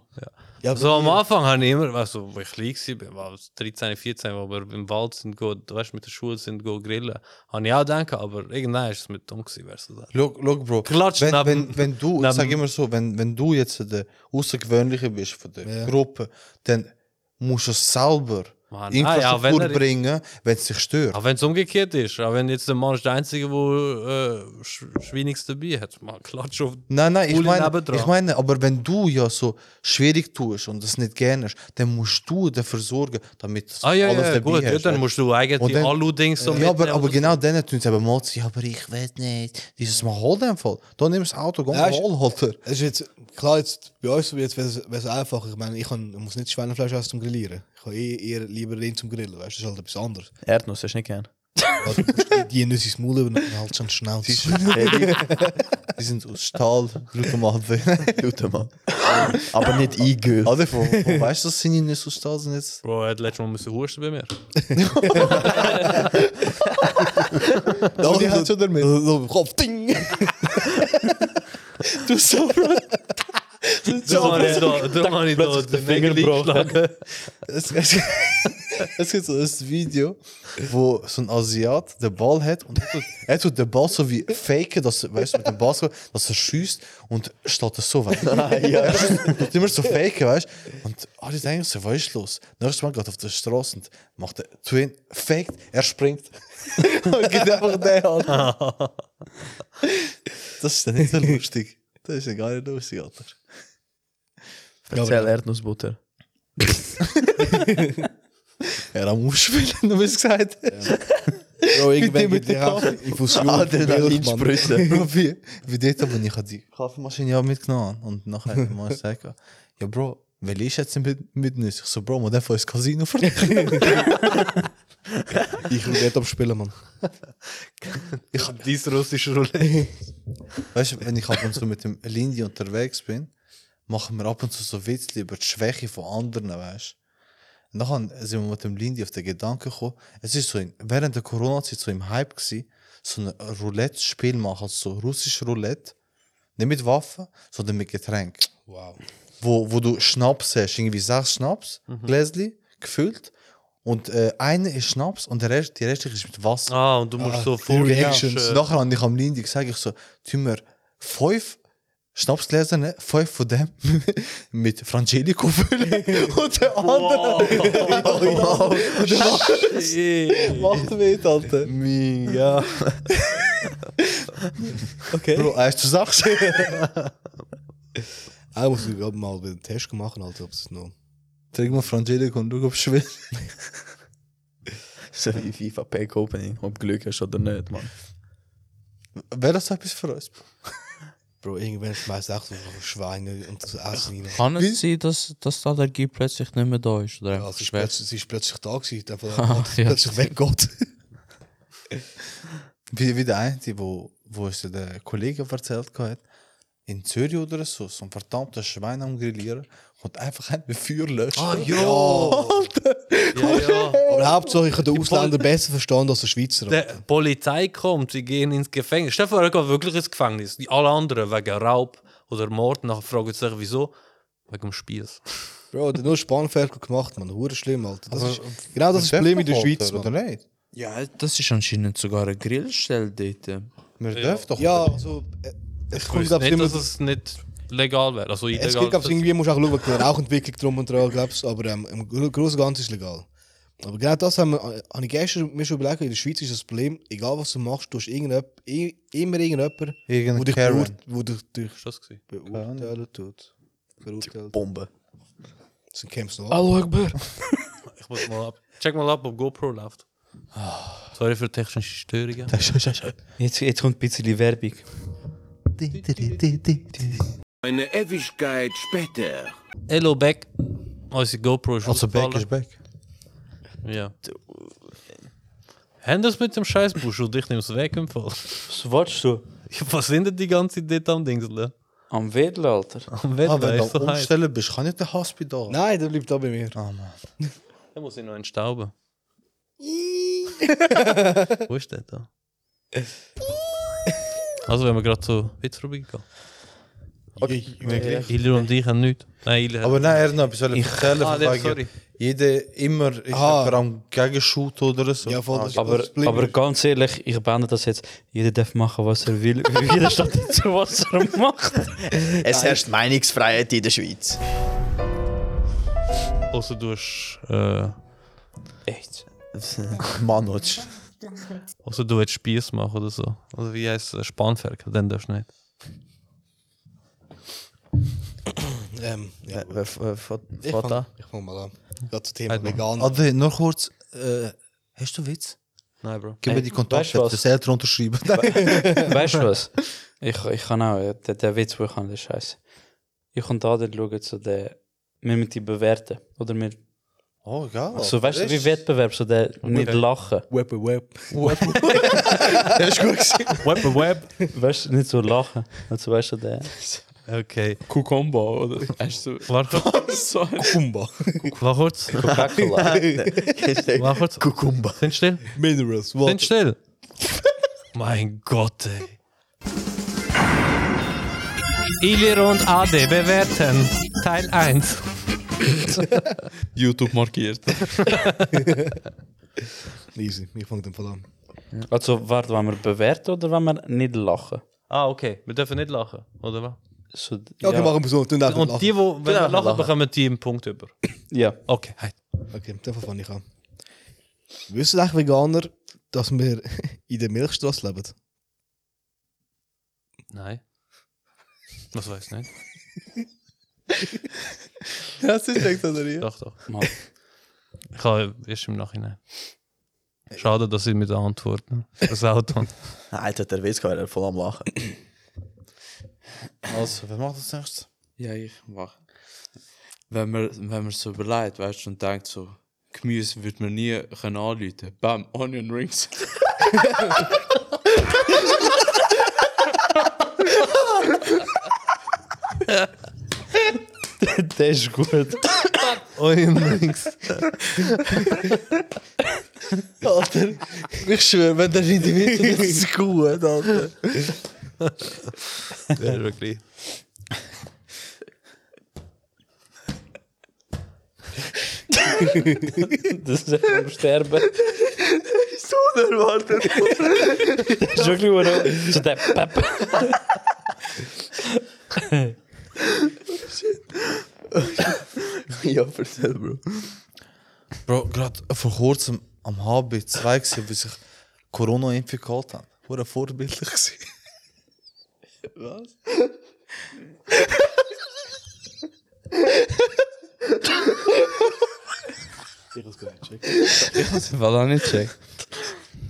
Speaker 4: Ja,
Speaker 1: So am Anfang habe ich immer, also, wo ich klein war, war es 13, 14, wo wir im Wald sind, go, weißt, mit der Schule sind, go grillen, habe ich auch gedacht, aber irgendwann ist es mit dumm gewesen, weißt du das?
Speaker 3: Look, look, Bro.
Speaker 1: Klatsch
Speaker 3: wenn,
Speaker 1: neben-
Speaker 3: wenn, wenn du,
Speaker 1: neben-
Speaker 3: ich sag immer so, wenn, wenn du jetzt der Außergewöhnliche bist von der
Speaker 4: Ja.
Speaker 3: Gruppe, dann musst du es selber
Speaker 1: Mann,
Speaker 3: in
Speaker 1: ah, ja,
Speaker 3: Infrastruktur
Speaker 1: wenn er-
Speaker 3: bringen, wenn es dich stört.
Speaker 1: Auch wenn es umgekehrt ist, auch wenn jetzt der Mann ist der Einzige, der äh, Sch Schweinig's dabei hat, man klatscht auf.
Speaker 3: Nein, nein, ich
Speaker 1: Uli
Speaker 3: meine,
Speaker 1: nebendran.
Speaker 3: ich meine, aber wenn du ja so schwierig tust und das nicht gerne hast, dann musst du dafür sorgen, damit das
Speaker 1: Ah ja,
Speaker 3: alles
Speaker 1: ja
Speaker 3: dabei
Speaker 1: gut, ja,
Speaker 3: hast,
Speaker 1: dann
Speaker 3: weißt?
Speaker 1: musst du eigentlich
Speaker 3: Und
Speaker 1: die
Speaker 3: dann-
Speaker 1: Alu-Dings so
Speaker 3: ja, aber,
Speaker 1: mitnehmen
Speaker 3: aber
Speaker 1: oder so.
Speaker 3: genau dann tun sie eben Motz, ja, aber ich will nicht. Dieses Mal hol den Fall. Dann nimm das Auto, geh
Speaker 4: Ja,
Speaker 3: ja,
Speaker 4: ist-
Speaker 3: hol, Alter.
Speaker 4: Es ist jetzt, klar, jetzt bei uns jetzt wäre es einfacher. Ich meine, ich, kann, ich muss nicht Schweinefleisch essen zum Grillieren. Ich habe eh eher lieber den zum Grillen, weißt du, das ist halt etwas anderes.
Speaker 6: Erdnuss hast du nicht gern.
Speaker 4: Also, du musst die- die Nüsse ins Maul und dann halt schon Schnauze.
Speaker 3: Die sind aus Stahl, schau mal.
Speaker 6: Tut mal. Aber nicht eingeölt.
Speaker 3: Alter, wo, wo weißt du, dass sie nicht aus Stahl sind jetzt?
Speaker 1: Bro, er hat letztes Mal müssen husten bei mir.
Speaker 4: Doch,
Speaker 3: die hat schon damit.
Speaker 4: So, so im Kopf, ding!
Speaker 3: Du so, Bro.
Speaker 1: Da habe ich da, da habe ich da den Finger geschlagen.
Speaker 3: Es, es, es gibt so ein Video, wo so ein Asiat den Ball hat und er tut, er tut den Ball so wie faken, dass, er- weißt du, mit dem Basketball, dass er schießt und steht das so weit. Er schießt und tut immer so faken, weißt du? Und alle denken so, was ist los? Nächstes Mal geht er auf der Straße und macht den Twin, faked, er springt und geht einfach den an. Das ist dann nicht so lustig. Das ist ja gar nicht lustig, Alter.
Speaker 6: Erzähl Erdnussbutter.
Speaker 3: Er am Ausspielen, du hast gesagt.
Speaker 4: Bro, irgendwann
Speaker 3: Mit
Speaker 4: gibt die
Speaker 3: der
Speaker 4: Haft
Speaker 3: Kaffee.
Speaker 4: Infusion.
Speaker 6: Ah,
Speaker 3: Bro, wie, wie dort, aber ich habe die Kaffeemaschine ja mitgenommen und nachher hat der Mann gesagt, ja Bro, welche ist jetzt mit, mit Nüsse? Ich so, Bro, man darf ins Casino verdienen.
Speaker 4: Ich will nicht abspielen, Mann.
Speaker 3: Ich habe diese russische Roulette. Weißt du, wenn ich ab und zu mit dem Lindy unterwegs bin, machen wir ab und zu so Witze über die Schwäche von anderen, weißt du? Nachher sind wir mit dem Lindy auf den Gedanken gekommen, es ist so, in, während der Corona-Zeit so im Hype gewesen, so ein Roulette-Spiel machen, also so russisch Roulette. Nicht mit Waffen, sondern mit Getränk.
Speaker 4: Wow.
Speaker 3: wo, wo du Schnaps hast, irgendwie sechs Schnaps, Gläsli, gefüllt. Und äh, eine ist Schnaps und der Rest, die restliche ist mit Wasser.
Speaker 1: Ah, und du musst so voll eh,
Speaker 3: Reactions. Nachher habe ich am Lindy gesagt, ich so, tun wir fünf Schnapsgläser, ne? fünf von dem mit Frangelico füllen und der andere. und der macht- macht mit, Alter.
Speaker 6: Ja. okay.
Speaker 3: Bro, hast du Sachen?
Speaker 4: Auch muss ich glaub, mal einen Test machen, halt Alter, ob es noch.
Speaker 3: Trink mal Frangelico und schau, ob es schwimmt.
Speaker 6: So wie FIFA Pack Opening, ob du Glück hast oder nicht, Mann.
Speaker 3: Wäre das etwas für uns?
Speaker 4: Bro, irgendwann schmeißt auch so Schweine und das Essen rein.
Speaker 5: Kann es sein, dass, dass da der Guy plötzlich nicht mehr da ist? Oder
Speaker 4: Ja,
Speaker 5: einfach
Speaker 4: Ah, sie, ist
Speaker 5: schwer?
Speaker 4: plötzlich, sie ist plötzlich da gewesen, der von
Speaker 5: Ah, ja.
Speaker 4: plötzlich weggeht.
Speaker 3: Wie, wie der eine, wo, wo es der Kollege erzählt hat, in Zürich oder so, so ein verdammter Schwein am Grillieren und einfach ein mit Feuer löscht.
Speaker 1: Ah, ja! ja, ja.
Speaker 4: Aber Hauptsache, ich kann den Ausländer besser verstehen als den Schweizer.
Speaker 1: Die Polizei kommt, sie gehen ins Gefängnis. Stell dir vor, er geht wirklich ins Gefängnis. Die alle anderen wegen Raub oder Mord nachher fragen sich, wieso? Wegen dem Spieß.
Speaker 4: Bro, der nur Spanferkel gemacht, man. Hure schlimm, Alter. Das
Speaker 3: Aber
Speaker 4: ist, genau das ist das Problem in der Schweiz,
Speaker 3: oder
Speaker 4: Mann.
Speaker 3: nicht?
Speaker 5: Ja, das ist anscheinend sogar eine Grillstelle dort.
Speaker 3: Wir dürfen doch.
Speaker 4: Ja, also. äh, Es kommt, glaube ich,
Speaker 1: Nicht,
Speaker 4: immer.
Speaker 1: dass es nicht legal wäre. Also illegal.
Speaker 4: Es gibt, glaube
Speaker 1: dass-
Speaker 4: ich, irgendwie, musst du auch schauen, wegen der Rauchentwicklung drum und dran, glaubst Aber ähm, im Gro- Großen und Ganzen ist es legal. Aber genau das haben wir, äh, habe ich gestern mir schon überlegt, in der Schweiz ist das Problem, egal was du machst, du hast irgendjemand, i- immer irgendjemanden,
Speaker 3: Irgendein
Speaker 4: wo dich,
Speaker 3: Karen.
Speaker 4: beurte- wo dich, dich
Speaker 1: Ist das gewesen?
Speaker 4: beurteilen tut. Verurteilt.
Speaker 6: Bombe.
Speaker 4: Dann kämpfst du
Speaker 5: Hallo Akbar!
Speaker 1: Ich muss mal ab. Check mal ab, ob GoPro läuft. Sorry für technische Störungen.
Speaker 7: Jetzt, jetzt kommt ein bisschen Werbung.
Speaker 8: Eine Ewigkeit später.
Speaker 1: Hello, Beck. Unsere GoPro ist
Speaker 3: Also back
Speaker 1: ausgefallen.
Speaker 3: is back.
Speaker 1: Ja. dus Händ es mit dem Scheißbusch und ich nehme es weg im Fall.
Speaker 7: Was wolltest du?
Speaker 1: Ja, Was sind denn die ganze Zeit dort am Dingseln?
Speaker 7: Am Wedel, Alter.
Speaker 1: Am
Speaker 3: Ah,
Speaker 1: Wetter
Speaker 3: wenn
Speaker 1: ist
Speaker 3: du
Speaker 1: so
Speaker 3: am
Speaker 1: heiß.
Speaker 3: Umstellen bist, kann ich den Haspi da.
Speaker 4: Nein, der bleibt da bei mir.
Speaker 3: Ah, Mann.
Speaker 1: Da muss ich noch entstauben. Wo ist der da? Also, wenn wir gerade so Witz rübergehen.
Speaker 3: Wirklich?
Speaker 1: Ilir und ich haben nichts. Nein, Ilir
Speaker 3: Aber nein, er hat noch etwas erzählen.
Speaker 1: Ah,
Speaker 3: von
Speaker 1: der-
Speaker 3: wegen,
Speaker 1: sorry.
Speaker 3: Jeder immer ist
Speaker 4: Ah.
Speaker 3: jemand am Gegenschutt oder so. Ah,
Speaker 4: Ja, voll, das ist-
Speaker 7: Aber,
Speaker 4: Das Problem
Speaker 7: aber
Speaker 4: ist-
Speaker 7: ganz ehrlich, ich beende das jetzt. Jeder darf machen, was er will. Jeder steht dazu, was er macht.
Speaker 6: Es herrscht Meinungsfreiheit in der Schweiz.
Speaker 1: Außer du hast. Äh,
Speaker 7: Echt?
Speaker 6: Manotsch.
Speaker 1: außer du willst Spieß machen oder so. Oder wie heißt es? Spanferkel, dann darfst du nicht.
Speaker 4: Ähm, ja,
Speaker 6: Wer
Speaker 4: ich
Speaker 6: fährt
Speaker 4: fange
Speaker 6: da?
Speaker 4: fang mal an. Gerade zum Thema
Speaker 1: Halt,
Speaker 4: vegan.
Speaker 3: Ade, nur kurz. Äh, hast du Witz?
Speaker 1: Nein, Bro.
Speaker 3: Gib mir
Speaker 7: Hey,
Speaker 3: die
Speaker 7: weißt
Speaker 3: Kontakte,
Speaker 7: du was?
Speaker 3: das Eltern unterschreiben.
Speaker 7: Weißt du was? Ich, ich kann auch, äh, der, der Witz, wo ich kann, der Scheiße. Ich und Adel schauen zu der, wir müssen die bewerten. Oder wir,
Speaker 3: Oh, geil.
Speaker 7: so weißt du, wie Wettbewerb, so der nicht lachen.
Speaker 4: Web, web.
Speaker 1: Web, web.
Speaker 7: Weißt du, nicht so lachen. Also weißt du, der.
Speaker 1: Okay.
Speaker 5: Kukumba, oder? Hast du.
Speaker 1: War kurz.
Speaker 5: so
Speaker 4: Kumba.
Speaker 1: War kurz.
Speaker 7: Kakula.
Speaker 1: War kurz.
Speaker 6: Kukumba.
Speaker 1: Sind still.
Speaker 4: Minerals.
Speaker 1: Sind still. mein Gott, ey. Ilir und Ade bewerten. Teil 1.
Speaker 5: YouTube markiert.
Speaker 4: Easy, ich fange den Fall an.
Speaker 7: Also, warte, wenn wir bewerten oder wenn wir nicht lachen?
Speaker 1: Ah, okay. Wir dürfen nicht lachen, oder was?
Speaker 7: So,
Speaker 4: Ja, okay,
Speaker 7: ja.
Speaker 4: machen Ah, wir so. Dann darf ich
Speaker 1: Und
Speaker 4: lachen.
Speaker 1: die, die, wenn wir
Speaker 7: Lachen,
Speaker 1: lachen,
Speaker 7: lachen.
Speaker 1: bekommen die einen Punkt über.
Speaker 7: ja.
Speaker 1: Okay, halt.
Speaker 4: Okay, davon fange ich an. Wissen eigentlich Veganer, dass wir in der Milchstraße leben?
Speaker 1: Nein. Was weiß ich nicht.
Speaker 3: Hast du gecheckt, oder nicht?
Speaker 1: Doch, doch.
Speaker 7: Mal.
Speaker 1: Ich habe erst im Nachhinein. Schade, dass ich mit der Antwort ne? das Auto.
Speaker 6: Nein, jetzt hat er Witz gehabt, er war voll am Lachen.
Speaker 3: Also, wer macht das nächstes?
Speaker 5: Ja, ich mache. Wenn man, wenn man so überlegt, weißt du, und denkt so, Gemüse wird man nie können anrufen. Bam, Onion Rings.
Speaker 7: Der ist gut.
Speaker 1: Onion Rings.
Speaker 3: Alter, ich schwöre, wenn der in die Mitte ist, ist es gut, Alter.
Speaker 1: Das ist wirklich.
Speaker 7: Das ist echt am Sterben. Das ist unerwartet. Das ist wirklich unerwartet. So der Pepp.
Speaker 6: ja, erzähl, Bro.
Speaker 3: Bro, gerade vor kurzem am HB2 gesehen, wie sich Corona-Impfung geholt haben. Hure vorbildlich gewesen.
Speaker 5: Das war auch nicht check.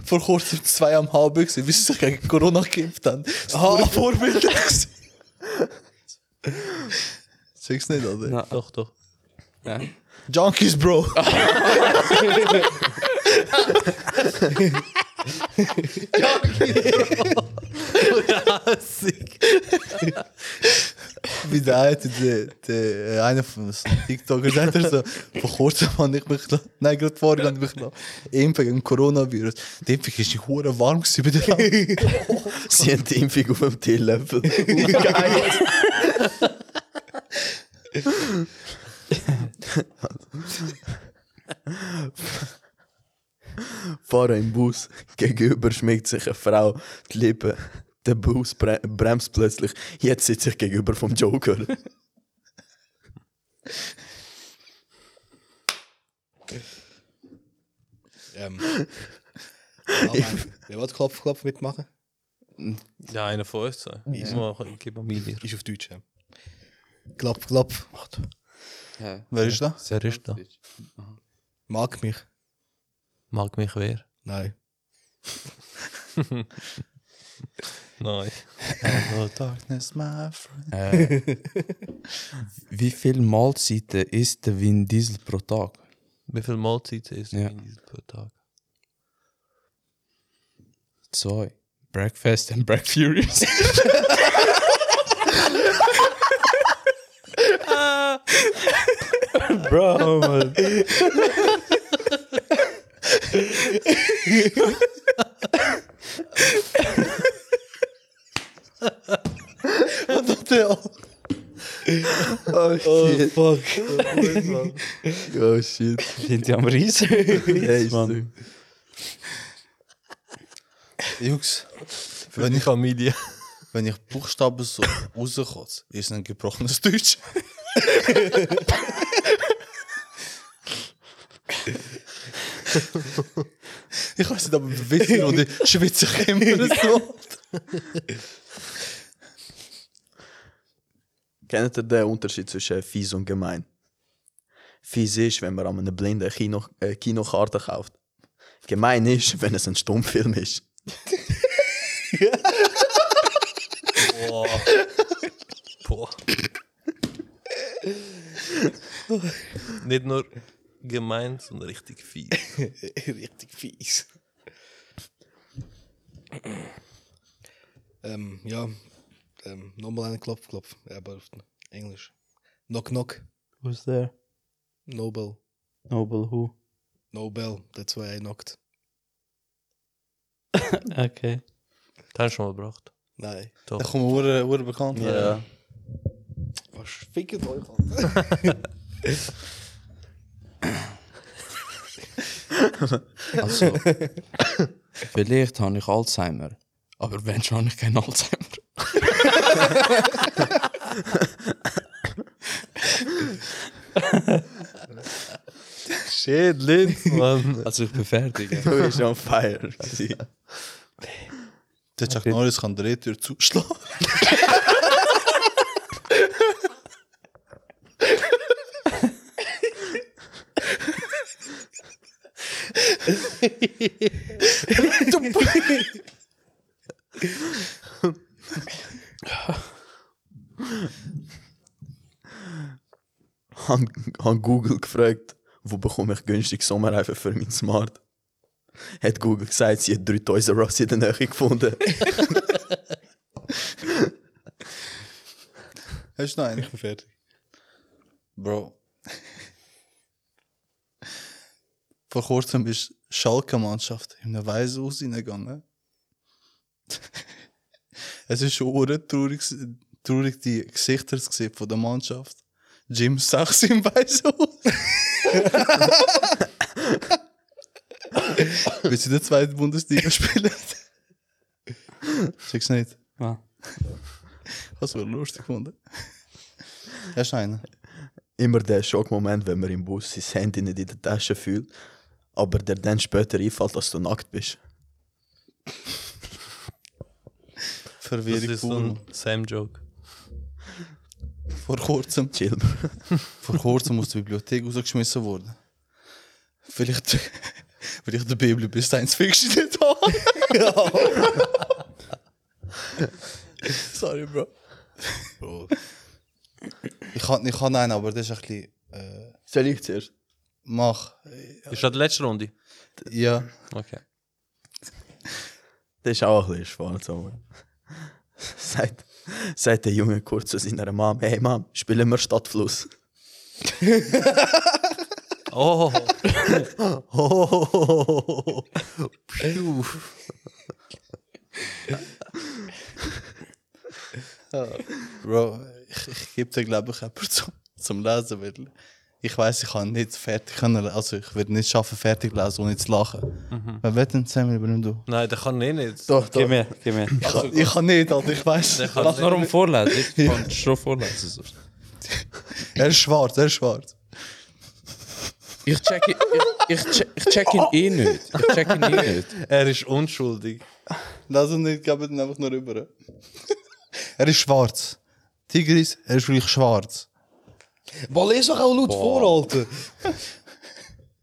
Speaker 3: Vor kurzem zwei am HB gesehen, wie sie sich gegen Corona geimpft haben. Aha, vorbildlich gewesen. Sag's nicht, oder?
Speaker 5: Nein.
Speaker 1: Doch, doch.
Speaker 5: Ja.
Speaker 3: Junkies, Bro. Wie der eine, der, der, äh, einer von uns TikToker sagt er so, vor kurzem habe ich mich, gelassen- nein, gerade vorher habe ich mich gelassen, impfen gegen Coronavirus. Die Impfung ist nicht hure warm gewesen bei der
Speaker 6: Sie haben die Impfung auf dem Teelöffel. Geil. Fahrer im Bus, gegenüber schmiegt sich eine Frau die Lippen. Der Bus bre bremst plötzlich. Jetzt sitze ich gegenüber vom Joker.
Speaker 4: Ähm. Ja, Mann. Wer will Klopf, Klopf mitmachen?
Speaker 1: Ja, einer von uns. zwei. Ich mach- ich gebe mir dir.
Speaker 4: Ist auf Deutsch. Ja. Klopf, Klopf.
Speaker 5: Ja.
Speaker 3: Wer ist da?
Speaker 1: Wer ist da?
Speaker 4: Mag mich.
Speaker 1: Mag mich wer?
Speaker 4: Nein.
Speaker 1: Nein.
Speaker 3: Hello darkness, my friend.
Speaker 5: Wie viele Mahlzeiten isst der Vin Diesel pro Tag?
Speaker 1: Wie viel Mahlzeiten ist
Speaker 5: Ja.
Speaker 1: ja. pro Tag?
Speaker 5: Zwei. Breakfast and Break Furious.
Speaker 7: Bro, man.
Speaker 6: Oh shit.
Speaker 7: Fuck.
Speaker 6: Oh shit.
Speaker 7: Sind die am Reisen?
Speaker 6: Yes,
Speaker 7: Mann.
Speaker 6: Mann.
Speaker 3: Jungs,
Speaker 1: Für die Familie.
Speaker 3: wenn ich Buchstaben so rauskotze, ist ein gebrochenes Deutsch. ich weiß nicht, ob ich Witz und ich schwitze ich immer so.
Speaker 6: Kennt ihr den Unterschied zwischen fies und gemein? Fies ist, wenn man an einem blinden Kino, äh, Kinokarte kauft. Gemein ist, wenn es ein Stummfilm ist.
Speaker 1: Boah. Boah. Nicht nur gemein, sondern richtig viel.
Speaker 4: Richtig fies. ähm, ja. Ähm, nochmal einen Klopf, Klopf. Ja, aber auf Englisch. Knock, knock.
Speaker 5: Who's there?
Speaker 4: Nobel.
Speaker 5: Noble who?
Speaker 4: Nobel. That's why I knocked.
Speaker 5: Okay.
Speaker 1: Das hast du schon mal gebracht.
Speaker 4: Nein.
Speaker 3: Da kommen wir ur bekannt.
Speaker 6: Ja.
Speaker 4: Was fickt euch an?
Speaker 5: Also, vielleicht habe ich Alzheimer. Aber wenn schon, habe ich keinen Alzheimer.
Speaker 1: Shit, Linz, Mann.
Speaker 5: Also, ich bin fertig. ja.
Speaker 6: Du bist on fire. gewesen.
Speaker 3: Der Chuck Norris kann die Drehtür zuschlagen.
Speaker 6: Han, han Google gefragt, wo bekomme ich günstig Sommerreifen für mein Smart? Hat Google gesagt, sie hat drei Toys R Us in der Nähe gefunden.
Speaker 3: Hast du noch einen?
Speaker 4: Ich bin fertig.
Speaker 3: Bro. Vor kurzem ist Schalke-Mannschaft in eine weiße Haus reingegangen. es ist schon verdammt traurig, traurig die Gesichter zu sehen von der Mannschaft. Jim Sachs im weißen Haus. Willst du in der zweiten Bundesliga spielen? Check's nicht.
Speaker 7: Ja.
Speaker 3: Das war lustig gefunden. Hast du noch einen?
Speaker 6: Immer der Schockmoment, wenn man im Bus sein Handy nicht in der Tasche fühlt, aber der dann später einfällt, dass du nackt bist.
Speaker 1: Das
Speaker 3: Verwirrung
Speaker 1: ist so
Speaker 3: pur.
Speaker 1: ein Sam-Joke.
Speaker 3: Vor kurzem.
Speaker 6: Chill.
Speaker 3: vor kurzem aus der Bibliothek rausgeschmissen worden. Vielleicht, vielleicht der Bibel bis Science Fiction nicht an. Sorry, Bro.
Speaker 4: Bro.
Speaker 3: Ich kann, ich kann einen, aber das ist ein bisschen. Äh,
Speaker 6: Soll ich zuerst?
Speaker 3: mach.
Speaker 1: Ist das die letzte Runde?
Speaker 3: Ja.
Speaker 1: Okay.
Speaker 6: Das ist auch ein bisschen schwarz, aber. Sagt, sagt der Junge kurz zu seiner Mom: Hey Mom, spielen wir Stadtfluss.
Speaker 1: Oh,
Speaker 6: Oh,
Speaker 3: Bro, ich, ich gebe dir, glaube ich, jemanden zum, zum Lesen, weil ich weiß, ich kann nicht fertig können, also ich werde nicht schaffen, fertig zu lesen und nicht zu lachen. Wer wird denn Samuel übernimm du?
Speaker 1: nein, der kann eh nicht.
Speaker 6: doch,
Speaker 7: Gib mir, gib mir.
Speaker 3: Ich kann, ich kann nicht, Alter, ich weiß.
Speaker 1: Der kann
Speaker 7: Lass nur
Speaker 1: nicht.
Speaker 7: um vorlesen. Ich kann schon vorlesen. so.
Speaker 3: Er ist schwarz, er ist schwarz.
Speaker 5: Ich check, ich, ich, check, ich check ihn eh nicht. Ich check ihn eh nicht.
Speaker 1: Er ist unschuldig.
Speaker 3: Lass uns nicht, geben ihn einfach nur rüber. er ist schwarz. Tigris, er ist wirklich schwarz.
Speaker 4: Mal ist doch auch laut vor, Alter.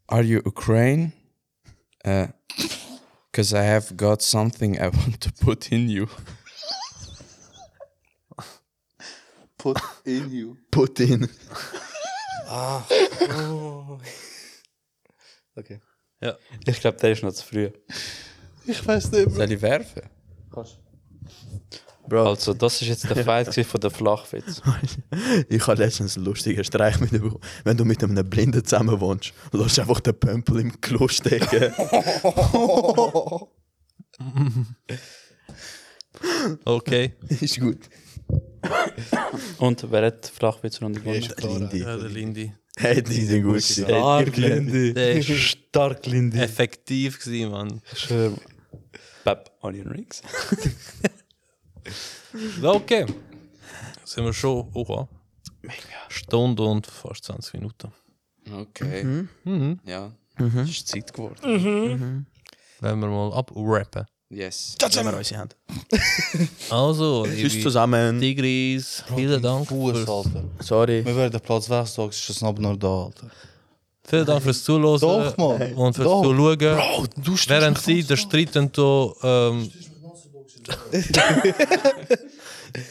Speaker 5: Are you Ukraine? Because I have got something I want to put in you.
Speaker 3: Put in you.
Speaker 6: Putin.
Speaker 4: Okay.
Speaker 7: Ich glaube, der ist noch zu früh.
Speaker 3: Ich weiß nicht, Bro.
Speaker 5: Soll ich werfen?
Speaker 6: Bro,
Speaker 7: Also, das ist jetzt der Fight gewesen von der Flachwitz.
Speaker 6: ich habe letztens einen lustigen Streich mitbekommen. Wenn du mit einem Blinden zusammen wohnst, lass einfach den Pömpel im Klo stecken.
Speaker 1: Okay.
Speaker 6: ist gut.
Speaker 7: Und wer hat die Flachwitzrunde gewonnen?
Speaker 4: ist klar,
Speaker 6: Lindy.
Speaker 1: Ja, der Lindy.
Speaker 6: Hey, die sind gut. gewesen.
Speaker 7: Stark, Lindy.
Speaker 1: Der ist
Speaker 7: Stark, Lindy.
Speaker 1: effektiv gewesen, Mann.
Speaker 7: Pep, Onion Rings.
Speaker 1: Okay. Sind wir schon hoch? Mega. Stunde und fast 20 Minuten. Mhm.
Speaker 5: Okay.
Speaker 3: Mhm.
Speaker 5: Ja, es ist Zeit geworden.
Speaker 1: Wenn wir mal abrappen.
Speaker 5: Yes.
Speaker 6: Wenn wir unsere Hand.
Speaker 1: Also,
Speaker 6: Tschüss
Speaker 1: liebe
Speaker 6: zusammen.
Speaker 1: Tigris, vielen Dank,
Speaker 3: Fuß,
Speaker 1: fürs,
Speaker 3: Alter.
Speaker 6: Sorry.
Speaker 3: Wir werden Platz weg, sagst du, ist das aber nur da, Alter.
Speaker 1: vielen Dank fürs Zuhören
Speaker 3: Doch, Mann.
Speaker 1: und fürs
Speaker 3: Doch.
Speaker 1: Zuschauen.
Speaker 3: Oh, du stehst
Speaker 1: Während
Speaker 3: mich
Speaker 1: sie
Speaker 3: ganz
Speaker 1: den
Speaker 3: nah.
Speaker 1: Streit und so, ähm,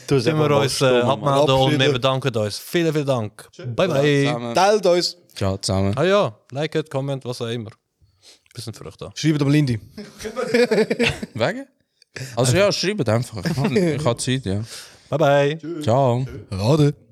Speaker 7: Du
Speaker 1: sind wir uns äh, abmelden und wir bedanken uns. Vielen, vielen Dank. Bye, bye.
Speaker 5: Zusammen.
Speaker 4: Teilt uns.
Speaker 5: Ciao zusammen.
Speaker 1: Ah ja, like, comment, was auch immer. Bisschen verrückt da.
Speaker 4: Schreibt am Lindy.
Speaker 5: Wegen? Also ja, schreibt einfach. Ich habe Zeit, ja.
Speaker 1: Bye, bye.
Speaker 5: Ciao.
Speaker 4: Lade.